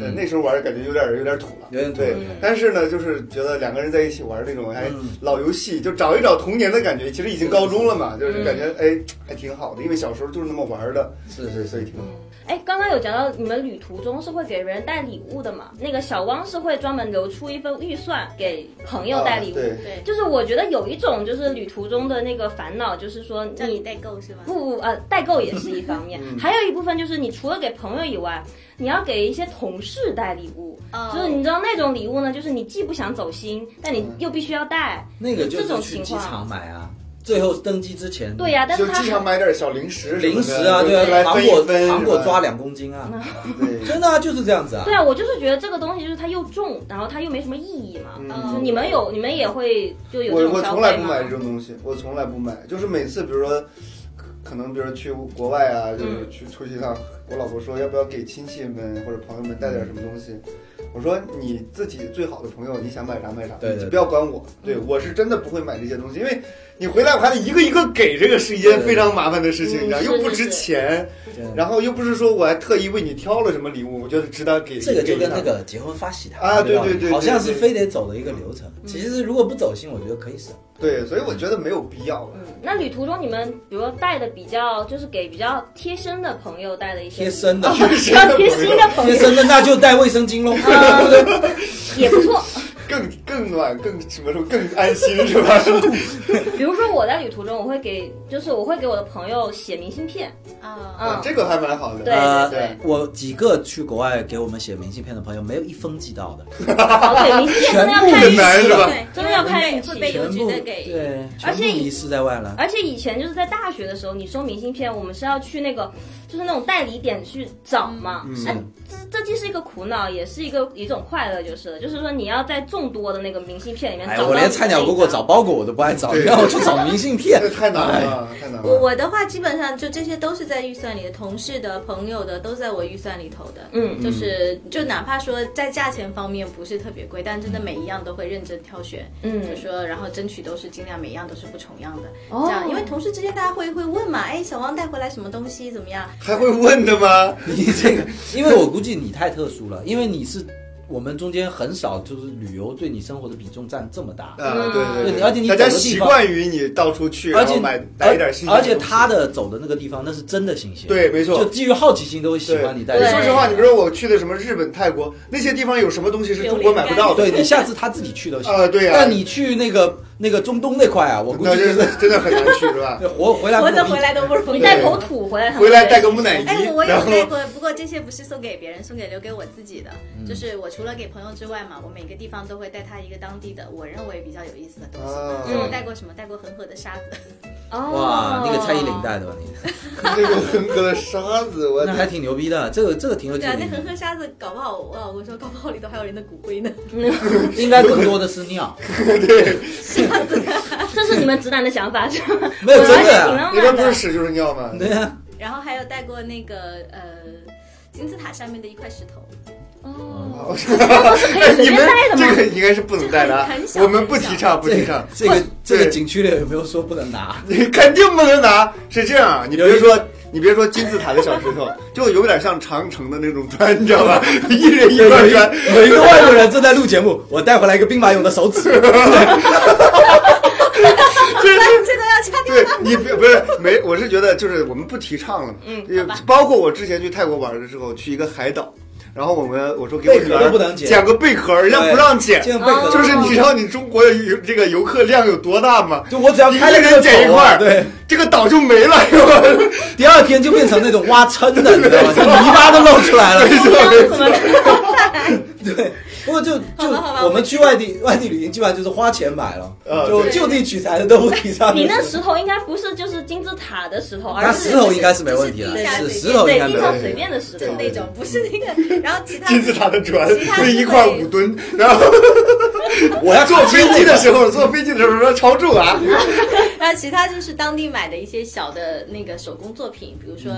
S1: 呃那时候玩感觉有点有点土了，
S2: 嗯有点土
S1: 对
S2: 嗯。
S1: 但是呢，就是觉得两个人在一起玩那种哎
S2: 嗯
S1: 老游戏，就找一找童年的感觉。其实已经高中了嘛，
S4: 嗯
S1: 就是感觉哎还挺好的，因为小时候就是那么玩的，
S2: 是
S1: 对，
S2: 是
S1: 所以
S2: 是，
S1: 挺好。
S4: 哎，刚刚有讲到你们旅途中是会给人带礼物的嘛？那个小汪是会专门留出一份预算给朋友带礼
S1: 啊
S4: 物。
S1: 对，
S5: 对，
S4: 就是我觉得有一种就是旅途中的那个烦恼，就是说
S5: 叫你
S4: 你
S5: 代购是吧？
S4: 不呃代购也是一 方面，
S2: 嗯
S4: 还有一部分就是你除了给朋友以外，你要给一些同事带礼物，
S5: 哦
S4: 就是你知道那种礼物呢，就是你既不想走心，但你又必须要带。
S2: 那个就
S4: 这
S2: 是
S4: 种
S2: 去
S4: 情
S2: 机场
S4: 况，
S2: 买啊，最后登机之前，
S4: 对呀、啊但
S1: 就是
S4: 他
S1: 经常买点小零食什么的，
S2: 零食啊，
S1: 就
S2: 对
S1: 是来
S2: 啊，糖
S1: 分一
S2: 果
S1: 分
S2: 糖果
S1: 是吧嗯
S2: 抓两公斤啊，
S1: 对。
S2: 真的啊，就是这样子啊
S4: 对。啊，我就是觉得这个东西就是它又重，然后它又没什么意义嘛。
S5: 嗯
S4: 就你们有，你们也会就有这
S1: 我我
S4: 种消
S1: 从来
S4: 费
S1: 不
S4: 吗
S1: 买？这种东西，我从来不买，就是每次比如说，可可能比如说去国外啊，
S4: 嗯
S1: 就是去出去一趟，我老婆说要不要给亲戚们或者朋友们带点什么东西，我说你自己最好的朋友，你想买啥买啥，
S2: 对对
S1: 你
S2: 对
S4: 嗯
S1: 不要管我，对我是真的不会买这些东西，因为你回来我还得一个一个给，这个是一件非常麻烦的事情，你知道，
S4: 嗯
S1: 又不
S4: 是
S1: 值
S4: 是是
S1: 钱，然后又不是说我还特意为你挑了什么礼物，我觉得值得给。
S2: 这个就
S1: 给
S2: 跟
S1: 他
S2: 那个结婚发喜糖
S1: 啊
S2: 知道吗
S1: 对对对对
S2: 好像是非得走的一个流程。其实如果不走心，我觉得可以省。
S1: 对，所以我觉得没有必要了。
S4: 那旅途中你们，比如说带的比较，就是给比较贴身的朋友带的一些
S2: 贴 身的，
S4: 比较贴心的朋
S2: 贴
S4: 友
S2: 身的那就带卫生巾喽，对不对？
S4: 也不错。
S1: 更更暖，更什么时候更安心是吧？
S4: 比如说我在旅途中，我会给，就是我会给我的朋友写明信片，
S5: 啊，
S4: 嗯，
S1: 这个还蛮好的。啊
S4: 对
S2: 呃
S4: 对对，
S2: 我几个去国外给我们写明信片的朋友，没有一封寄到的，
S4: 好对，明信片真的要
S1: 很
S4: 看，
S1: 难是吧？
S5: 对，
S4: 真的要看
S5: 你
S4: 运气
S5: 会被邮
S2: 全
S5: 局
S2: 部
S5: 的给。
S2: 对，
S4: 而
S2: 全部
S4: 且
S2: 遗失在外了。
S4: 而且以前就是在大学的时候，你收明信片，我们是要去那个，就是那种代理点去找嘛。
S2: 嗯
S4: 哎，这这既是一个苦恼，也是一个一种快乐，就是了就是说你要在众多的那个明信片里面
S2: 哎，
S4: 找到
S2: 我连菜鸟
S4: 你
S2: 哥
S4: 那
S2: 给我
S4: 一张
S2: 找包裹我都不爱找，你
S1: 对
S2: 让我去找明信片
S1: 这，太难
S2: 哎。
S1: 了，太难
S5: 我
S1: 了。
S5: 我的话基本上就这些都是在预算里的，同事的、朋友的都在我预算里头的。
S4: 嗯
S5: 就是就哪怕说在价钱方面不是特别贵，但真的每一样都会认真挑选。
S4: 嗯
S5: 就说然后争取都是尽量每一样都是不重样的。
S4: 哦
S5: 这样，因为同事之间大家会会问嘛，哎，小汪带回来什么东西怎么样？
S1: 还会问的吗？
S2: 你这个，因为我估计你太特殊了，因为你是我们中间很少就是旅游对你生活的比重占这么大，
S1: 啊，对
S2: 对
S1: 对，
S2: 而且你
S1: 大家
S2: 走的地
S1: 习
S2: 方
S1: 惯于你到处去，
S2: 而
S1: 然后
S2: 且
S1: 买买一点新鲜
S2: 而
S1: 的东西。
S2: 且他的走的那个地方那是真的新鲜，
S1: 对没错
S2: 就基于好奇心都会喜
S1: 对，
S2: 欢你带
S1: 你
S2: 的。
S1: 说
S4: 对
S1: 实话，你比如说我去的什么日本、泰国那些地方，有什么东西是中国买不到的？
S2: 对你下次他自己去 都行
S1: 啊对呀
S2: 但你去那个那个中东那块啊，我估计
S1: 那
S2: 就
S1: 真
S2: 是
S1: 的真的很难去，是吧？
S2: 活回来不
S5: 活着
S2: 容易
S5: 回来都不容
S4: 你
S5: 易。
S4: 带口土回来，
S1: 回来带个木乃伊
S5: 哎，我，
S1: 然
S5: 有
S1: 后
S5: 带过，不过这些不是送给别人，送给留给我自己的。
S1: 嗯
S5: 就是我除了给朋友之外嘛，我每个地方都会带他一个当地的我认为比较有意思的东西。
S1: 啊
S5: 所以我带过什么？带过恒河的沙子，
S4: 哦，
S2: 哇，那个蔡依林带的吧你，
S1: 那个恒河的沙子，我
S2: 那还挺牛逼的，这个这个挺有
S5: 对
S2: 潜
S5: 啊，那恒
S2: 力，
S5: 河沙子搞不好，我老公说搞不好里头还有人的骨灰呢。
S2: 应该更多的是尿，
S4: 哦这是你们直男的想法是吗？
S2: 没有
S4: 我
S2: 真的啊
S4: 还是挺浪
S1: 那边不
S4: 漫
S1: 是
S4: 的。
S1: 屎就是尿吗？
S2: 对呀，
S5: 然后还有带过那个呃金字塔上面的一块石头，
S4: 哦，
S1: 哎你们
S2: 哦
S1: 这 个应该是不能带的啊
S5: 很，小
S1: 我们不提倡，不
S2: 这
S1: 提倡
S2: 个。这个这个
S1: 对
S2: 景区里有没有说不能拿？
S1: 你 肯定不能拿。是这样啊，你别说，你别说金字塔的小石头，就有点像长城的那种砖，你知道 吧？一人一块砖，
S2: 有一个外国人正在录节目，我带回来一个兵马俑 的手指，
S5: 这都要掐掉
S1: 对
S5: 吗？
S1: 你不不是没，我是觉得就是我们不提倡了嘛。
S4: 嗯
S1: 也
S4: 好吧
S1: 包括我之前去泰国玩的时候，去一个海岛，然后我们我说给我
S2: 贝壳
S1: 女儿
S2: 都不能捡
S1: 捡个贝壳，人家不让捡，
S2: 这样贝壳
S1: 就是你知道你中国的游这个游客量有多大吗？
S2: 就我只要
S1: 一
S2: 开
S1: 个
S2: 了
S1: 人捡
S2: 捡
S1: 一块儿，
S2: 对，，
S1: 这个岛就没了， 是吧？
S2: 第二天就变成那种挖坑的，你 知道吗？就泥巴都露出来了。对，不过就就
S5: 好吧好吧
S2: 我们去外地外地旅行，基本上就是花钱买了，
S1: 啊
S2: 就
S1: 对
S2: 就地取材的都不提倡。
S4: 你那石头应该不是就是金字塔的石头，
S2: 那
S4: 而
S2: 石
S4: 是
S2: 头应该是没问题的，
S5: 就是
S2: 是
S5: 地下
S2: 石头应
S4: 对
S2: 该没
S4: 地
S2: 问
S4: 上
S2: 题。
S4: 随便的石头
S2: 对。
S5: 那种不是那个，然后其他
S1: 金字塔的砖
S5: 其他，是
S1: 一块
S5: 会
S1: 五吨，然后。
S2: 我要
S1: 坐飞机的时候，坐飞机的时候说超重啊，
S5: 那其他就是当地买的一些小的那个手工作品，比如说、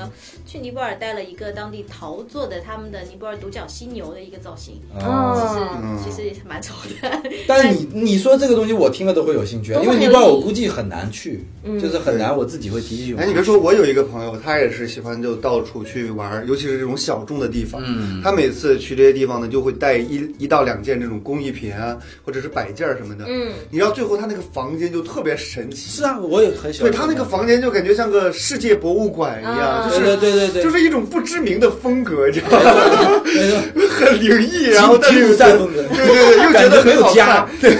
S5: 去尼泊尔带了一个当地陶做的他们的尼泊尔独角犀牛的一个造型，
S2: 哦，
S4: 嗯
S5: 其实其实也蛮丑的。
S2: 但你你说这个东西，我听了都会有兴趣啊，
S4: 都
S2: 因
S4: 会
S2: 为
S4: 有
S2: 尼泊尔
S4: 意义
S2: 我估计很难去，就是很难，我自己会提起 勇
S1: 哎，你别说，我有一个朋友，他也是喜欢就到处去玩儿，尤其是这种小众的地方。
S2: 嗯
S1: 他每次去这些地方呢，就会带一一到两件这种工艺品啊，或者是摆件儿什么的。
S4: 嗯，
S1: 你知道最后他那个房间就特别神奇，
S2: 是啊，我也很喜
S1: 对
S2: 欢。
S1: 他那个房间就感觉像个世界博物馆一样，
S4: 啊
S1: 就是
S2: 对对对对对
S1: 就是一种不知名的风格，你知道 吗？
S2: 没错，
S1: 很灵异，然后但是又
S2: 吉普赛
S1: 觉得
S2: 风格
S1: 对对对，又觉
S2: 感觉
S1: 得
S2: 很
S1: 很
S2: 有
S1: 好
S2: 家
S1: 看，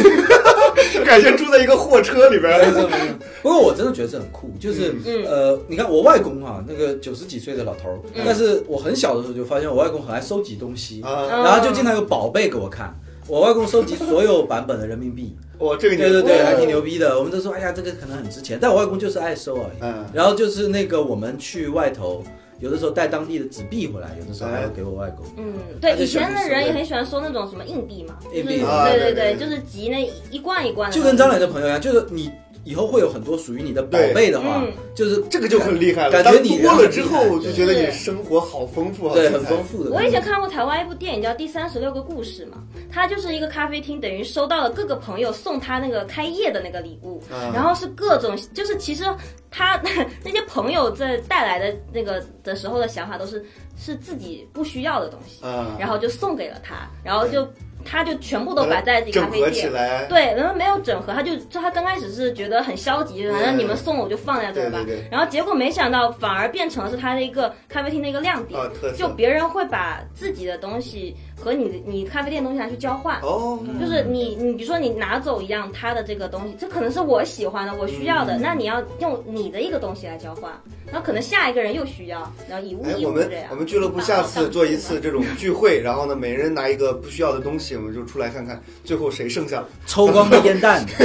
S1: 感觉住在一个货车里边儿。
S2: 不过我真的觉得这很酷，就是、
S4: 嗯
S2: 呃，你看我外公啊，那个九十几岁的老头儿，
S1: 嗯
S2: 但是我很小的时候就发现我外公很爱收集东西，
S1: 啊，
S2: 然后就经常有宝贝给我看。我外公收集所有版本的人 民币，
S1: 我这个
S2: 对
S1: 你
S2: 对对，还挺
S1: 牛。
S2: 牛逼的。我们都说，哎呀，这个可能很值钱，但我外公就是爱收而已。
S1: 嗯
S2: 然后就是那个我们去外头，有的时候带当地的纸币回来，有的时候
S1: 哎
S2: 还会给我外公。
S4: 嗯，对，以前的人也很喜欢收那种什么硬币嘛，就是嗯
S2: 硬币
S1: 啊
S4: 对
S1: 对对
S4: 对，
S2: 嗯
S4: 就是集那一罐一罐的，
S2: 就跟张磊的朋友一样，就是你以后会有很多属于你的宝贝的话
S4: 对嗯，
S2: 就是
S1: 这个就很厉害了。
S2: 感
S1: 嗯当
S2: 觉你
S1: 多了之后，我就
S2: 对
S1: 觉得你
S4: 对
S1: 生活好丰富，好
S2: 对
S1: 精彩
S2: 很丰。富的。
S4: 我以前看过台湾一部电影叫《第三十六个故事》嘛，它就是一个咖啡厅，等于收到了各个朋友送他那个开业的那个礼物，
S1: 嗯
S4: 然后是各种，就是其实他 那些朋友在带来的那个的时候的想法都是是自己不需要的东西，
S1: 啊，
S4: 然后就送给了他，然后就他就全部都摆在自己咖
S1: 整
S4: 啡
S1: 合
S4: 店
S1: 起。来，
S4: 对，然后没有整合，他就就他刚开始是觉得很消极，反正你们送我就放在这儿吧。
S1: 对对对
S4: 然后结果没想到反而变成了是他的一个咖啡厅的一个亮点，
S1: 啊特色
S4: 就别人会把自己的东西和你你咖啡店的东西拿去交换。
S1: 哦，
S4: 就是你，你比如说你拿走一样他的这个东西，这可能是我喜欢的，我需要
S1: 嗯
S4: 的，那你要用你的一个东西来交换，然后可能下一个人又需要，然后以物
S1: 哎，
S4: 易
S1: 我
S4: 物
S1: 们
S4: 这样。
S1: 我们俱乐部下次做一次这种聚会，然后呢，每人拿一个不需要的东西，我们就出来看看最后谁剩下了。
S2: 抽光的 烟弹，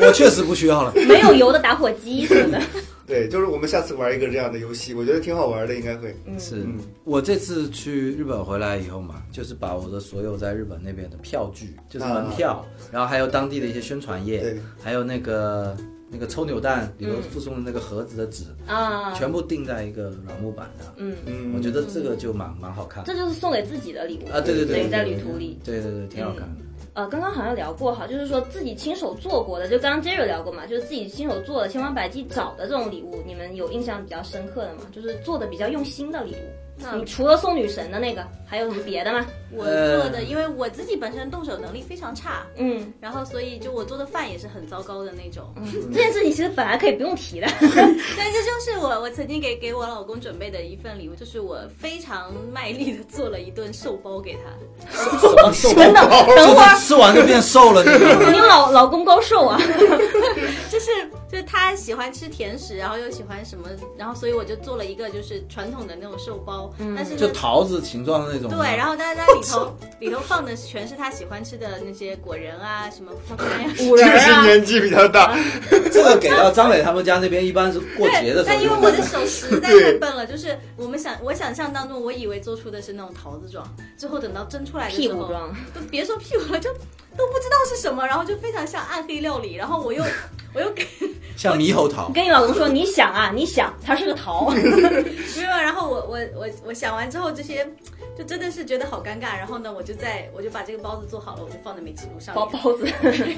S2: 我确实不需要了。
S4: 没有油的打火机 什么的，
S1: 对，就是我们下次玩一个这样的游戏，我觉得挺好玩的，应该会。
S2: 是我这次去日本回来以后嘛，就是把我的所有在日本那边的票据，就是门票，然后还有当地的一些宣传页
S1: 对，
S2: 还有那个那个抽扭蛋里头附送的那个盒子的纸，
S4: 啊，
S2: 全部钉在一个软木板上。
S4: 嗯，
S1: 嗯，
S2: 我觉得这个就蛮蛮好看的
S4: 这就是送给自己的礼物
S2: 啊，对对对，
S4: 等于
S2: 对
S4: 在旅途里。，
S2: 对对对，挺好看的。
S4: 呃，刚刚好像聊过哈，就是说自己亲手做过的，就刚刚 Jerry 聊过嘛，就是自己亲手做的，千方百计找的这种礼物，你们有印象比较深刻的吗？就是做的比较用心的礼物。
S5: 嗯
S4: 你除了送女神的那个，还有什么别的吗？嗯
S5: 我做的，因为我自己本身动手能力非常差，
S4: 嗯，
S5: 然后所以就我做的饭也是很糟糕的那种。
S4: 这件事情其实本来可以不用提的。
S5: 但这就是我我曾经给给我老公准备的一份礼物，就是我非常卖力的做了一顿寿包给他。
S2: 真的，等会儿吃完哦就变瘦了，你知道吗
S4: 你老老公高寿啊？
S5: 就是就是他喜欢吃甜食，然后又喜欢什么，然后所以我就做了一个就是传统的那种寿包，但是呢
S2: 就桃子形状的那种。
S5: 对，然后但是它里头里头放的全是他喜欢吃的那些果仁啊，什么葡萄干呀。
S4: 五
S1: 这
S4: 人
S1: 个是
S4: 啊，
S1: 年纪比较大，
S2: 这个给到张磊他们家那边，一般是过节的，
S5: 对
S2: 时候
S5: 但因为
S2: 用
S5: 我
S2: 的。
S5: 的手实在
S1: 对
S5: 太笨了，就是我们想我想象当中，我以为做出的是那种桃子状，最后等到蒸出来的时候，
S4: 屁股装，
S5: 都别说屁股了，就都不知道是什么，然后就非常像暗黑料理，然后我又我又给
S2: 像猕猴桃
S4: 你，跟你老公说，你想啊，你想，它是个桃。
S5: 没有，然后我我我我想完之后，这些就真的是觉得好尴尬，然后呢，我就在我就把这个包子做好了，我就放在煤气炉上
S4: 包
S5: 面，
S4: 包子，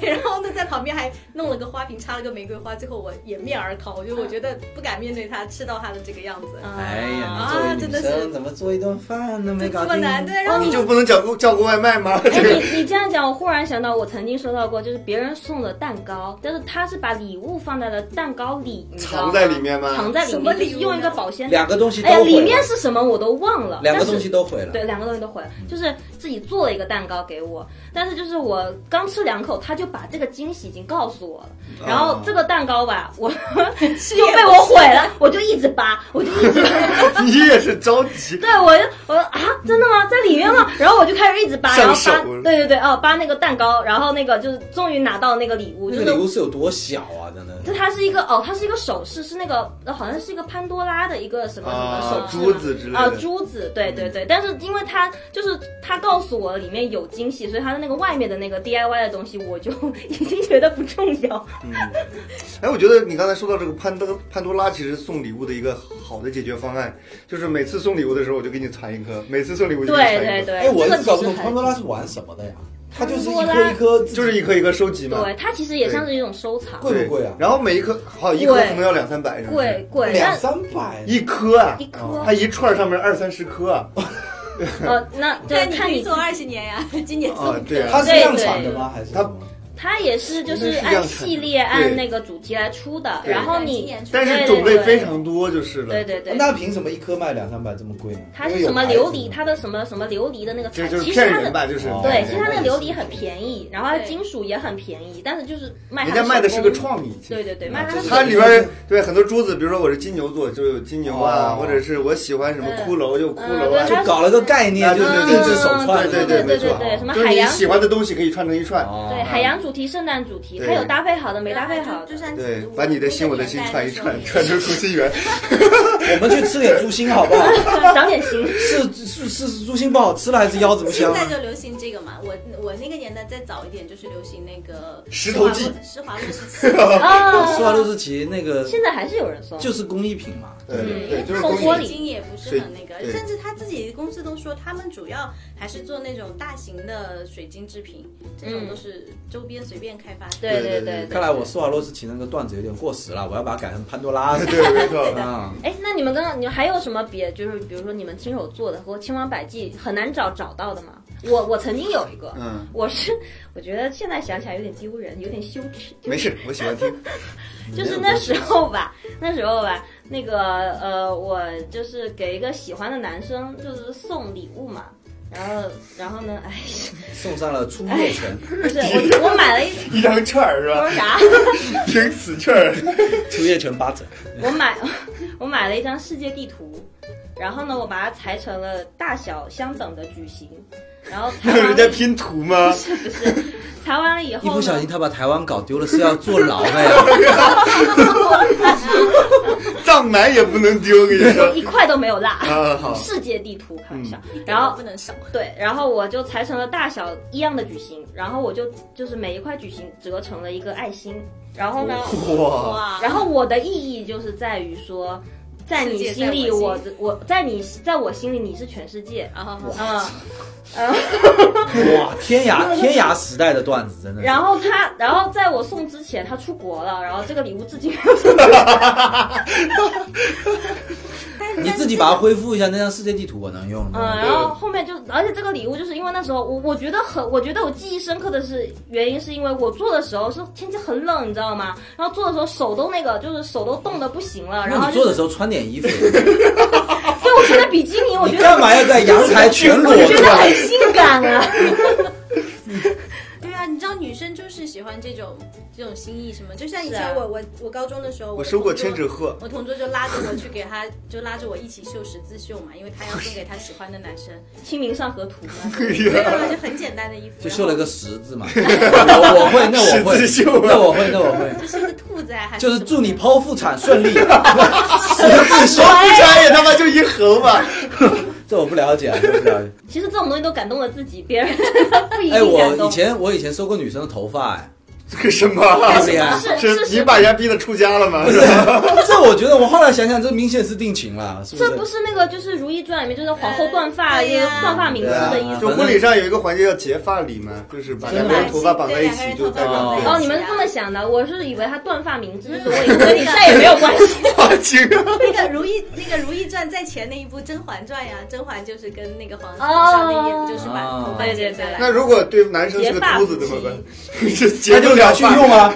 S5: 然后呢，在旁边还弄了个花瓶，插了个玫瑰花，最后我掩面而逃，我
S4: 嗯
S5: 就我觉得不敢面对他吃到他的这个样子，
S2: 哎
S5: 啊
S2: 呀，你作为
S5: 真
S2: 女
S5: 的是
S2: 生怎么做一顿饭都没
S5: 就
S2: 搞
S5: 这
S2: 定
S5: 么，难，对，然后
S1: Oh
S4: 哦
S1: 你就不能叫个叫个外卖 吗？
S4: 哎，
S1: 这个
S4: 你你这样讲，我忽然想到，我曾经收到过，就是别人送的蛋糕，但是他是把礼物放在了蛋糕里，你知道
S1: 藏
S4: 吗
S1: 在里面吗
S4: 藏在里
S5: 什么
S4: 面，就
S5: 礼
S4: 是
S5: 物
S4: 用一个保鲜袋。
S2: 两个东西都
S4: 哎呀，
S2: 毁了，
S4: 里面是什么我都忘了，
S2: 两个
S4: 但是
S2: 东西都毁了。
S4: 对，两个东西都毁了，就是自己做了一个蛋糕给我，但是就是我刚吃两口，他就把这个惊喜已经告诉我了，
S2: 啊
S4: 然后这个蛋糕吧， 我就被我毁了，我就一直扒，我就一直 扒。
S1: 你也是着急。
S4: 对，我就我说啊，真的吗？在里面吗？然后我就开始一直扒，然后
S1: 上
S4: 扒
S1: 手，
S4: 对对对，哦，扒那个蛋糕，然后那个就是终于拿到那个礼物，就
S2: 那个礼
S4: 是
S2: 物是有多小啊？真的，
S4: 就它是一个哦，它是一个首饰，是那个呃好像是一个潘多拉的一个什么什么
S1: 啊，
S4: 首饰
S1: 珠
S4: 嘛。
S1: 子之类
S4: 啊，
S1: 的，
S4: 珠子，对对对，但是因为它就是他告诉我里面有惊喜，所以它的那个外面的那个 DIY 的东西，我就已经觉得不重要。
S1: 哎，我觉得你刚才说到这个潘多潘多拉，其实送礼物的一个好的解决方案，就是每次送礼物的时候我就给你攒一颗，每次送礼物就给你
S4: 对
S1: 攒
S4: 对
S1: 一颗，
S4: 对
S2: 哎，，我一
S4: 这个
S2: 直搞不
S4: 其实
S2: 懂
S4: 还
S2: 潘多拉是玩什么的呀？它就是一
S4: 潘多
S2: 颗
S4: 拉
S2: 一颗自己，
S1: 就是一颗一颗收集嘛。
S4: 对，它其实也像是一种收藏，
S2: 贵不贵啊？
S1: 然后每一颗好一颗
S4: 贵
S1: 可能要两三百，是不是
S4: 贵贵，
S2: 两
S4: 但
S2: 三百，
S1: 一颗啊，
S4: 一颗
S1: 它一串上面二三十颗啊，
S4: 呃，那就
S5: 但你可
S4: 看
S5: 以
S4: 你
S5: 做二十年呀， 今年送
S1: 啊，对啊，
S2: 它是量产的吗？还是
S1: 它
S2: 什么
S4: 它也是就是
S1: 应该是这样
S4: 按
S1: 看
S4: 系列
S1: 的对
S4: 按那个主题来出的，
S1: 对
S4: 然后
S5: 今
S4: 你
S5: 年出
S1: 但是种类非常多就是了。
S4: 对对对，
S2: 那凭什么一颗卖两三百这么贵呢？
S4: 它
S2: 因
S4: 是
S2: 为有
S4: 什么
S2: 牌子
S4: 琉璃，
S2: 嘛
S4: 它的什么什么琉璃的那个
S1: 这
S4: 材，
S1: 就是
S4: 其实
S1: 骗
S4: 它
S1: 人
S4: 的
S1: 吧，就是
S2: 哦
S4: 对，其实它那
S2: 对
S4: 个琉璃很便宜，然后它
S5: 对
S4: 金属也很便宜，但是就是卖
S1: 人
S4: 它
S1: 家卖的
S4: 手
S1: 是个
S4: 工
S1: 创意，啊其实
S4: 对对对，卖
S2: 就
S4: 它的
S2: 是
S4: 手
S1: 它
S4: 工
S1: 里边儿对很多珠子，比如说我是金牛座，就有金牛啊，
S2: 哦
S1: 或者是我喜欢什么骷髅就有骷髅
S4: 嗯嗯对
S1: 啊
S4: 它
S2: 就
S4: 嗯
S2: 搞了个概念，
S1: 啊
S2: 就是
S1: 对对
S2: 定制
S1: 对
S2: 手串，
S1: 对
S4: 对
S1: 对，
S4: 对
S1: 没
S4: 对
S1: 错
S4: 对，什，么
S1: 就是
S4: 海
S1: 你
S4: 洋
S1: 喜欢的东西可以串成一串。
S2: 哦
S4: 对海洋主主题圣诞主题，
S1: 对
S4: 它有搭配好的，没搭配好
S5: 就
S4: 的。
S5: 算
S1: 对，把你的心我的心串一串，
S4: 嗯
S1: 串成除夕圆。
S2: 我们去吃给猪心好不 好？
S4: 长点 心，
S2: 是是是是猪心不好吃了，还是腰子不
S5: 现
S2: 香？啊
S5: 在就流行这个嘛，我我那个年代再早一点就是流行那个
S1: 石头记
S5: 施华洛 世奇，
S4: 啊
S2: 施华洛世奇那个
S4: 现在还是有人送，
S2: 就是工艺品嘛，
S1: 对
S5: 嗯
S1: 对，就是
S4: 送
S1: 公
S4: 玻
S1: 益
S4: 璃
S5: 水晶也不是很那个，
S1: 水
S5: 甚至他自己公司都说，他们主要还是做那种大型的水晶制品，这种都是周边随便开发的。
S4: 嗯对
S1: 对对
S4: 对
S1: 对
S2: 看来我施华洛世奇那个段子有点过时了，我要把它改成潘多拉。
S1: 对，没错。
S2: 啊，
S4: 哎，那你们刚刚你们还有什么别，就是比如说你们亲手做的和千方百计很难找找到的吗？我我曾经有一个，
S1: 嗯，
S4: 我是我觉得现在想起来有点丢人，有点羞耻。
S1: 没事，我喜欢 听。
S4: 就是那时候吧，那时候吧，那个呃，我就是给一个喜欢的男生就是送礼物嘛，然后然后呢，哎，
S2: 送上了出月权，
S4: 不是我我买了一
S1: 一张券儿是
S4: 我说
S1: 吧？
S4: 啥？
S1: 听此券儿。
S2: 出月权八折。
S4: 我买 我买了一张世界地图，然后呢，我把它裁成了大小相等的矩形，然后裁
S1: 那有
S4: 完
S1: 人
S4: 了
S1: 在拼图吗？
S4: 是不是？裁完了以后
S2: 一
S4: 呢，
S2: 不小心他把台湾搞丢了，是要坐牢的 呀。
S1: 藏南也不能丢，跟你
S4: 我
S1: 说。
S4: 一块都没有落。
S1: 啊，好，
S4: 世界地图，开
S2: 嗯
S4: 玩笑。
S5: 然
S4: 然
S5: 后
S4: 后
S5: 不能少，
S4: 对，然后我就裁成了大小一样的矩形，然后我就就是每一块矩形折成了一个爱心，然后呢，
S5: 哦
S1: 哇，
S5: 哇，
S4: 然后我的意义就是在于说，在你心里，
S5: 世界在
S4: 我
S5: 我心
S4: 我在你在我心里你是全世界，
S5: 然后
S4: 嗯。呃
S2: 哇，天涯天涯时代的段子真的是。
S4: 然后他，然后在我送之前，他出国了，然后这个礼物至今没有送。
S2: 你自己把它恢复一下，那张世界地图我能用。
S4: 嗯，然后后面就，而且这个礼物就是因为那时候我我觉得很，我觉得我记忆深刻的是原因是因为我做的时候是天气很冷，你知道吗？然后做的时候手都那个就是手都冻得不行了，然
S2: 那
S4: 后
S2: 你做
S4: 就
S2: 的
S4: 是
S2: 时候穿点衣服，
S4: 对我穿的比基尼，我
S2: 你
S4: 觉
S2: 干
S4: 得
S2: 嘛要在阳台 全裸
S4: 我觉得
S2: 着？
S4: 很性感啊。
S5: 对啊，你知道女生就是喜欢这种这种心意什么，就像以
S4: 是啊
S5: 前我我我高中的时候，
S1: 我
S5: 我
S1: 收过
S5: 同
S1: 千
S5: 桌
S1: 纸 鹤，
S5: 我同桌就拉着我去给他，就拉着我一起绣十字绣嘛，因为他要送给他喜欢的男 生，
S4: 清明上河 图嘛，
S5: 没有啊就很简单的衣服，
S2: 就
S5: 然
S2: 绣了
S5: 后
S2: 个十字嘛。我我会，那我
S1: 十字绣啊吗
S2: 会，那我会，那我会，
S5: 就是一个兔子啊，还
S2: 就是
S5: 什么
S2: 祝你剖腹产顺利。 十字
S1: 说
S2: 绣，
S1: 不穿也他妈就一横吧。
S2: 这我不了解啊，这我不了解。
S4: 其实这种东西都感动了自己，别人 不一
S2: 哎，
S4: 定感
S2: 我以
S4: 动。
S2: 前我以前收过女生的头发，哎，
S1: 这个什么？
S2: 太厉害。
S4: 是
S1: 是
S4: 是
S1: 你把人家逼得出家了 吗？是吧？
S2: 这我觉得我后来想想，这明显是定情了，是不
S4: 这不
S2: 是？
S4: 是那个就是《如懿传》里面就是皇后断发，
S5: 哎
S4: 就是
S5: 呀
S4: 断发名师的意
S2: 对啊
S4: 思。
S1: 就婚礼上有一个环节叫结发礼嘛，就是把两个人头发绑在一起，就代表
S5: 对
S4: 哦，
S5: 啊
S4: 你们是这么想的？我是以为他断发明志，就是我以为跟你再也没有关系。
S1: 好情啊。
S5: 那个《如懿》那个《如懿传》在前那一部《甄嬛传》呀，甄嬛就是跟那个皇皇上那一
S2: 哦
S5: 部就是把
S1: 哦
S5: 头发剪下来。
S1: 那如果对男生是个秃子怎么办？这
S2: 那
S1: 结
S2: 就
S1: 不
S2: 拿
S1: 了
S2: 去用啊！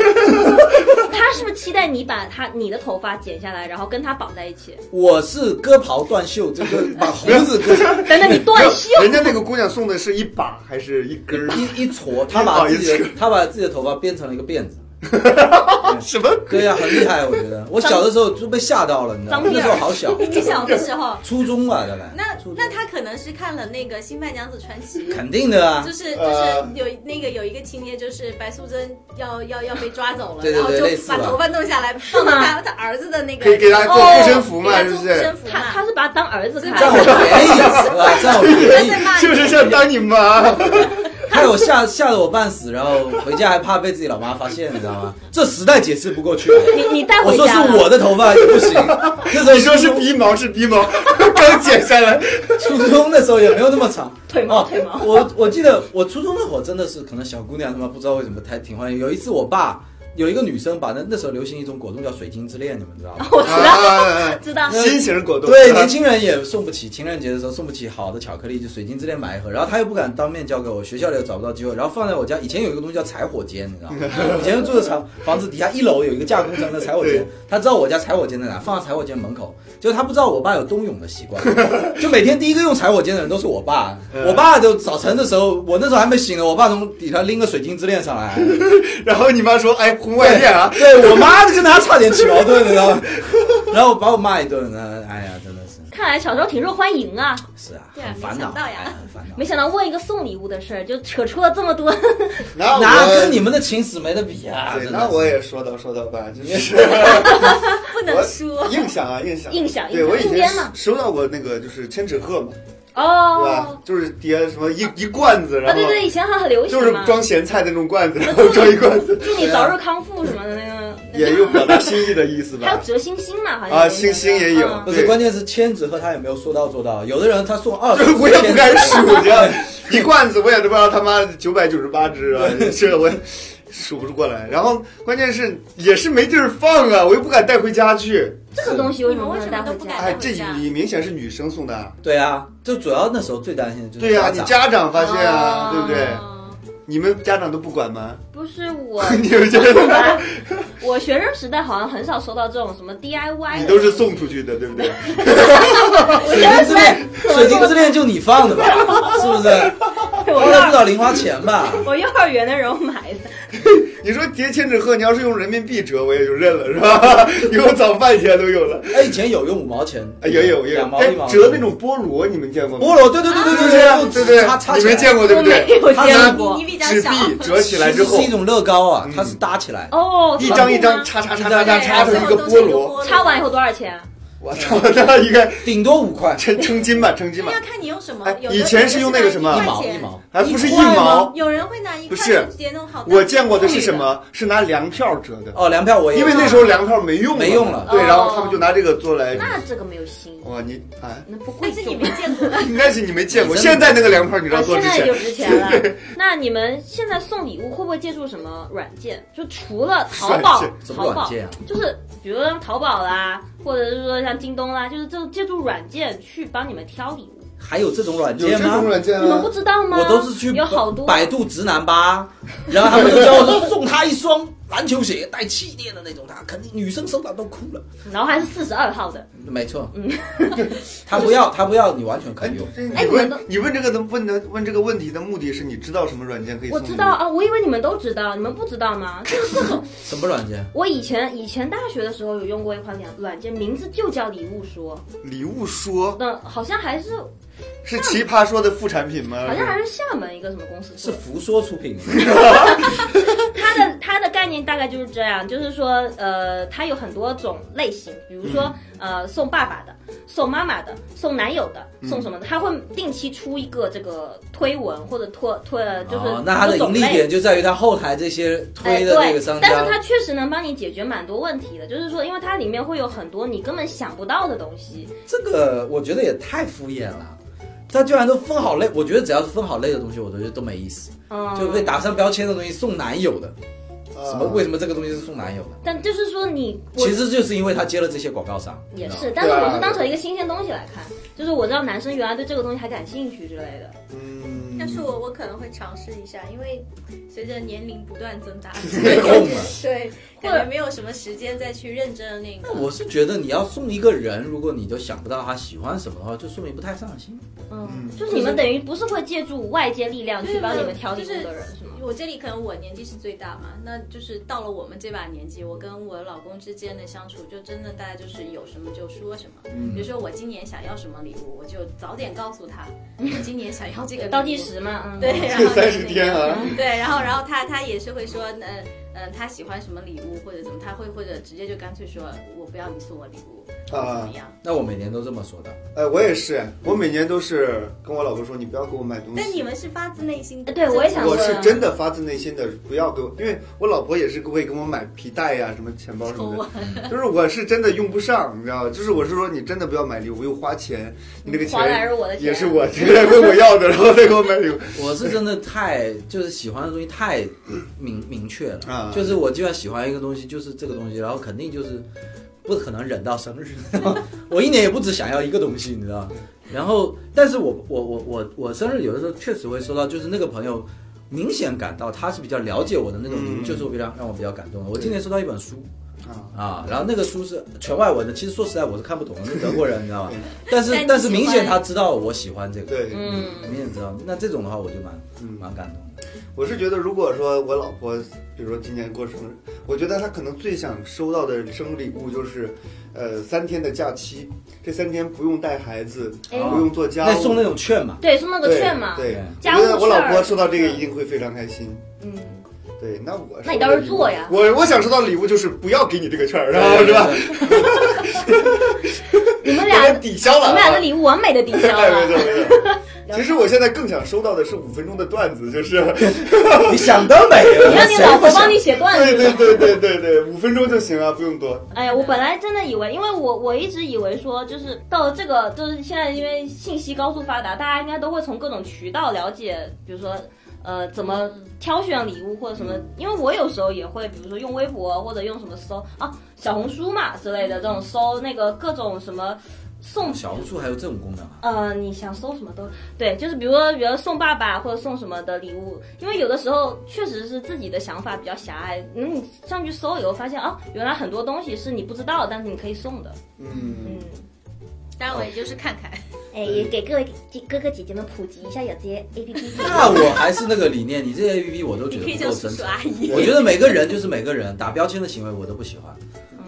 S4: 他是不是期待你把他你的头发剪下来，然后跟他绑在一起？
S2: 我是割袍断袖，这个把胡子割
S4: 等等，你断袖，
S1: 人家那个姑娘送的是一把还是一根儿？
S2: 一一撮，他把自己
S1: 不
S2: 的
S1: 好意
S2: 他把自己的头发编成了一个辫子。
S1: 什么？
S2: 对呀、很厉害，我觉 得。我小的时候就被吓到了，你知道吗？
S4: 脏辫儿
S2: 那时候好 小，
S5: 你小的时候，
S2: 初中吧，大概。
S5: 那
S2: 初中
S5: 那他可能是看了那个《新白娘子传 奇》。
S2: 肯定的啊
S5: 就，是就是
S1: 呃
S5: 有那个有一个情节，就是白素贞要要要被抓走了，
S2: 对对对类
S5: 然后就
S2: 似吧
S5: 把头发弄下来，放到他他儿子的那个，哦
S1: 可以给他做护身符
S5: 给
S1: 嘛？
S5: 他
S1: 是
S5: 做
S1: 不
S5: 护
S1: 是
S5: 身？符
S4: 他
S5: 嘛。
S4: 他是把他当儿子看。
S2: 占我便宜是吧？ 占我便宜，
S1: 就是像当你妈。
S2: 害我吓吓得我半死，然后回家还怕被自己老妈发现，你知道吗？这时代解释不过去。啊
S4: 你你带
S2: 我
S4: 回
S2: 说
S4: 家
S2: 是
S4: 了
S2: 我的头发也不 行，那时候
S1: 你说是鼻毛是鼻毛， 刚剪下来。
S2: 初中的时候也没有那么长，哦
S4: 腿毛腿毛
S2: 我我记得我初中那会儿真的是，可能小姑娘他妈不知道为什么太挺欢迎。有一次我爸有一个女生把那那时候流行一种果冻叫水晶之恋，你们知道吗？
S4: 我知道
S1: 啊
S4: 知道。
S1: 新型果冻，啊
S2: 对，年轻人也送不起，情人节的时候送不起好的巧克力，就水晶之恋买一盒，然后他又不敢当面交给我，学校里又找不到机会，然后放在我家。以前有一个东西叫柴火间，你知道吗？以前住的房房子底下一楼有一个架工厂的柴火间
S1: 对，
S2: 他知道我家柴火间在哪，放在柴火间门口，结果他不知道我爸有冬泳的习惯，就每天第一个用柴火间的人都是我爸。我爸就早晨的时候，我那时候还没醒呢，我爸从底下拎个水晶之恋上来，
S1: 然后你妈说：“哎，红外线啊，
S2: 对我妈就跟他差点起矛盾，你知道吗？然后把我骂一顿，哎呀，真的是。
S4: 看来小时候挺受欢迎啊。
S2: 是啊，
S5: 对啊
S2: 很烦恼，
S5: 没想到呀
S2: 哎很烦恼
S4: 没。想到问一个送礼物的事儿，就扯出了这么多。
S1: 那
S2: 哪
S1: 我
S2: 跟你们的情史没得比啊！
S1: 对，
S2: 真的
S1: 那
S2: 是
S1: 我也说到说到吧，就是
S5: 不能说。
S1: 印象啊，印象，
S4: 印象
S1: 对我以
S4: 印
S1: 前
S4: 边嘛
S1: 收到过那个就是千纸鹤嘛，对吧
S4: 哦，？
S1: 就是叠什么一一罐子，
S4: 啊
S1: 然后
S4: 对对，以前还很流
S1: 就是
S4: 行嘛，
S1: 装咸菜那种罐子，然后装一罐子，
S4: 祝你早日康复什么的那个。那个
S1: 也有表达心意的意思
S4: 还有
S1: 吧？
S4: 折星星嘛，好像
S1: 啊
S4: 有一个
S1: 星星也有
S4: 嗯
S2: 不
S1: 对
S2: 是，关键是千纸鹤他也没有说到做到。有的人他送二十，
S1: 我也不敢数，你知道，一罐子我也都不知道他妈九百九十八只啊， 这我数不过来。然后关键是也是没地儿放啊，我又不敢带回家去。
S4: 这个东西为什么
S5: 你们为
S4: 能
S5: 什
S4: 带
S5: 么都
S4: 回
S5: 不
S4: 家？
S5: 敢
S1: 哎，这你明显是女生送的啊。
S2: 对啊，就主要那时候最担心的就是
S1: 对呀、
S2: 嗯家
S1: 你
S2: 长嗯
S1: 家长发现啊，
S4: 哦
S1: 对不对？你们家长都不管 吗？
S4: 不是我，
S1: 你们家 长，
S4: 我学生时代好像很少收到这种什么 DIY 的。
S1: 你都是送出去的，对不 对？
S2: 水晶之恋，水晶之恋就你放的吧，是不是？
S4: 我
S1: 哦
S2: 花
S4: 幼
S2: 了不
S4: 儿
S2: 少零花钱吧？
S4: 我幼儿园的时候买的，
S1: 你说叠千纸鹤，你要是用人民币折，我也就认了，是 吧？以后早饭钱都有了。
S2: 哎，以前有用五毛钱，
S1: 哎，也有也有
S2: 两，毛
S1: 哎
S2: 一毛，
S1: 折那种菠萝，你们见过吗？
S2: 菠萝，对对对对
S1: 就
S2: 对
S1: 是啊，对
S2: 对
S1: 不对
S2: 插插？
S1: 你
S2: 起来
S1: 没见哦过对
S4: 我
S1: 不
S4: 没
S1: 对？
S4: 有
S2: 他
S4: 见
S1: 拿
S4: 过。
S5: 你比较
S1: 纸
S5: 小，
S1: 币折起来
S2: 其
S1: 之
S2: 实
S1: 后
S2: 是，一种乐高啊
S1: 嗯，
S2: 它是搭起来。
S4: 哦，
S1: 一张一张
S4: 传
S1: 插插插
S2: 一
S1: 插
S2: 张一张
S1: 插插
S5: 对
S1: 成一个
S5: 最后
S1: 菠
S5: 都是一个
S1: 萝，
S4: 播插完以后多少钱？
S1: 我操， 那应该
S2: 顶多五块，
S1: 称称斤吧，称斤吧
S5: 那要。看你用什么
S1: 哎。
S5: 有的
S1: 以前是用那个什么
S5: 有
S2: 一
S5: 的
S2: 毛
S5: 是
S2: 一
S5: 哦拿块钱
S2: 毛，
S1: 还不是一
S2: 块吗
S1: 毛
S5: 有人会拿一
S1: 不
S5: 块
S1: 是
S5: 钱叠弄好。
S1: 我见过的是什？么？是拿粮票折的，
S2: 哦，粮票我也
S1: 因为那时候粮票没用，
S2: 没用了
S1: 对，
S4: 哦
S1: 然后他们就拿这个做来。
S4: 那这个没有新意，
S1: 哇，你哎，
S4: 那不贵
S5: 但是你
S4: 重
S5: 没。 见过，
S1: 那是你没见过，
S2: 真的
S1: 现在那个粮票你知道
S4: 啊，
S1: 多
S4: 现
S1: 值
S4: 在
S1: 钱
S4: 就？值钱了。 那你们现在送礼物会不会借助什么软件？就 除了淘宝
S1: 软，
S2: 什么
S4: 淘
S2: 软
S4: 宝
S2: 件啊？
S4: 就是比如像淘宝啦，或者是说像京东啦，就是就借助软件去帮你们挑礼物，
S2: 还有这种软
S1: 有
S2: 件
S1: 这
S2: 吗
S1: 种？软件
S4: 你们
S1: 啊
S4: 不？知道吗？
S2: 我都是去
S4: 有好多
S2: 百度直男吧，然后他们就教我说送他一双 篮球鞋，带气垫的那种，他肯定女生收到都哭了。
S4: 然后还是四十二号的，
S2: 没 错，他不要他不要，你完全可
S1: 哎
S2: 以用。，
S1: 这你
S4: 哎你们
S1: 问
S4: 都
S1: 你问这个的问的问这个问题的目的是你知道什么软件可以？
S4: 我知道。啊，我以为你们都知道，你们不知道吗？就是各种，
S2: 什么软件？
S4: 我以前以前大学的时候有用过一款软软件，名字就叫礼物说，
S1: 礼物说
S4: 那好像还是
S1: 是奇葩说的副产品吗？
S4: 好像还是厦门一个什么公司
S2: 呃是
S4: 做的
S2: 福说出品的，
S4: 它的它的概念大概就是这样，就是说，呃，它有很多种类型，比如说，
S2: 嗯
S4: 呃，送爸爸的，送妈妈的，送男友的，送什么的，它会定期出一个这个推文或者推推，就是、
S2: 哦，那它的盈利点就在于它后台这些
S4: 哎，
S2: 推的那
S4: 对
S2: 个商，
S4: 但是
S2: 家
S4: 它。确实能帮你解决蛮多问题的，就是说，因为它里面会有很多你根本想不到的东西。
S2: 这个我觉得也太敷衍了，它居然都分好类，我觉得只要是分好类的东西，我都觉得都没意思。
S4: 嗯，
S2: 就被打上标签的东西送男友的，
S1: 啊
S2: 什
S4: 哦
S2: 么？为什么这个东西是送男友的？
S4: 但就是说你，我
S2: 其实就是因为他接了这些广告商，
S4: 也
S2: 你知道吗。
S4: 是，但是
S1: 对啊
S4: 我是当成一个新鲜东西来看，就是我知道男生原来对这个东西还感兴趣之类的。
S1: 嗯，
S5: 要是我，我可能会尝试一下，因为随着年龄不断增大，
S2: 没空了
S5: 对，感觉没有什么时间再去认真的那
S2: 那
S5: 个。
S2: 我是觉得你要送一个人，如果你都想不到他喜欢什么的话，就说明不太上心。
S4: 嗯，就是你们等于不是会借助外界力量去帮你们挑礼物的人，是吗？
S5: 我这里可能我年纪是最大嘛，那就是到了我们这把年纪，我跟我老公之间的相处，就真的大家就是有什么就说什么。
S1: 嗯
S5: 比如说我今年想要什么礼物，我就早点告诉他，我今年想要这个礼物
S4: 倒计，时嘛，嗯，
S5: 对，，然后
S1: 三十天啊，
S5: 对，然后然后他他也是会说，呃呃，他喜欢什么礼物或者怎么，他会或者直接就干脆说，我不要你送我礼物，或者怎么样？
S2: 那我每年都这么说的，
S1: 哎，我也是，我每年都是跟我老婆说，你不要给我买东西。
S5: 但你们是发自内心的，
S4: 呃对我也想
S1: 我
S4: 问
S1: 是真的发自内心的不要给我，因为我老婆也是会给我买皮带呀、什么钱包什么的，就是我是真的用不上，你知道吗？就是我是说你真的不要买礼物，又花钱，你那个
S4: 花的还
S1: 钱
S4: 是我的钱
S1: 也是我问 我要的，然后再给我买礼物。
S2: 我是真的太就是喜欢的东西太明明确了
S1: 啊，
S2: 就是我既然喜欢一个东西，就是这个东西，然后肯定就是不可能忍到生日， 我一年也不只想要一个东西，你知道吗？然后，但是我我我我我生日有的时候确实会收到，就是那个朋友明显感到他是比较了解我的那种礼物，
S1: 嗯
S2: 就是我比较让我比较感动的。我今年收到一本书，
S1: 啊，
S2: 啊，然后那个书是全外文的，其实说实在我是看不懂的，那德国人你知道吧？但是
S5: 但你
S2: 但是明
S5: 喜欢
S2: 显他知道我喜欢这个，
S1: 对，
S4: 嗯，
S2: 明显知道。那这种的话我就蛮
S1: 嗯
S2: 蛮感动的。
S1: 我是觉得，如果说我老婆，比如说今年过生日，我觉得她可能最想收到的生日礼物就是，呃，三天的假期，这三天不用带孩子，
S4: 哎
S1: 不用做家
S2: 那
S1: 务，
S2: 送那种券嘛，
S4: 对，送那个
S1: 对
S4: 券嘛，
S1: 对，
S4: 家
S1: 我觉得
S4: 务
S1: 我
S4: 事
S1: 老
S4: 儿
S1: 婆收到这个
S4: 嗯
S1: 一定会非常开心。
S4: 嗯，
S1: 对，那我
S4: 那你倒是做呀
S1: 我我想收到的礼物就是不要给你这个券儿， 然
S2: 哎
S1: 后是吧？
S4: 你们
S1: 给
S4: 俩，
S1: 它抵消了啊，
S4: 你们俩的礼物完美的抵消
S1: 哎， 没错
S4: 了。
S1: 没 错。其实我现在更想收到的是五分钟的段子，就是，
S2: 对，你想得美 了，
S4: 你让你
S2: 谁
S4: 老
S2: 不
S4: 婆
S2: 想
S4: 帮你写段
S1: 对
S4: 子
S1: 对对对对对，五分钟就行啊，不用多。
S4: 哎呀，我本来真的以为，因为我我一直以为说，就是到了这个，就是现在因为信息高速发达，大家应该都会从各种渠道了解，比如说。呃，怎么挑选礼物或者什么？因为我有时候也会，比如说用微博或者用什么搜啊，小红书嘛之类的这种搜那个各种什么送
S2: 小红书还有这种功能啊？
S4: 呃，你想搜什么都对，就是比如说，比如说送爸爸或者送什么的礼物，因为有的时候确实是自己的想法比较狭隘，嗯，你上去搜以后发现哦，原来很多东西是你不知道，但是你可以送的，
S1: 嗯
S4: 嗯，，
S5: 当然我也就是看看，
S4: 哎，也给各位哥哥姐姐们普及一下有这些 A P P，
S2: 那我还是那个理念，你这些 A P P 我都觉
S5: 你
S2: 得
S5: 可以
S2: 不
S5: 叫
S2: 够
S5: 叔
S2: 真
S5: 叔
S2: 诚。
S5: 阿姨。
S2: 我觉得每个人就是每个人，打标签的行为我都不喜欢，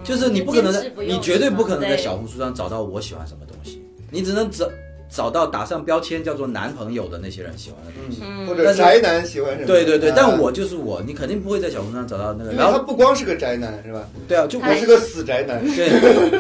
S2: 就是你不可能
S5: 嗯坚
S2: 在
S5: 持，不用
S2: 你绝对不可能在
S4: 对
S2: 小红书上找到我喜欢什么东西，你只能找找到打上标签叫做男朋友的那些人喜欢的东西。
S4: 嗯
S1: 或者宅男喜欢什么？
S2: 对对对
S1: 啊，
S2: 但我就是我，你肯定不会在小红书上找到那个。
S1: 因为
S2: 然
S1: 他
S2: 后
S1: 不光是个宅男是吧？
S2: 对啊，就
S1: 我
S2: 我
S1: 是个死宅男。
S2: 对，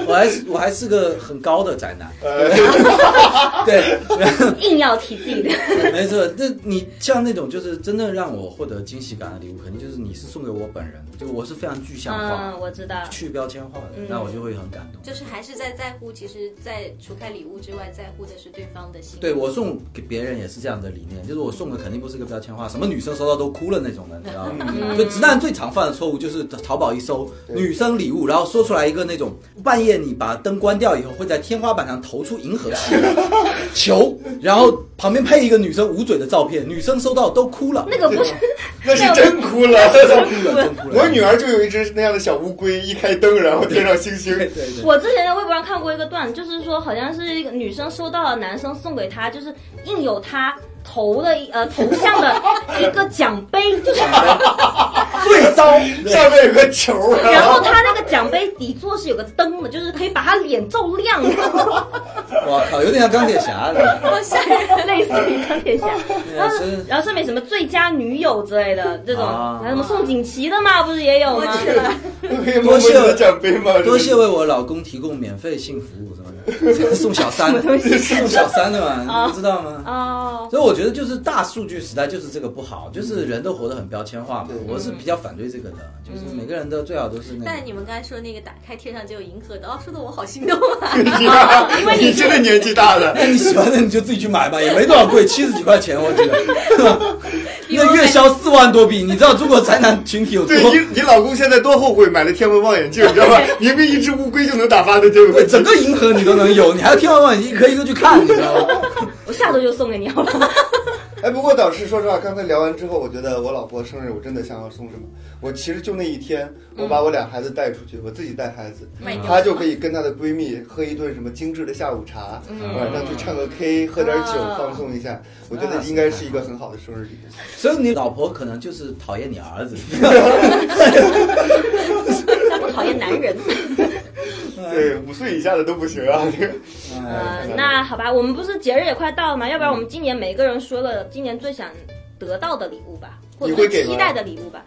S2: 我还是我还是个很高的宅男。
S1: 呃，
S4: 哦
S2: 对，
S4: 硬要提自己 的，
S2: 没错，那你像那种就是真的让我获得惊喜感的礼物，肯定就是你是送给我本人，就我是非常具象化、
S4: 嗯，我知道，
S2: 去标签化的，
S4: 嗯
S2: 那我就会很感动。
S5: 就是还是在在乎，其实，在除开礼物之外，在乎的是对方的心。
S2: 对我送给别人也是这样的理念，就是我送的肯定不是个标签化，什么女生收到都哭了那种的，你知道
S4: 嗯
S2: 吗？就直男最常犯的错误就是淘宝一搜女生礼物，然后说出来一个那种半夜你把灯关掉以后会在天花板上投出银河系的球，然后旁边配一个女生捂嘴的照片，女生收到都哭了，
S4: 那个不是，
S1: 那是真哭了。
S2: 哭了，真哭了。
S1: 我女儿就有一只那样的小乌龟，一开灯，然后天上星星。
S2: 对对对。
S4: 我之前在微博上看过一个段子，就是说好像是一个女生收到了男生送给她，就是印有她头的一呃头像的一个奖杯，就是
S2: 最糟，
S1: 上面有个球，
S4: 然后她那个奖杯底座是有个灯的，就是可以把她脸照亮的，
S2: 我靠，有点像钢铁侠的，哎
S5: 好吓人。
S4: 类似于钢铁侠。然后
S2: 真
S4: 然后上面什么最佳女友之类的这种，
S2: 啊
S4: 还有什么宋锦旗的嘛，不是也有吗？
S1: 可以摸摸你的奖杯吗？
S2: 多谢为我老公提供免费性服务什么 的，送小三的，送小三的嘛，你不知道吗？
S4: 哦，
S2: 所以我觉得就是大数据时代就是这个不好，就是人都活得很标签化嘛
S1: 对。
S2: 我是比较反对这个的，就是每个人都最好都是那
S5: 但
S2: 个。
S5: 你们刚才说那个打开天上就有银河的，哦，说的我好心动啊！
S1: 因为 你真的年纪大了。
S2: 那你喜欢的你就自己去买吧，也没多少 贵，七十几块钱我觉得。 那月销四万多笔，你知道中国宅男群体有多
S1: 对你，你老公现在多后悔买了天文望远镜，你知道 吧？明明一只乌龟就能打发的，结果
S2: 对，整个银河你都能有，你还天花板一个一个去看，你知道 吗？
S4: 我下周就送给你好了。
S1: 哎，不过导师，说实话，刚才聊完之后，我觉得我老婆生日，我真的想要送什么。我其实就那一天，我把我俩孩子带出去，我自己带孩子，
S5: 卖掉
S1: 她就可以跟她的闺蜜喝一顿什么精致的下午茶，晚上去唱个 K，喝点酒
S4: 啊
S1: 放松一下。我觉得应该是一个很好的生日礼物。
S2: 所以你老婆可能就是讨厌你儿子，
S4: 他不讨厌男人。
S1: 对，五岁以下的都不行啊，这个。
S2: 嗯
S4: 呃，那好吧，我们不是节日也快到了吗？要不然我们今年每个人说了今年最想得到的礼物吧，或
S1: 你
S4: 者
S1: 会
S4: 最
S1: 给吗
S4: 期待的礼物吧。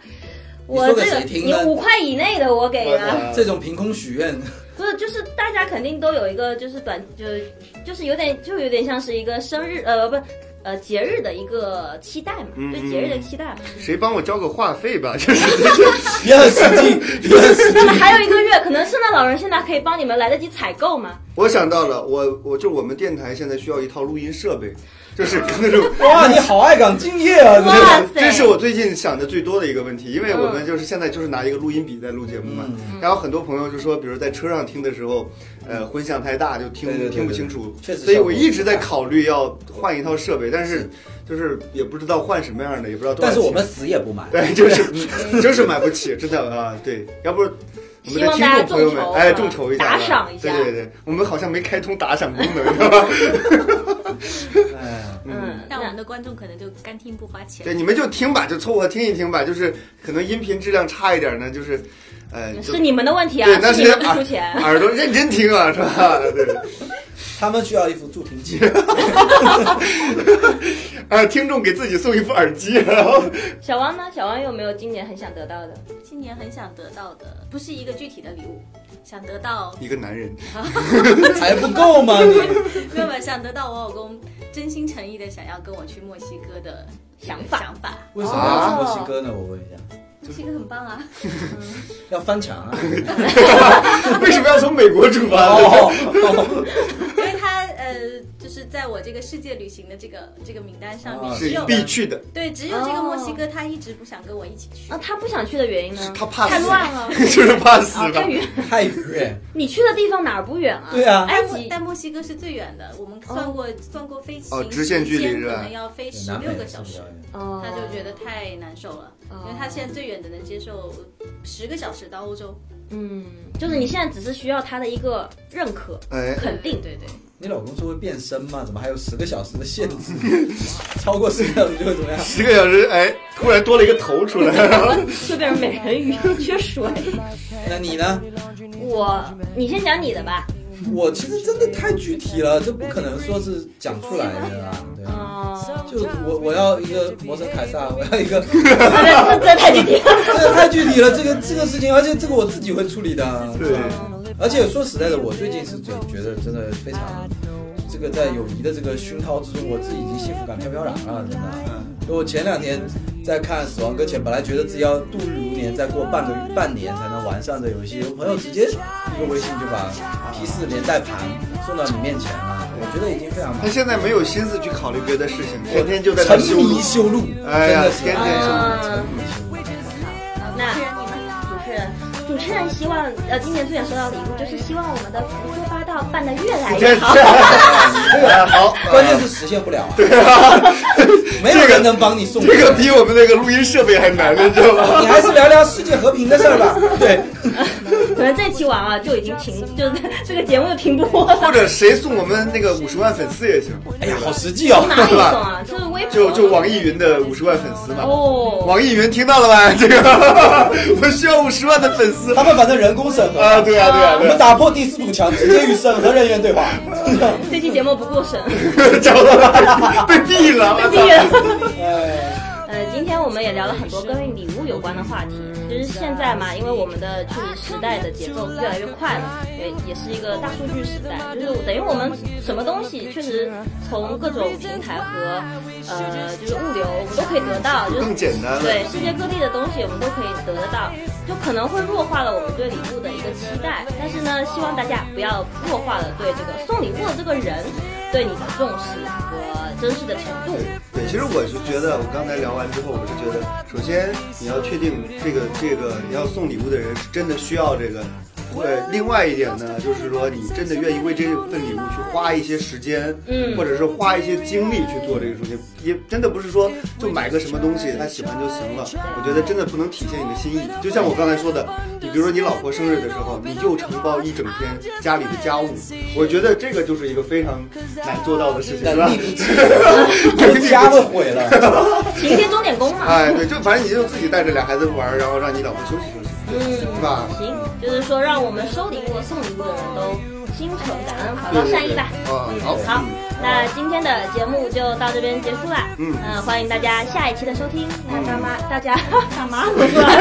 S2: 你
S4: 我
S2: 说给
S4: 这个
S2: 谁听
S4: 你
S2: 呢
S4: 五块以内的我给啊，
S1: 我
S2: 这种凭空许 愿，
S4: 不是就是大家肯定都有一个就是短就是就是有点就有点像是一个生日呃不呃节日的一个期待嘛，
S1: 嗯
S4: 对节日的期待嘛。
S1: 谁帮我交个话费吧？就是
S2: 也很实际，也很实际。
S4: 那么还有一个月，可能圣诞老人现在可以帮你们来得及采购吗？
S1: 我想到了，我我就我们电台现在需要一套录音设备，就是 那种
S2: 哇，你好爱港敬业 啊！
S4: 哇塞嗯
S1: 这是我最近想的最多的一个问题，因为我们就是现在就是拿一个录音笔在录节目嘛，然后很多朋友就说，比如在车上听的时候，呃，混响太大就听
S2: 对对对对
S1: 听不清楚，
S2: 确实
S1: 所以
S2: 效果
S1: 我一直在考虑要换一套设备，但是就是也不知道换什么样的，也不知道多
S2: 但
S1: 少
S2: 是
S1: 钱。
S2: 我们死也不买。
S1: 对，就是就是买不起，真的啊，对，要不我们的听众朋友们，哎，众筹一下吧，
S4: 啊打赏一下
S1: 对对对，我们好像没开通打赏功能，是吧？
S4: 嗯，
S5: 但我们的观众可能就干听不花钱
S1: 对，。你们就听吧，就凑合听一听吧。就是可能音频质量差一点呢，就是，呃，就是
S4: 你们的问题啊
S1: 对，，那
S4: 是
S1: 是
S4: 你
S1: 得
S4: 们不
S1: 耳
S4: 出钱。
S1: 耳朵认真听啊，是吧？对，
S2: 他们需要一副助听器。
S1: 啊，听众给自己送一副耳机， 然后
S4: 小王呢？小王有没有今年很想得到的？
S5: 今年很想得到的不是一个具体的礼物，想得到
S1: 一个男人，
S2: 还不够吗？你
S5: 没有没有想得到我老公真心诚意的想要跟我去墨西哥的
S4: 想法
S5: 想法。
S2: 为什么要去墨西哥呢？我问一下，
S5: 墨西哥很棒啊！
S2: 要翻墙啊？
S1: 为什么要从美国出发呢？
S2: 哦，
S5: 因为他呃，就是在我这个世界旅行的这个这个名单上面，
S2: 哦
S5: 只
S1: 啊是
S5: 有
S1: 必去的，
S5: 对只有这个墨西哥，他一直不想跟我一起去
S4: 啊，。他不想去的原因呢？
S1: 他怕
S4: 嗯太
S1: 死
S4: 乱了，
S1: 就是怕死
S4: 啊，
S1: 吧
S4: 太。远。
S2: 太远，
S4: 你去的地方哪儿不远啊？
S2: 对啊
S4: 埃
S5: 但墨
S4: 及。
S5: 哎但墨西哥是最远的，我们算过算过飞行
S1: 哦直线距离
S5: 时间
S1: 是吧嗯
S5: 可能要飞十
S1: 哦
S2: 南
S5: 六
S2: 美
S5: 个小时
S2: 是。比较远
S4: 哦，
S5: 他就觉得太难受了，因为他现在最远的能接受十个小时到欧洲，
S4: 嗯，就是你现在只是需要他的一个认可、
S1: 哎，
S4: 肯定。
S5: 对对对，
S2: 你老公说会变身吗？怎么还有十个小时的限制？ 超过十个小时就会怎么样？
S1: 十个小时，哎，突然多了一个头出 来，然后
S4: 就变成美人鱼，缺水。
S2: 那你呢？
S4: 我，你先讲你的吧。
S2: 我其实真的太具体了，这不可能说是讲出来的啊，对啊。
S4: 哦，
S2: 就我我要一个魔神凯撒，我要一个，
S4: 这这太具体了。
S2: 这个太具体了，这个这个事情，而且这个我自己会处理的啊。
S1: 对，
S2: 而且说实在的，我最近是觉觉得真的非常，这个在友谊的这个熏陶之中，我自己已经幸福感飘飘然了，真的。
S1: 嗯
S2: 就我前两天在看《死亡搁浅》，本来觉得自己要度日如年，再过半个半年才能玩上这游戏，我朋友直接一个微信就把 P 四连带盘送到你面前了，我觉得已经非常
S1: 他
S2: 满足。
S1: 现在没有心思去考虑别的事情，天天就在那
S2: 沉
S1: 修
S2: 迷
S1: 路。
S2: 修路，
S1: 哎呀
S2: 真的
S1: 天
S2: 是
S1: 天修
S4: 路
S2: 沉迷修路。
S4: 那主持人，主持人希望呃，今年最想收到礼物就是希望我们的胡说八道办得越来越
S1: 这
S4: 好。
S1: 这 好，
S2: 关键是实现不了啊！没有人能帮你送
S1: 这个比我们那个录音设备还难呢，你知道吗？
S2: 你还是聊聊世界和平的事儿 吧。对，
S4: 可能这期完啊，就已经停，就是 这个节目就停播了。
S1: 或者谁送我们那个五十万粉丝也行，
S2: 哎呀，好实际哦。
S4: 哪里送啊？是微博
S1: 就就网易云的五十万粉丝嘛。
S4: 哦，
S1: 网易云听到了吧？这个 我需要五十万的粉丝
S2: 他们反正人工审核，
S1: 啊！对啊，对啊，
S2: 我
S1: 对
S2: 们
S1: 啊
S2: 打破第四堵墙，直接与审核人员对 话。
S4: 这期节目不过审。，
S1: 找到了，啊 被毙了， 我操！
S2: 哎
S4: 呃，今天我们也聊了很多跟礼物有关的话题。就是现在嘛，因为我们的距离时代的节奏越来越快了，也也是一个大数据时代，就是等于我们什么东西确实从各种平台和呃就是物流我们都可以得到，就是
S1: 更简单了
S4: 对，世界各地的东西我们都可以得得到，就可能会弱化了我们对礼物的一个期待。但是呢，希望大家不要弱化了对这个送礼物的这个人对你的重视和珍视的程度。
S1: 对，其实我是觉得，我刚才聊完之后，我是觉得，首先你要确定这个这个你要送礼物的人是真的需要这个。呃，另外一点呢，就是说你真的愿意为这份礼物去花一些时间，
S4: 嗯
S1: 或者是花一些精力去做这个事情，也真的不是说就买个什么东西他喜欢就行了。我觉得真的不能体现你的心意。就像我刚才说的，你比如说你老婆生日的时候，你就承包一整天家里的家务，我觉得这个就是一个非常难做到的事情，是吧
S2: 能力？不及，国家都毁 了。
S4: 勤天钟点工嘛。
S1: 哎，对，就反正你就自己带着俩孩子玩儿，然后让你老婆休息休息，对吧？
S4: 行，就是说让我们收礼物、送礼物的人都心存感恩，怀抱善意吧。
S1: 啊，好，
S4: 好，那今天的节目就到这边结束啦。
S1: 嗯
S4: 呃欢迎大家下一期的收听。那大妈，大家 大 妈怎么说了？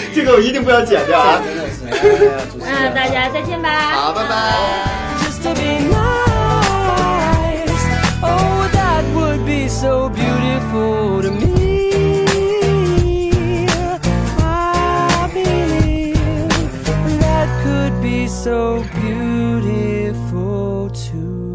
S1: 这个我一定不要剪掉啊。
S2: 真的是，哎呀，主持
S4: 那
S2: 人，
S4: 大家再见吧。
S1: 好拜拜。
S3: just to be nice. Oh, that would be so beautiful to me. I believe that could be so beautiful to